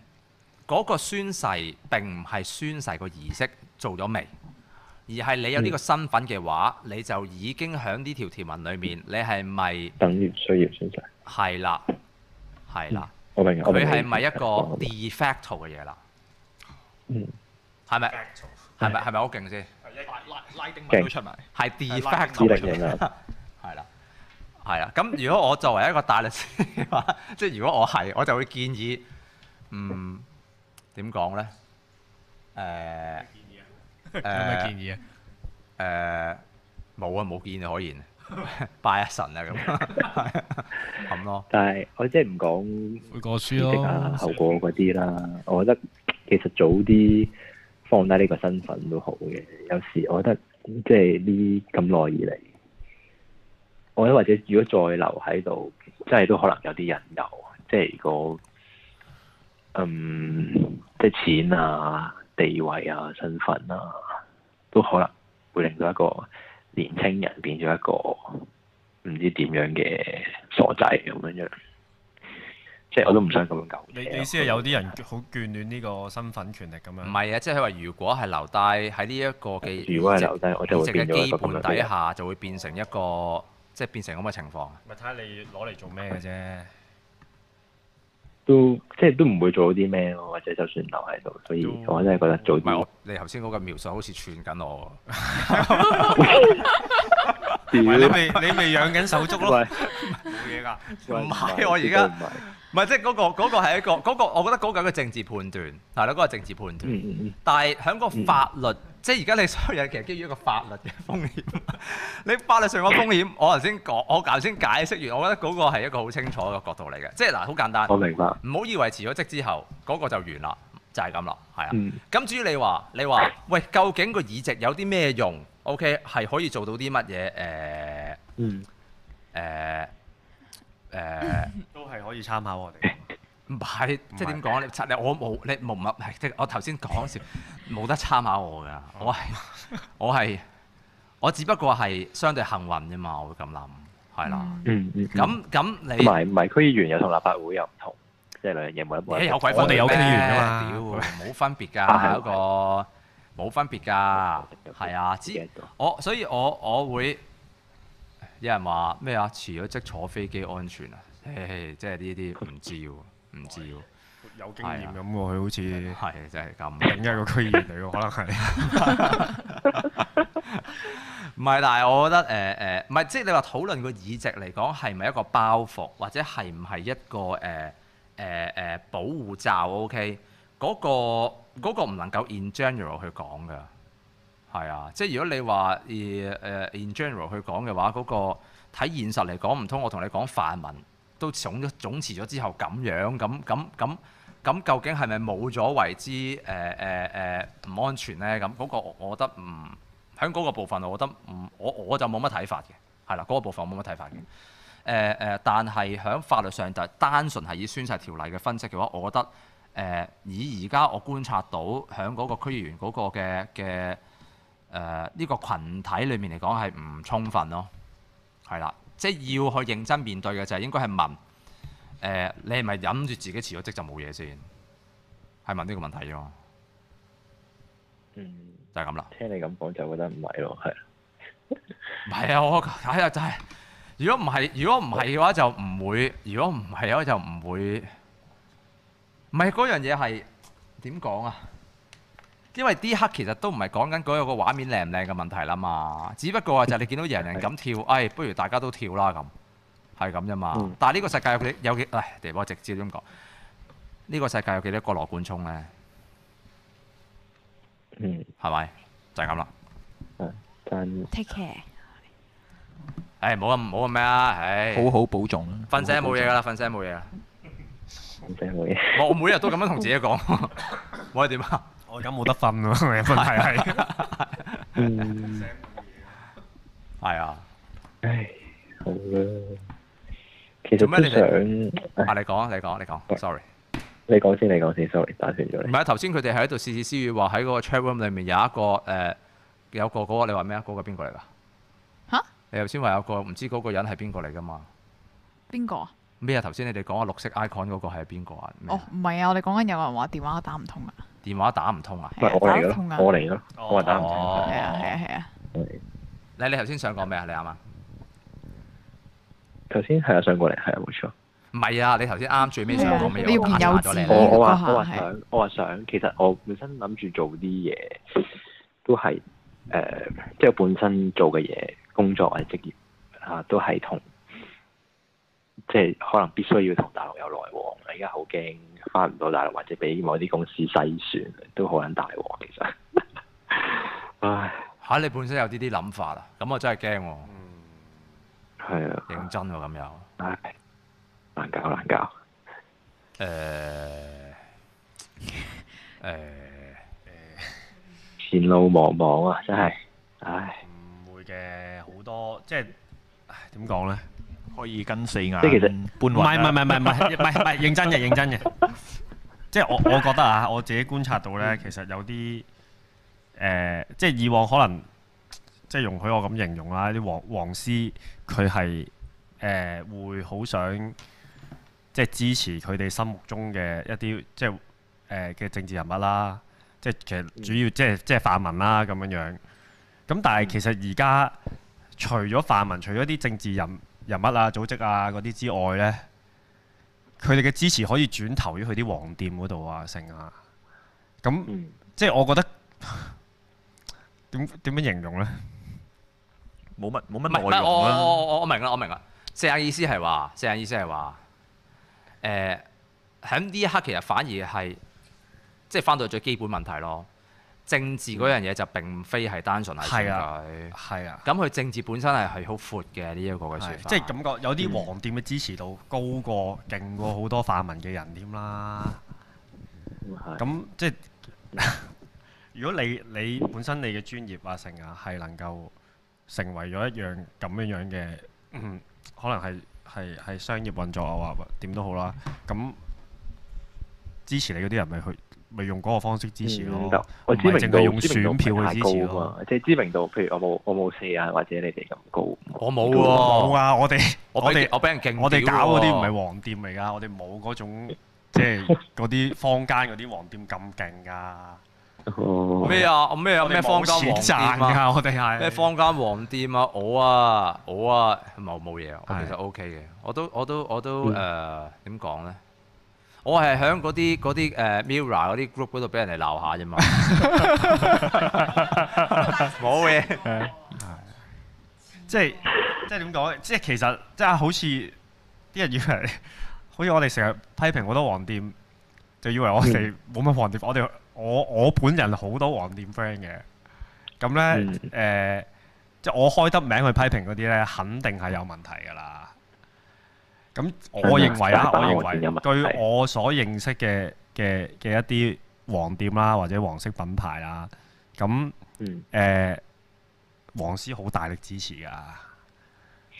Speaker 1: 嗰個宣誓並唔係宣誓個儀式做咗未。而係你有呢個身份嘅話，你就已經喺呢條條文裏面，你係咪
Speaker 12: 等於需要宣誓。
Speaker 1: 係啦？係啦，
Speaker 12: 我明，我明
Speaker 1: 佢係咪一個
Speaker 12: 我
Speaker 1: de facto 嘅嘢啦？
Speaker 12: 嗯，
Speaker 1: 係咪？係咪係咪好勁先？
Speaker 8: 拉拉丁
Speaker 1: 勁
Speaker 8: 文都出埋，
Speaker 1: 係 de
Speaker 12: 二
Speaker 1: facto
Speaker 12: 零零啊，
Speaker 1: [LAUGHS] 係啦，係啦。咁如果我作為一個大律師嘅話， [LAUGHS] 即係如果我係，我就會建議，嗯，點講咧？誒誒，
Speaker 10: 有咩建議啊？
Speaker 1: 誒冇啊，冇建議可言， [LAUGHS] 拜一神啊咁，咁咯。
Speaker 12: 但係我即係唔講
Speaker 10: 悔過書
Speaker 12: 辭職啊、
Speaker 10: 咯，
Speaker 12: 後果嗰啲啦，我覺得其實早啲放低呢個身份都好嘅。有時我覺得即係呢咁耐以嚟，我覺得或者如果再留喺度，即係都可能有啲人有，即係個嗯即係錢啊、地位啊、身份啊，都可能會令到一個年青人變咗一個唔知點樣嘅傻仔咁樣樣。即係我都唔想咁樣搞。
Speaker 4: 你你先係有啲人好眷戀呢個身份權力咁樣。
Speaker 1: 唔係啊，即係話如果係留低喺呢一個嘅，
Speaker 12: 如果係留低我就會變咗一
Speaker 1: 基
Speaker 12: 個咁樣
Speaker 1: 本
Speaker 12: 嘅
Speaker 1: 底
Speaker 12: 人
Speaker 1: 下，就會變成一個即係變成咁嘅情況。啊
Speaker 4: 咪睇下你攞嚟做咩嘅啫。
Speaker 12: 都即係都唔會做到啲咩咯，或者就算留喺度，所以我真係覺得做啲
Speaker 1: 你頭先嗰個描述好似串緊我喎。
Speaker 12: 屌
Speaker 4: 喂你咪你咪養緊手足咯，
Speaker 12: 喂
Speaker 4: 冇嘢㗎。
Speaker 1: 唔
Speaker 12: [LAUGHS]
Speaker 1: 係我而家，唔係即係嗰個嗰、個係一個嗰、個，我覺得嗰個係一個政治判斷，係啦，嗰、個政治判
Speaker 12: 嗯
Speaker 1: 斷。但係喺個法律，即係而家你所有嘢其實基於一個法律嘅風險。 [LAUGHS] 你法律上個風險，我頭先講，我頭先解釋完，我覺得嗰個係一個好清楚嘅角度嚟嘅。即係嗱，好簡單。
Speaker 12: 我明白
Speaker 1: 唔好以為辭咗職之後嗰、個就完啦，就係咁啦，係啊。
Speaker 12: 嗯
Speaker 1: 咁至於你話，你話喂，究竟個議席有啲咩用？OK，係可以做到啲乜嘢？誒、誒、誒。
Speaker 4: 都係可以參考我哋。
Speaker 1: 唔係，即係點講？你測你我冇你冇乜係，即係我頭先講笑，冇得參考我㗎。我係我係我只不過係相對幸運啫嘛，我會咁諗，係啦。
Speaker 12: 嗯嗯。
Speaker 1: 咁咁你
Speaker 12: 同埋唔係區議員又同立法會又唔同，即係兩樣嘢冇得冇
Speaker 1: 你
Speaker 12: 得
Speaker 1: 有鬼
Speaker 12: 講
Speaker 1: 分別咩
Speaker 12: 咩
Speaker 1: 屌，冇分別㗎，
Speaker 12: 啊
Speaker 1: 嗰
Speaker 12: 係
Speaker 1: 個冇分別㗎，係啊，知我所以我我會有人話咩啊？辭咗職坐飛機安全啊？唉，即係呢啲唔知喎，唔知喎。
Speaker 4: 有經
Speaker 1: 係
Speaker 4: 驗
Speaker 1: 啊
Speaker 4: 咁喎，佢好似
Speaker 1: 係真係咁。
Speaker 4: 另一個區議員嚟喎，可能係。
Speaker 1: 唔係，但係我覺得誒誒，呃唔、係即係你話討論個議席嚟講係咪一個包袱，或者係唔係一個誒誒誒保護罩？OK，嗰、個嗰、個唔能夠 in general 去講㗎，係啊，即係如果你話誒誒 in general 去講嘅話，嗰、個睇現實嚟講，唔通我同你講泛民都總咗總辭咗之後咁樣咁咁咁。咁究竟係咪冇咗為之誒誒誒唔安全呢？咁嗰個我我覺得唔喺嗰個部分，我覺得唔我我就冇乜睇法嘅，係啦，嗰、個部分我冇乜睇法嘅。誒誒、呃但係喺法律上就單純係以宣誓條例嘅分析嘅話，我覺得誒、呃以而家我觀察到喺嗰個區議員嗰個嘅嘅誒呢個群體裏面嚟講係唔充分咯，係啦，即係要去認真面對嘅就係應該係問誒、呃你係咪諗住自己辭咗職就冇嘢先，係問呢個問題啫嘛，
Speaker 12: 嗯，
Speaker 1: 就係咁啦。
Speaker 12: 聽你咁講就覺得唔係咯，係。
Speaker 1: 唔係啊，我睇下就係，如果唔係，如果唔係嘅話就唔會，如果唔係嘅話就唔會。唔係嗰樣嘢係點講啊？因為呢刻其實都唔係講緊嗰個畫面靚唔靚嘅問題啦嘛，只不過就係你見到人人咁跳，哎，不如大家都跳啦咁，係咁啫嘛。
Speaker 7: 嗯
Speaker 1: 但係呢個世界有幾有幾，唉，地我直接咁講，呢、個世界有幾多個羅冠聰呢？
Speaker 12: 嗯，啊
Speaker 1: 係咪？就係咁啦。
Speaker 12: 但
Speaker 3: take care。
Speaker 1: 唉，唔好咁唔好咁咩啊！唉，
Speaker 8: 好好保重啊啦。
Speaker 1: 瞓醒冇嘢㗎啦，瞓醒冇嘢啦。
Speaker 12: 咁真係冇嘢。
Speaker 1: 我我每日都咁樣同自己講，我係點啊？ [LAUGHS]
Speaker 4: 我而家冇得瞓 [LAUGHS] 喎，問題係。
Speaker 12: 嗯，
Speaker 1: 係啊。
Speaker 12: 唉，好啦。其實
Speaker 1: 做咩
Speaker 12: 都
Speaker 1: 你
Speaker 12: 想
Speaker 1: 哋？啊，你講啊，你講，你講。Sorry。
Speaker 12: 你講先，你講先，sorry，打斷咗
Speaker 1: 唔
Speaker 12: 你。
Speaker 1: 係啊頭先佢哋喺度試試私語話喺嗰個 chat room 裏面有一個誒、呃有個嗰個你話咩啊？嗰、個邊個嚟㗎？
Speaker 2: 吓？
Speaker 1: 你頭先話有個唔知嗰個人係邊個嚟㗎嘛？
Speaker 2: 邊個啊？
Speaker 1: 咩啊？頭先你哋講啊，綠色 icon 嗰個係邊個啊？咩
Speaker 2: 哦，唔係啊，我哋講緊有人話電話打唔通啊。
Speaker 1: 電話打唔通啊？
Speaker 12: 係我嚟㗎
Speaker 2: 打唔通啊
Speaker 12: 咯，我嚟㗎咯，我係打唔通。
Speaker 1: 哦
Speaker 2: 係啊係啊係啊。
Speaker 1: 你你頭先想講咩啊？你啱啱？
Speaker 12: 頭先係啊，上過嚟係啊，冇錯。
Speaker 1: 唔係啊！你頭先啱最尾想講咩？
Speaker 2: 你要
Speaker 1: 我
Speaker 2: 變
Speaker 1: 打
Speaker 2: 有
Speaker 1: 斷咗你
Speaker 2: 自
Speaker 1: 啦
Speaker 12: 我我話
Speaker 2: 嗰
Speaker 12: 我話
Speaker 2: 下係
Speaker 12: 想，我話想，其實我本身諗住做啲嘢，都係誒、呃即係本身做嘅嘢、工作或者職業啊，都係同即係可能必須要同大陸有來往。而家好驚翻唔到大陸，或者俾某啲公司篩選，都好撚大鑊。其實，唉，
Speaker 1: 嚇、你本身有啲啲諗法啊，咁我真係驚喎。
Speaker 12: 係啊，
Speaker 1: 認真喎咁又。
Speaker 12: 唉，難搞難搞。
Speaker 1: 誒呃誒
Speaker 12: 前路茫茫啊，真係，唉。
Speaker 4: 唔會嘅，好多即係唉點講咧？
Speaker 8: 可以跟四眼
Speaker 12: 即係其
Speaker 8: 搬
Speaker 12: 實
Speaker 4: 唔係
Speaker 8: 運
Speaker 4: 唔係
Speaker 8: 啦
Speaker 4: 唔係唔係唔係唔係唔係認真嘅認真嘅，即係我我覺得啊，我自己觀察到咧，其實有啲誒、呃即係以往可能即係容許我咁形容啦，啲黃黃絲佢係誒會好想即係支持佢哋心目中嘅一啲即係誒嘅政治人物啦，即係其實主要即係即係泛民啦咁樣樣。咁但係其實而家除咗泛民，除咗啲政治人人物啊、組織啊嗰啲之外呢，佢哋嘅支持可以轉投於佢啲黃店嗰度啊、成啊。咁、
Speaker 12: 嗯
Speaker 4: 即係我覺得 [LAUGHS] 點點樣形容呢？
Speaker 8: 冇乜冇
Speaker 1: 唔係唔
Speaker 4: 啊
Speaker 1: 係，我我我我我明啦，我明啦。四眼意思係話，四眼意思係話，誒喺呢一刻其實反而係即係翻到最基本問題咯。政治嗰樣嘢就並非係單純係選
Speaker 4: 係啊
Speaker 1: 舉，
Speaker 4: 係啊。
Speaker 1: 咁佢政治本身係係好闊嘅呢一個嘅説
Speaker 4: 係
Speaker 1: 法，
Speaker 4: 即係感覺有啲黃店嘅支持度高過、勁過好多泛民嘅人添啦。
Speaker 12: 啊
Speaker 4: 咁即係 [LAUGHS] 如果你你本身你嘅專業啊成啊係能夠成為咗一樣咁樣樣嘅，嗯可能係係係商業運作啊，或點都好啦。咁支持你嗰啲人咪去咪用嗰個方式支持咯
Speaker 12: 嗯但，我
Speaker 4: 唔
Speaker 12: 知
Speaker 4: 係
Speaker 12: 名
Speaker 4: 淨
Speaker 12: 度
Speaker 4: 係用
Speaker 12: 知名
Speaker 4: 選
Speaker 12: 度唔係
Speaker 4: 票
Speaker 12: 太
Speaker 4: 去支持
Speaker 12: 高
Speaker 4: 咯。
Speaker 12: 啊嘛，即係知名度，譬如我冇我冇四啊，或者你哋咁高。我
Speaker 1: 冇
Speaker 4: 喎冇啊！我哋
Speaker 1: 我俾
Speaker 4: 哋
Speaker 1: 我俾人勁
Speaker 4: 我哋
Speaker 1: 屌
Speaker 4: 搞嗰啲
Speaker 1: 喎
Speaker 4: 唔係黃店嚟㗎，我哋冇嗰種即係嗰啲坊間嗰啲黃店咁勁㗎。
Speaker 1: 咩啊？咩啊？
Speaker 4: 我哋
Speaker 1: 咩坊間
Speaker 4: 冇錢
Speaker 1: 黃店
Speaker 4: 賺
Speaker 1: 啊？
Speaker 4: 㗎我哋係
Speaker 1: 咩坊間黃店啊？我啊，我啊，冇冇嘢，我其實 OK 嘅。我都我都我
Speaker 4: 嗯
Speaker 1: 都誒點講咧？我係喺嗰啲嗰啲誒 Mirror 嗰啲 group 嗰度俾人哋鬧下啫
Speaker 4: [LAUGHS]
Speaker 1: 嘛，冇嘢。
Speaker 4: 即係即係點講？即係其實即係好似啲人以為，好似我哋成日批評好多黃店，就以為我哋
Speaker 12: 嗯
Speaker 4: 冇乜黃店。我哋我我本人好多黃店 friend 嘅，咁呢，誒、
Speaker 12: 嗯
Speaker 4: 即係我開得名去批評嗰啲呢，肯定係有問題㗎啦。咁我認為
Speaker 12: [LAUGHS]
Speaker 4: 啊，我
Speaker 12: 大把
Speaker 4: 認
Speaker 12: 黃店嗯有問
Speaker 4: 為據我所認識嘅嘅嘅一啲黃店啦，或者黃色品牌啦，咁誒、
Speaker 12: 嗯
Speaker 4: 黃絲好大力支持㗎。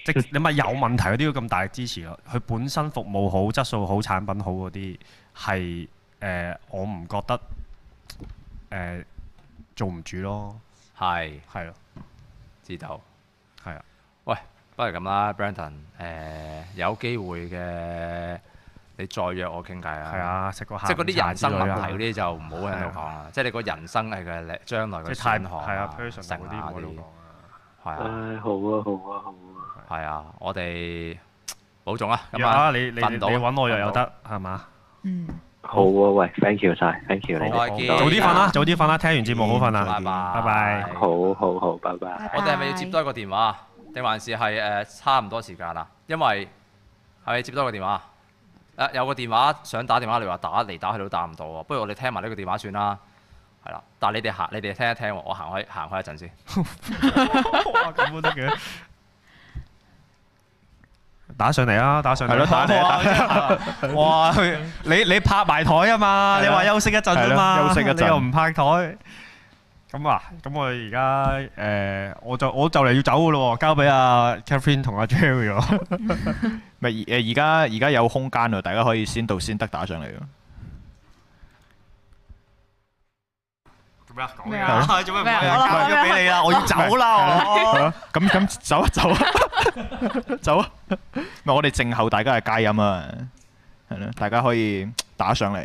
Speaker 4: 即你咪有問題嗰啲要咁大力支持咯。佢本身服務好、質素好、產品好嗰啲係誒，我唔覺得誒、呃做唔住咯。
Speaker 1: 係
Speaker 4: 係咯，
Speaker 1: 知道
Speaker 4: 係啊。
Speaker 1: 喂，不如咁啦，Brandon，誒有機會嘅，你再約我傾偈啊。
Speaker 4: 係啊食個下午
Speaker 1: 即係嗰啲人生
Speaker 4: 茶之類啊
Speaker 1: 問題嗰啲就唔好喺度講啦。即係你個人生係嘅將來嘅
Speaker 4: 即係太
Speaker 1: 選項
Speaker 4: 係啊
Speaker 1: 成
Speaker 4: ，personal 嗰啲唔
Speaker 1: 啊係
Speaker 4: 好喺度
Speaker 1: 啊，
Speaker 12: 唉，好啊，好啊，好啊。
Speaker 1: 係啊，我哋保重啊。今
Speaker 4: 約啊
Speaker 1: 晚
Speaker 4: 你你
Speaker 1: 瞓到
Speaker 4: 你揾我又有得係嘛？
Speaker 2: 嗯
Speaker 12: 好啊，喂，thank you 晒，thank you 你
Speaker 4: 好
Speaker 12: 哋。
Speaker 4: 好早啲瞓啦，早啲瞓啦，聽完節目好瞓啦，
Speaker 1: 嗯拜拜
Speaker 4: 拜拜。
Speaker 12: 好好好，拜拜。
Speaker 1: 我哋係咪要接多一個電話啊？定還是係誒、呃差唔多時間啦？因為係咪接多一個電話啊？誒有個電話想打電話，你話打嚟打去都打唔到喎。不如我哋聽埋呢個電話算啦。係啦，但係你哋行，你哋聽一聽喎。我行開行開一陣先。
Speaker 4: 哇咁都得嘅。打上嚟啊！打上嚟，
Speaker 8: 係咯打嚟啊打嚟啊
Speaker 4: 哇！佢你你拍埋台啊嘛， [LAUGHS] 你話休息一陣啊
Speaker 8: 係
Speaker 4: 嘛，
Speaker 8: 咯休息一陣
Speaker 4: 你又唔拍台，咁啊，咁我而家誒，我就我就嚟要走噶咯喎，交俾阿 Catherine 同阿 Jerry 咯。
Speaker 8: 咪誒而家而家有空間啊，大家可以先到先得打上嚟啊咯。
Speaker 4: [LAUGHS] 做咩啊？講
Speaker 8: 咩
Speaker 4: 嘢
Speaker 8: 啊
Speaker 4: 啊？做咩唔
Speaker 8: 咩啊
Speaker 4: 係啊？
Speaker 8: 好啦
Speaker 4: 交咗俾你啦，我要走啦！
Speaker 8: 係
Speaker 4: 我
Speaker 8: 啊咁咁走啊走啊 [LAUGHS] 走啊！咪我哋靜候大家嘅佳音啊，係咯，大家可以打上嚟，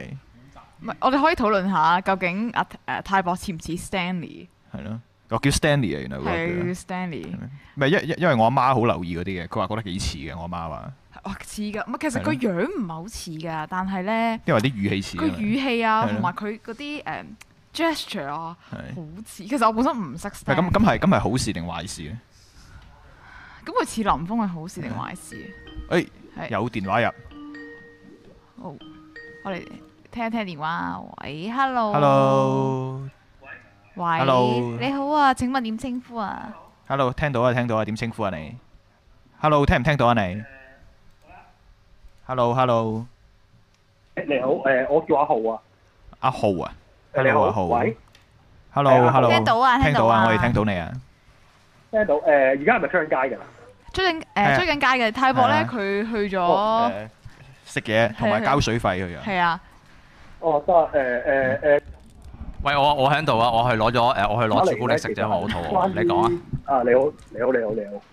Speaker 2: 唔係，我哋可以討論下究竟阿誒泰博似唔似 Stanley？
Speaker 8: 係咯。我叫 Stanley 啊，原來嗰個
Speaker 2: 係
Speaker 8: 叫
Speaker 2: Stanley，
Speaker 8: 咪因因因為我阿媽好留意嗰啲嘅，佢話覺得幾似嘅，我阿媽話，
Speaker 2: 哇哦似㗎，唔係其
Speaker 8: 係
Speaker 2: 實
Speaker 8: 咯
Speaker 2: 個樣唔係好似㗎，但係咧
Speaker 8: 因為啲語氣似啊
Speaker 2: 個
Speaker 8: 嘛。
Speaker 2: 語氣啊，
Speaker 8: 係咯
Speaker 2: 同埋佢嗰啲誒 gesture 啊，
Speaker 8: 係
Speaker 2: 好似。其實我本身唔識
Speaker 8: 咪
Speaker 2: Stanley，
Speaker 8: 咁咁係咁係好事定壞事咧？
Speaker 2: 咁佢似林峯係好事定壞事？
Speaker 8: 誒
Speaker 2: 係
Speaker 8: 哎有電話入
Speaker 2: 好，
Speaker 8: 啊
Speaker 2: 我哋聽一聽電話啊。喂，hello。
Speaker 8: ，hello，hello，
Speaker 2: 喂
Speaker 8: Hello
Speaker 2: 你好啊，請問點稱呼啊？
Speaker 8: 聽到啊聽到啊，點稱呼啊你？hello 聽唔聽到啊你？hello，hello，
Speaker 3: 你好，誒，我叫阿浩啊。
Speaker 8: 阿浩啊
Speaker 3: 誒你
Speaker 8: ，hello
Speaker 3: 好
Speaker 8: 阿浩
Speaker 3: 喂
Speaker 8: ，hello，hello，
Speaker 2: 聽到啊
Speaker 8: 聽
Speaker 2: 聽
Speaker 8: 到
Speaker 2: 到啊
Speaker 8: 啊，我哋聽到你啊，
Speaker 3: 聽到誒，而家係咪出緊街㗎啦？
Speaker 2: 追緊
Speaker 8: 係啊
Speaker 2: 誒追緊呃街嘅泰博咧，佢去咗
Speaker 8: 誒食嘢同埋
Speaker 2: 係啊
Speaker 8: 交水費哦佢啊。
Speaker 2: 係啊，
Speaker 3: 哦，得誒誒誒，
Speaker 1: 喂，我我喺度啊，我去攞咗誒，我去攞朱古力食啫，
Speaker 3: 打嚟呢
Speaker 1: 我好肚餓。
Speaker 3: 其實
Speaker 1: 你講啊，
Speaker 3: 啊，你好，你好，你好，你好。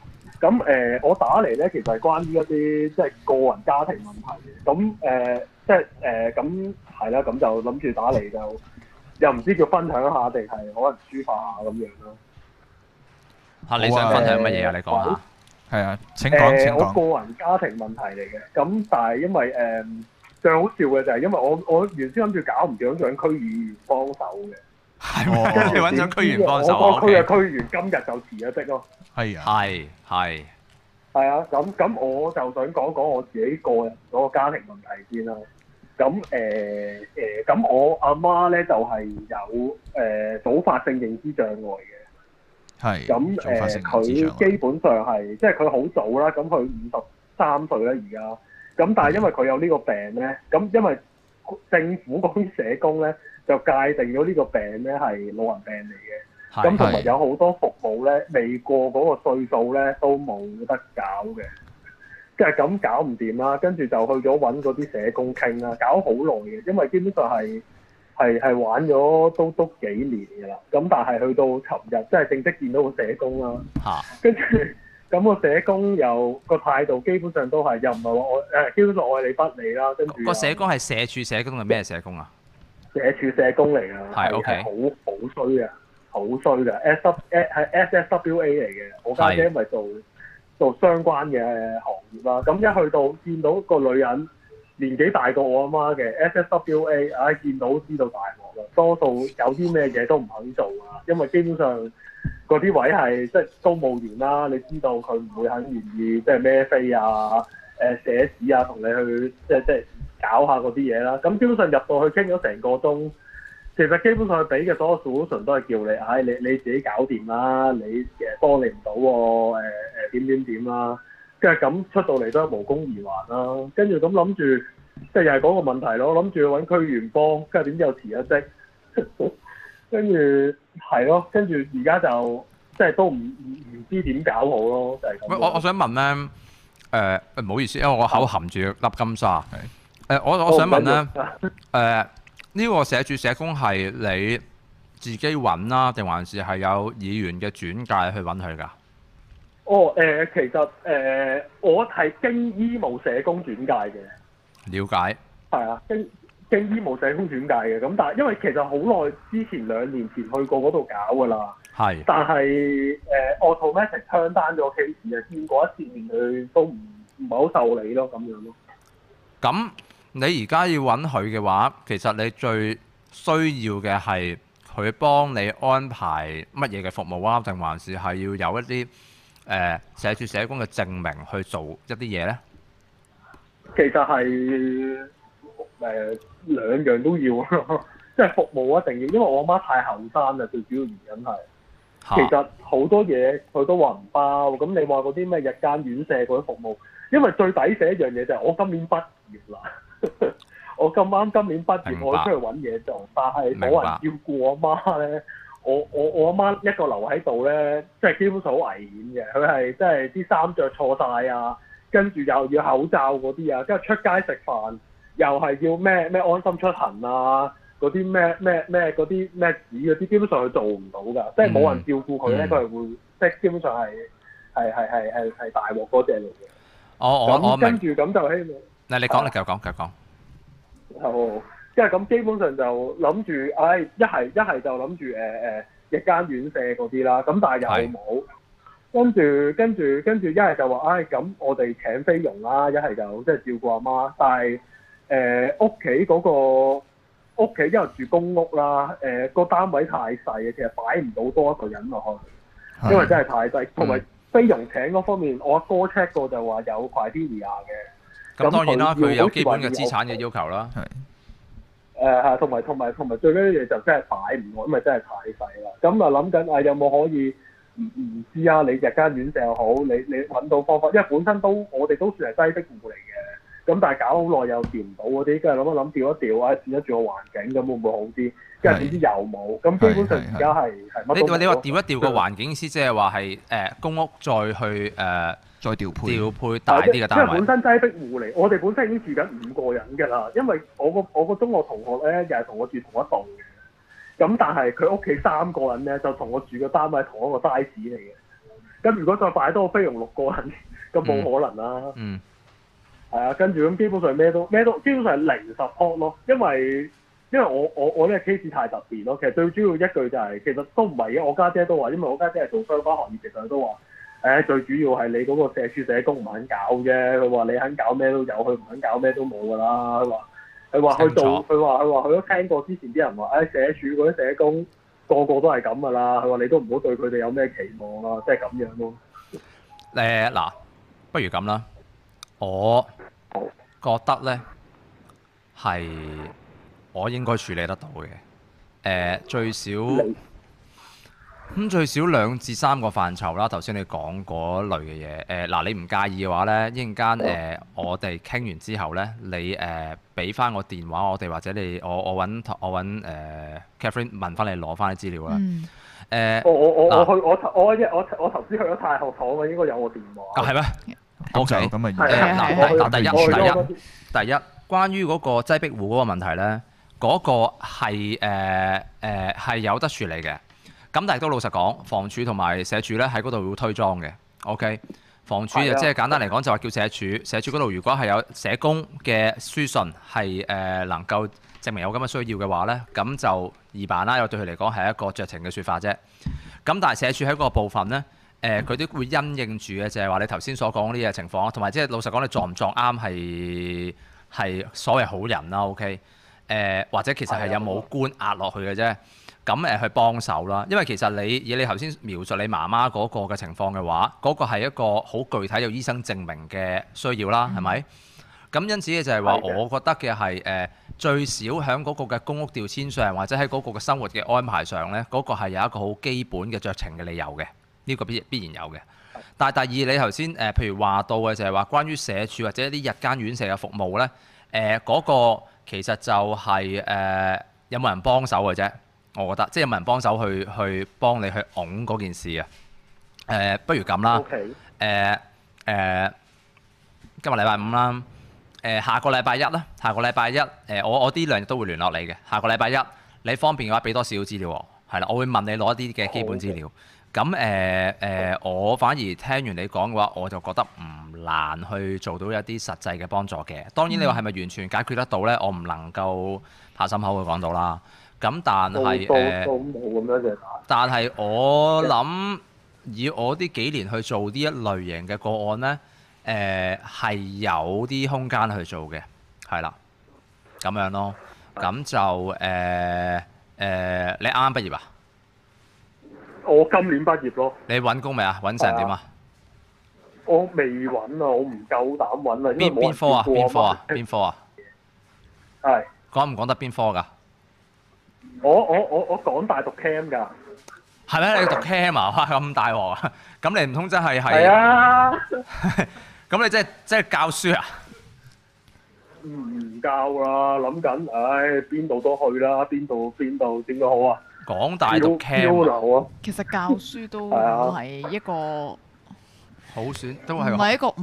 Speaker 3: 咁誒、呃我打嚟咧，其實係關於一啲即係個人家庭問題嘅。咁誒、呃即係誒，咁係啦，咁就諗住打嚟就又唔知叫分享下定係可能抒發下咁樣咯。
Speaker 1: 嚇你想分享乜嘢啊？
Speaker 3: 誒
Speaker 1: 你講下。
Speaker 8: 係啊，請
Speaker 3: 誒、
Speaker 8: 講請
Speaker 3: 呃我
Speaker 8: 講。
Speaker 3: 個人家庭問題嚟嘅，咁但係因為誒、呃最好笑嘅就係因為我我原先諗住搞唔想想區議員幫手嘅，
Speaker 1: [LAUGHS] 你揾咗區員幫手啊
Speaker 3: 我個區嘅
Speaker 1: ？OK，
Speaker 3: 區員今日就辭咗職咯。
Speaker 8: 係啊，
Speaker 1: 係係。
Speaker 3: 係啊，咁咁我就想講講我自己個人嗰個家庭問題先啦。咁誒誒，咁、我阿媽咧就係、有誒、呃、早發性認知障礙嘅。
Speaker 8: 係
Speaker 3: 咁
Speaker 8: 早發
Speaker 3: 誒，
Speaker 8: 性認
Speaker 3: 佢
Speaker 8: 知障礙
Speaker 3: 基本上係即係佢好早啦，咁佢五十三歲啦而家。咁但係因為佢有呢個病咧，咁因為政府嗰啲社工咧就界定咗呢個病咧係老人病嚟嘅。
Speaker 13: 係
Speaker 3: 咁同埋
Speaker 13: 係
Speaker 3: 有好多服務咧，未過嗰個歲數咧都冇得搞嘅。跟住咁搞唔掂啦，跟住就去咗揾嗰啲社工傾啦，搞好耐嘅，因為基本上係係係玩咗都都幾年㗎啦。咁但係去到尋日，即係正式見到個社工啦。
Speaker 1: 嚇！
Speaker 3: 跟住咁個社工又個態度基本上都係又唔係話我誒、基本上我愛理不理啦。跟住啊
Speaker 1: 個社工係社署社工定咩社工啊？
Speaker 3: 社署社工嚟㗎，
Speaker 1: 係 OK
Speaker 3: 好好衰啊，好衰㗎。S W 係 S S W A 嚟嘅，我家姐咪做做相關嘅行業啦。咁一去到見到個女人年紀大過我阿媽嘅 S S W A，唉、見到知道大鑊啦，多數有啲咩嘢都唔肯做啊，因為基本上嗰啲位係即係公務員啦，你知道佢唔會肯願意即係孭飛啊。誒寫紙啊，同你去即係即係搞下嗰啲嘢啦。咁基本上入到去傾咗成個鐘，其實基本上佢俾嘅所有 solution 都係叫你，唉、你你自己搞掂啦，你誒幫你唔到喎，誒誒點點點啦。跟住咁出到嚟都係無功而還啦。跟住咁諗住，即係又係嗰個問題咯，諗住揾區員幫，跟住點知又辭咗職， [LAUGHS] 跟住係咯，跟住而家就即係都唔唔唔知點搞好咯，就係、咁
Speaker 1: 喂，
Speaker 3: 咯。
Speaker 1: 我我想問咧，誒唔好意思，因為我口含住粒金沙。誒，我我想問啊咧，
Speaker 3: 啊
Speaker 1: 誒呢個社署社工係你自己揾啦，定還是係有議員嘅轉介去揾佢㗎？
Speaker 3: 哦，誒、其實誒、我係經醫務社工轉介嘅，
Speaker 1: 了解。
Speaker 3: 係啊，經經醫務社工轉介嘅。咁但係因為其實好耐之前兩年前去過嗰度搞㗎啦，
Speaker 1: 係。
Speaker 3: 但係誒、automatic 槍單咗 case 啊，見過一次面佢都唔唔係好受理咯，咁樣咯。
Speaker 1: 咁你而家要揾佢嘅話，其實你最需要嘅係佢幫你安排乜嘢嘅服務啊，定還是係要有一啲誒、呃社署社工嘅證明去做一啲嘢呢？
Speaker 3: 其實係誒、兩樣都要咯， [LAUGHS] 即係服務一定要，因為我阿媽太後生啦，啊最主要原因係。
Speaker 1: 嚇
Speaker 3: 其實好多嘢佢都話唔包，咁你話嗰啲咩日間院舍嗰啲服務，因為最抵死一樣嘢就係我今年畢業啦， [LAUGHS] 我咁啱今年畢業，
Speaker 1: 明白
Speaker 3: 我出去揾嘢做，但係冇人
Speaker 1: 明白
Speaker 3: 照顧我阿媽咧。我我我阿媽一個留喺度咧，即係基本上好危險嘅。佢係即係啲衫着錯晒啊，跟住又要口罩嗰啲啊，跟住出街食飯又係要咩咩安心出行啊，嗰啲咩咩咩嗰啲咩紙嗰啲，基本上佢做唔到㗎，即係冇人照顧佢咧，
Speaker 1: 嗯
Speaker 3: 佢係、會即係基本上係係係係係係大鑊嗰只嚟嘅。
Speaker 1: 我哦我我
Speaker 3: 咁跟
Speaker 1: 明。
Speaker 3: 住咁就希望。
Speaker 1: 嗱，你講，你繼續講，繼續講。
Speaker 3: 就因為咁基本上就諗住，唉、一係一係就諗住誒誒日間院舍嗰啲啦，咁但係又冇。跟住跟住跟住，一係就話，唉、咁我哋請菲傭啦，一係就即係照顧阿媽，但係誒屋企嗰個屋企因為住公屋啦，誒、個單位太細啊，其實擺唔到多一個人落
Speaker 8: 啊
Speaker 3: 去，因為真係太細，同埋菲傭請嗰方面，我阿哥 check 過就話有 criteria 嘅。
Speaker 1: 咁當然啦，
Speaker 3: 佢
Speaker 1: 佢有
Speaker 3: 要好似
Speaker 1: 基本
Speaker 3: 話
Speaker 1: 嘅
Speaker 3: 要
Speaker 1: 資產嘅要求啦。
Speaker 3: 誒係，同埋同埋同埋最緊要嘢就真係擺唔落，因為真係太細啦。咁啊諗緊啊有冇可以唔唔知啊？你日間院舍又好，你你揾到方法，因為本身都我哋都算係低逼户嚟嘅，咁但係搞好耐又調唔到嗰啲，跟住諗一諗調一調啊，轉一轉個環境，咁會唔會好啲？跟住點知又冇，咁基本上而家係係乜
Speaker 1: 你啊
Speaker 3: 都嗯
Speaker 1: 你話
Speaker 3: 冇。
Speaker 1: 調一調個環境意思，即係話係誒公屋再去誒
Speaker 8: 再調
Speaker 1: 配調配大啲嘅單
Speaker 3: 因為
Speaker 1: 位
Speaker 3: 本。身低逼户嚟，我哋本身已經住緊五個人㗎啦。因為我個我個中學同學咧，又係同我住同一棟嘅。咁但係佢屋企三個人咧，就同我住嘅單位同一個 size 嚟嘅。咁如果再擺多個菲傭六個人，咁冇可能啦。
Speaker 1: 嗯。
Speaker 3: 係啊，跟住咁基本上咩都咩都基本上係零 support 咯，因為因為我我我呢個 case 太特別咯。其實最主要一句就係、其實都唔係嘅，我家姐都話，因為我家姐係做相關行業，其實佢都話。誒、最主要係你嗰個社署社工唔肯搞啫，佢話你肯搞咩都有，佢唔肯搞咩都冇㗎啦。佢話佢話佢
Speaker 13: 清
Speaker 3: 做
Speaker 13: 楚，
Speaker 3: 佢話佢話佢都聽過之前啲人話，誒、社署嗰啲社工個個都係咁㗎啦。佢話你都唔好對佢哋有咩期望啊，即係咁樣咯。
Speaker 1: 誒呃嗱，不如咁啦，我覺得呢係我應該處理得到嘅。誒、呃最少咁最少兩至三個範疇啦。頭先你講嗰類嘅嘢，誒、呃嗱，你唔介意嘅話呢，一陣間誒呃我哋傾完之後呢，你誒俾翻我電話我哋，或者你我我揾我揾誒、Catherine 問翻你攞翻啲資料啊
Speaker 2: 嗯
Speaker 1: 呃啦。誒、
Speaker 3: [LAUGHS] 我我我我
Speaker 1: 嗱
Speaker 3: 去我我一我我頭先去咗太學堂啊，應該有我電話。
Speaker 1: 啊，係咩？
Speaker 8: 咁就咁
Speaker 1: 誒
Speaker 8: 啊，而
Speaker 1: 嗱，
Speaker 8: 家
Speaker 1: 嗱
Speaker 8: 打
Speaker 1: 第
Speaker 8: 到
Speaker 1: 一
Speaker 8: 二十一
Speaker 1: 第一第一，關於嗰個擠壁户嗰個問題咧，嗰、個係誒誒係有得處理嘅。咁但係都老實講，房署同埋社署咧喺嗰度會推裝嘅。OK，房署
Speaker 13: 係
Speaker 1: 就
Speaker 13: 啊
Speaker 1: 即係簡單嚟講就話叫社署，社署嗰度如果係有社工嘅書信係誒、呃能夠證明有咁嘅需要嘅話咧，咁就二辦啦。又對佢嚟講係一個酌情嘅説法啫。咁但係社署喺嗰個部分呢，誒佢都會因應住嘅，就係話你頭先所講嗰啲嘢情況，同埋即係老實講，你撞唔撞啱係係所謂好人啦，OK？誒、或者其實係有啊冇官壓落去嘅啫。咁誒去幫手啦，因為其實你以你頭先描述你媽媽嗰個嘅情況嘅話，嗰、個係一個好具體有醫生證明嘅需要啦，係咪、咁因此咧就係話，
Speaker 13: 係嘅
Speaker 1: 我覺得嘅係誒最少喺嗰個嘅公屋調遷上，或者喺嗰個嘅生活嘅安排上咧，嗰、個係有一個好基本嘅酌情嘅理由嘅，呢、個必必然有嘅。但係第二，你頭先誒譬如話到嘅就係話關於社署或者一啲日間院舍嘅服務咧，誒、嗰、個其實就係、呃有冇人幫手嘅啫，我覺得即係有冇人幫手去去幫你去拱嗰件事啊。誒、不如咁啦，誒誒
Speaker 3: OK
Speaker 1: 呃今日禮拜五啦，誒、下個禮拜一啦，下個禮拜一誒、呃我我呢兩日都會聯絡你嘅。下個禮拜一你方便嘅話，俾多少少資料我，係啦，我會問你攞一啲嘅基本資料。咁誒誒，我反而聽完你講嘅話，我就覺得唔難去做到一啲實際嘅幫助嘅。當然你話係咪完全解決得到呢？我唔能夠下心口去講到啦。咁但
Speaker 3: 到
Speaker 1: 係誒。呃
Speaker 3: 到到冇咁樣就打。
Speaker 1: 但係我諗以我呢幾年去做呢一類型嘅個案呢，誒、係有啲空間去做嘅，係啦，咁樣咯。咁就誒誒、你啱啱畢業啊？
Speaker 3: 我今年畢業咯，
Speaker 1: 你揾工未啊？揾成點啊？
Speaker 3: 我未揾啊，我唔夠膽揾啊，因為
Speaker 1: 邊
Speaker 3: 冇人
Speaker 1: 邊科啊？
Speaker 3: 接過
Speaker 1: 邊科
Speaker 3: 嘛
Speaker 1: 啊？邊科啊？
Speaker 3: 係
Speaker 1: 講唔講得邊科㗎？
Speaker 3: 我我我我港大讀 cam 㗎，
Speaker 1: 係咩？你讀 cam 啊？哇！ [LAUGHS] 咁大鑊啊！咁你唔通真係係？
Speaker 3: 係啊，
Speaker 1: 咁你即係即係教書啊？
Speaker 3: 唔唔教啦，諗緊，唉，邊度都去啦，邊度邊度點都好啊，
Speaker 1: 港大讀
Speaker 3: 漂漂
Speaker 1: cam 啊
Speaker 3: 流啊，
Speaker 2: 其實教書都唔
Speaker 3: 係啊
Speaker 2: 係一個，唔
Speaker 1: 好選都係
Speaker 2: 係一個唔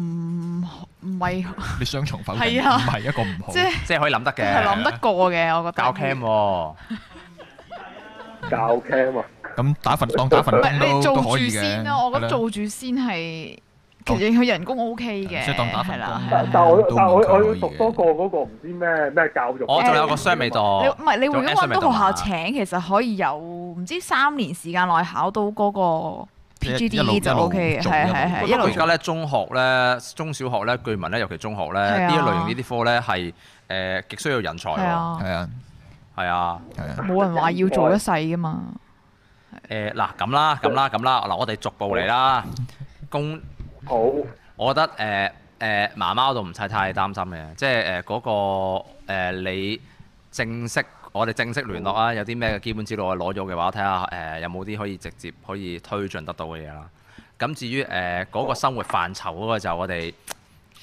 Speaker 2: 唔係
Speaker 1: 你雙重否
Speaker 2: 定係啊唔係
Speaker 1: 一個唔
Speaker 2: 好即係
Speaker 1: 即係可以諗得嘅，
Speaker 2: 係諗得過嘅，我覺得。
Speaker 1: 教 cam 喎，
Speaker 3: 教 cam 啊，
Speaker 8: 咁打份當打份
Speaker 2: 唔係
Speaker 8: 工
Speaker 2: 你
Speaker 8: 都
Speaker 2: 做
Speaker 8: 都
Speaker 2: 住
Speaker 8: 可以嘅。
Speaker 2: 先啦，我覺得
Speaker 8: 係咯
Speaker 2: 做住先係，其實佢人工 O K 嘅，
Speaker 8: 即係當打份
Speaker 2: 係啦係啦
Speaker 8: 工。
Speaker 3: 但但
Speaker 1: 嗯
Speaker 3: 我
Speaker 8: 都唔
Speaker 3: 但我我要
Speaker 8: 夠
Speaker 3: 讀多個嗰個唔知咩咩教育，
Speaker 1: 我仲有個雙味道，
Speaker 2: 你唔係你
Speaker 1: 仲
Speaker 2: 如
Speaker 1: 有 extra
Speaker 2: 果揾
Speaker 1: 味
Speaker 2: 到
Speaker 1: 道
Speaker 2: 學校
Speaker 1: 嘛
Speaker 2: 請，其實可以有唔知三年時間內考到嗰個
Speaker 1: 一路
Speaker 2: PGDE 就 O K 嘅，係係係一
Speaker 1: 不過
Speaker 2: 啊路
Speaker 1: 而家咧，中學咧、中小學咧，據聞咧，尤其中學咧，
Speaker 2: 係
Speaker 1: 呢
Speaker 2: 啊
Speaker 1: 一類型呢啲科咧係誒極需要人才喎。
Speaker 2: 係啊係
Speaker 1: 啊，係啊，
Speaker 2: 冇人話要做一世噶嘛。
Speaker 1: 誒嗱咁啦，咁啦，咁啦，嗱我哋逐步嚟啦。公
Speaker 3: 好，
Speaker 1: 我覺得誒誒媽媽嗰度唔使太擔心嘅，即係誒嗰個、呃、你正式我哋正式聯絡啊，有啲咩嘅基本資料我攞咗嘅話，睇下誒有冇啲可以直接可以推進得到嘅嘢啦。咁至於誒嗰、個生活範疇嗰個就我哋誒、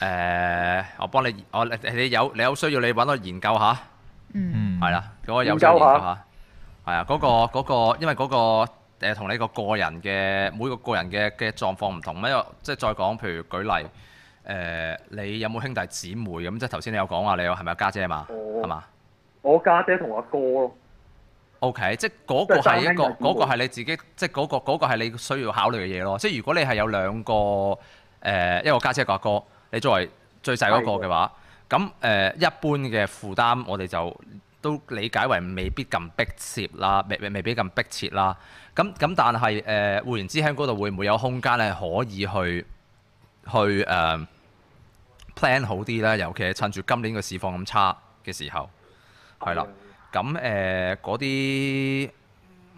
Speaker 1: 呃我幫你我你你有你有需要你揾我研究下。
Speaker 2: 嗯，
Speaker 1: 係啦，嗰、個有需要研究下。係啊，嗰、個嗰、個，因為嗰、個誒同、你個個人嘅每個個人嘅嘅狀況唔同，因為即係再講，譬如舉例誒、你有冇兄弟姊妹咁？即係頭先你有講話你有係咪有家姐啊嘛？係嘛
Speaker 3: 我家姐同阿哥咯，
Speaker 1: ？OK，即係嗰個係一個
Speaker 3: 即係單兄弟姊妹
Speaker 1: 嗰個係你自己，即係嗰、個嗰、個係你需要考慮嘅嘢咯。即係如果你係有兩個誒、一個家姐一個阿哥，你作為最細嗰個嘅話，咁誒、一般嘅負擔我哋就都理解為未必咁迫切啦，未未未必咁迫切啦。咁咁但係誒、呃，換言之喺嗰度會唔會有空間係可以去去誒、呃 plan 好啲咧？尤其係趁住今年個市況咁差嘅時候，係
Speaker 3: 啊
Speaker 1: 啦。咁誒嗰啲，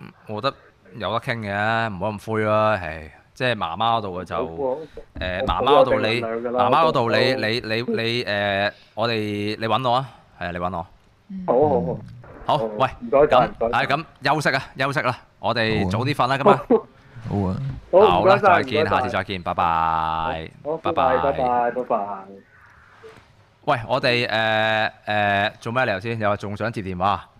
Speaker 1: 嗯我覺得有得傾嘅，唔好咁灰啦。唉，即係媽媽嗰度嘅就
Speaker 3: 好
Speaker 1: 誒
Speaker 3: 啊
Speaker 1: 媽媽嗰度你
Speaker 3: 我我我
Speaker 1: 媽媽嗰度你
Speaker 3: 我
Speaker 1: 你你你誒，我哋你揾我啊，係啊你揾我。
Speaker 3: 好好好，
Speaker 1: 好，喂，
Speaker 3: 哦唔該晒啊
Speaker 1: 咁
Speaker 3: 唔該
Speaker 1: 係咁休息啊，休息啦，我哋早啲瞓啦，今晚。
Speaker 8: 好啊，
Speaker 1: 好啦，
Speaker 3: 唔該晒
Speaker 1: 再見，
Speaker 3: 唔該晒
Speaker 1: 下次再見，拜拜，
Speaker 3: 好，
Speaker 1: 拜
Speaker 3: 拜
Speaker 1: 拜。
Speaker 3: 拜拜拜。
Speaker 1: 呃啊喂，我哋誒誒做咩嚟頭先？有話仲想接電話？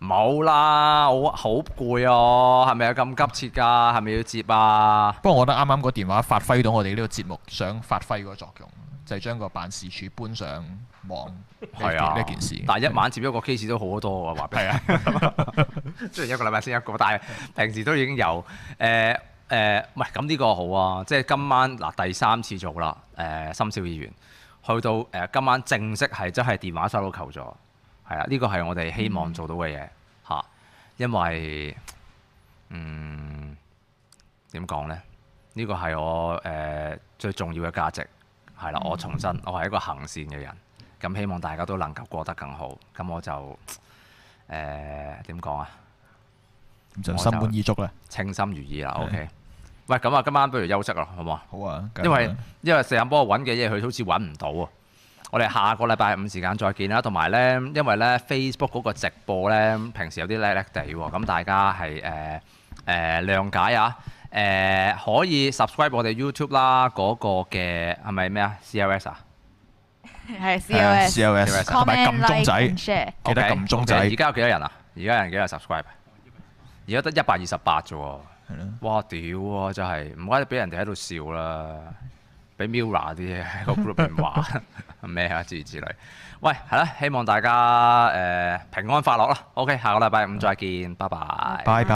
Speaker 1: 唔冇啦，我好攰啊，係咪有咁急切㗎？係咪要接啊？
Speaker 8: 不過我覺得啱啱個電話發揮到我哋呢個節目想發揮嗰個作用，就係、將個辦事處搬上網呢一
Speaker 1: 係
Speaker 8: 件
Speaker 1: 啊，
Speaker 8: 呢一件事。
Speaker 1: 但係一晚接一個 case 都好得多啊，話俾你
Speaker 8: 啊
Speaker 1: 聽。 [LAUGHS] 雖然一個禮拜先一個，但係平時都已經有誒誒，唔係咁呢個好啊，即係今晚嗱第三次做啦，誒、深宵議員去到誒、今晚正式係真係電話收到求助，係啊啦，呢個係我哋希
Speaker 8: 嗯
Speaker 1: 望做到嘅嘢嚇，因為嗯點講呢？呢個係我誒、呃最重要嘅價值係
Speaker 8: 嗯
Speaker 1: 啦，我重申我係一個行善嘅人。咁希望大家都能夠過得更好。咁我就誒點講啊？
Speaker 8: 咁就心滿意足啦。
Speaker 1: 清心如意啦。OK。喂，咁啊，今晚不如休息啦，好唔好啊？
Speaker 8: 好啊，梗係
Speaker 1: 因為
Speaker 8: 啦
Speaker 1: 因為四眼幫我揾嘅嘢，佢好似揾唔到啊。我哋下個禮拜五時間再見啦，同埋呢，因為呢 Facebook 嗰個直播呢，平時有啲叻叻地喎，咁大家係誒誒諒解啊，誒、可以 subscribe 我哋 YouTube 啦，嗰、個嘅係咪咩啊？CLS 啊？
Speaker 2: 係啊
Speaker 8: 啊
Speaker 1: CLS
Speaker 8: CLS 同埋撳鐘
Speaker 2: Comment, like and share
Speaker 8: 仔，記得撳鐘
Speaker 1: OK，OK，
Speaker 8: 仔
Speaker 1: 而。家有幾多人啊？而家有人幾多 subscribe？而家得一百二十八啫喎。哇屌喎！真係唔怪得俾人哋喺度笑啦，俾 Mira 啲嘢喺個
Speaker 8: [LAUGHS]
Speaker 1: group 入面話咩啊諸如此類。喂，係啦，希望大家誒、平安快樂啦。OK，下個禮拜五再見，拜拜。
Speaker 8: 拜拜。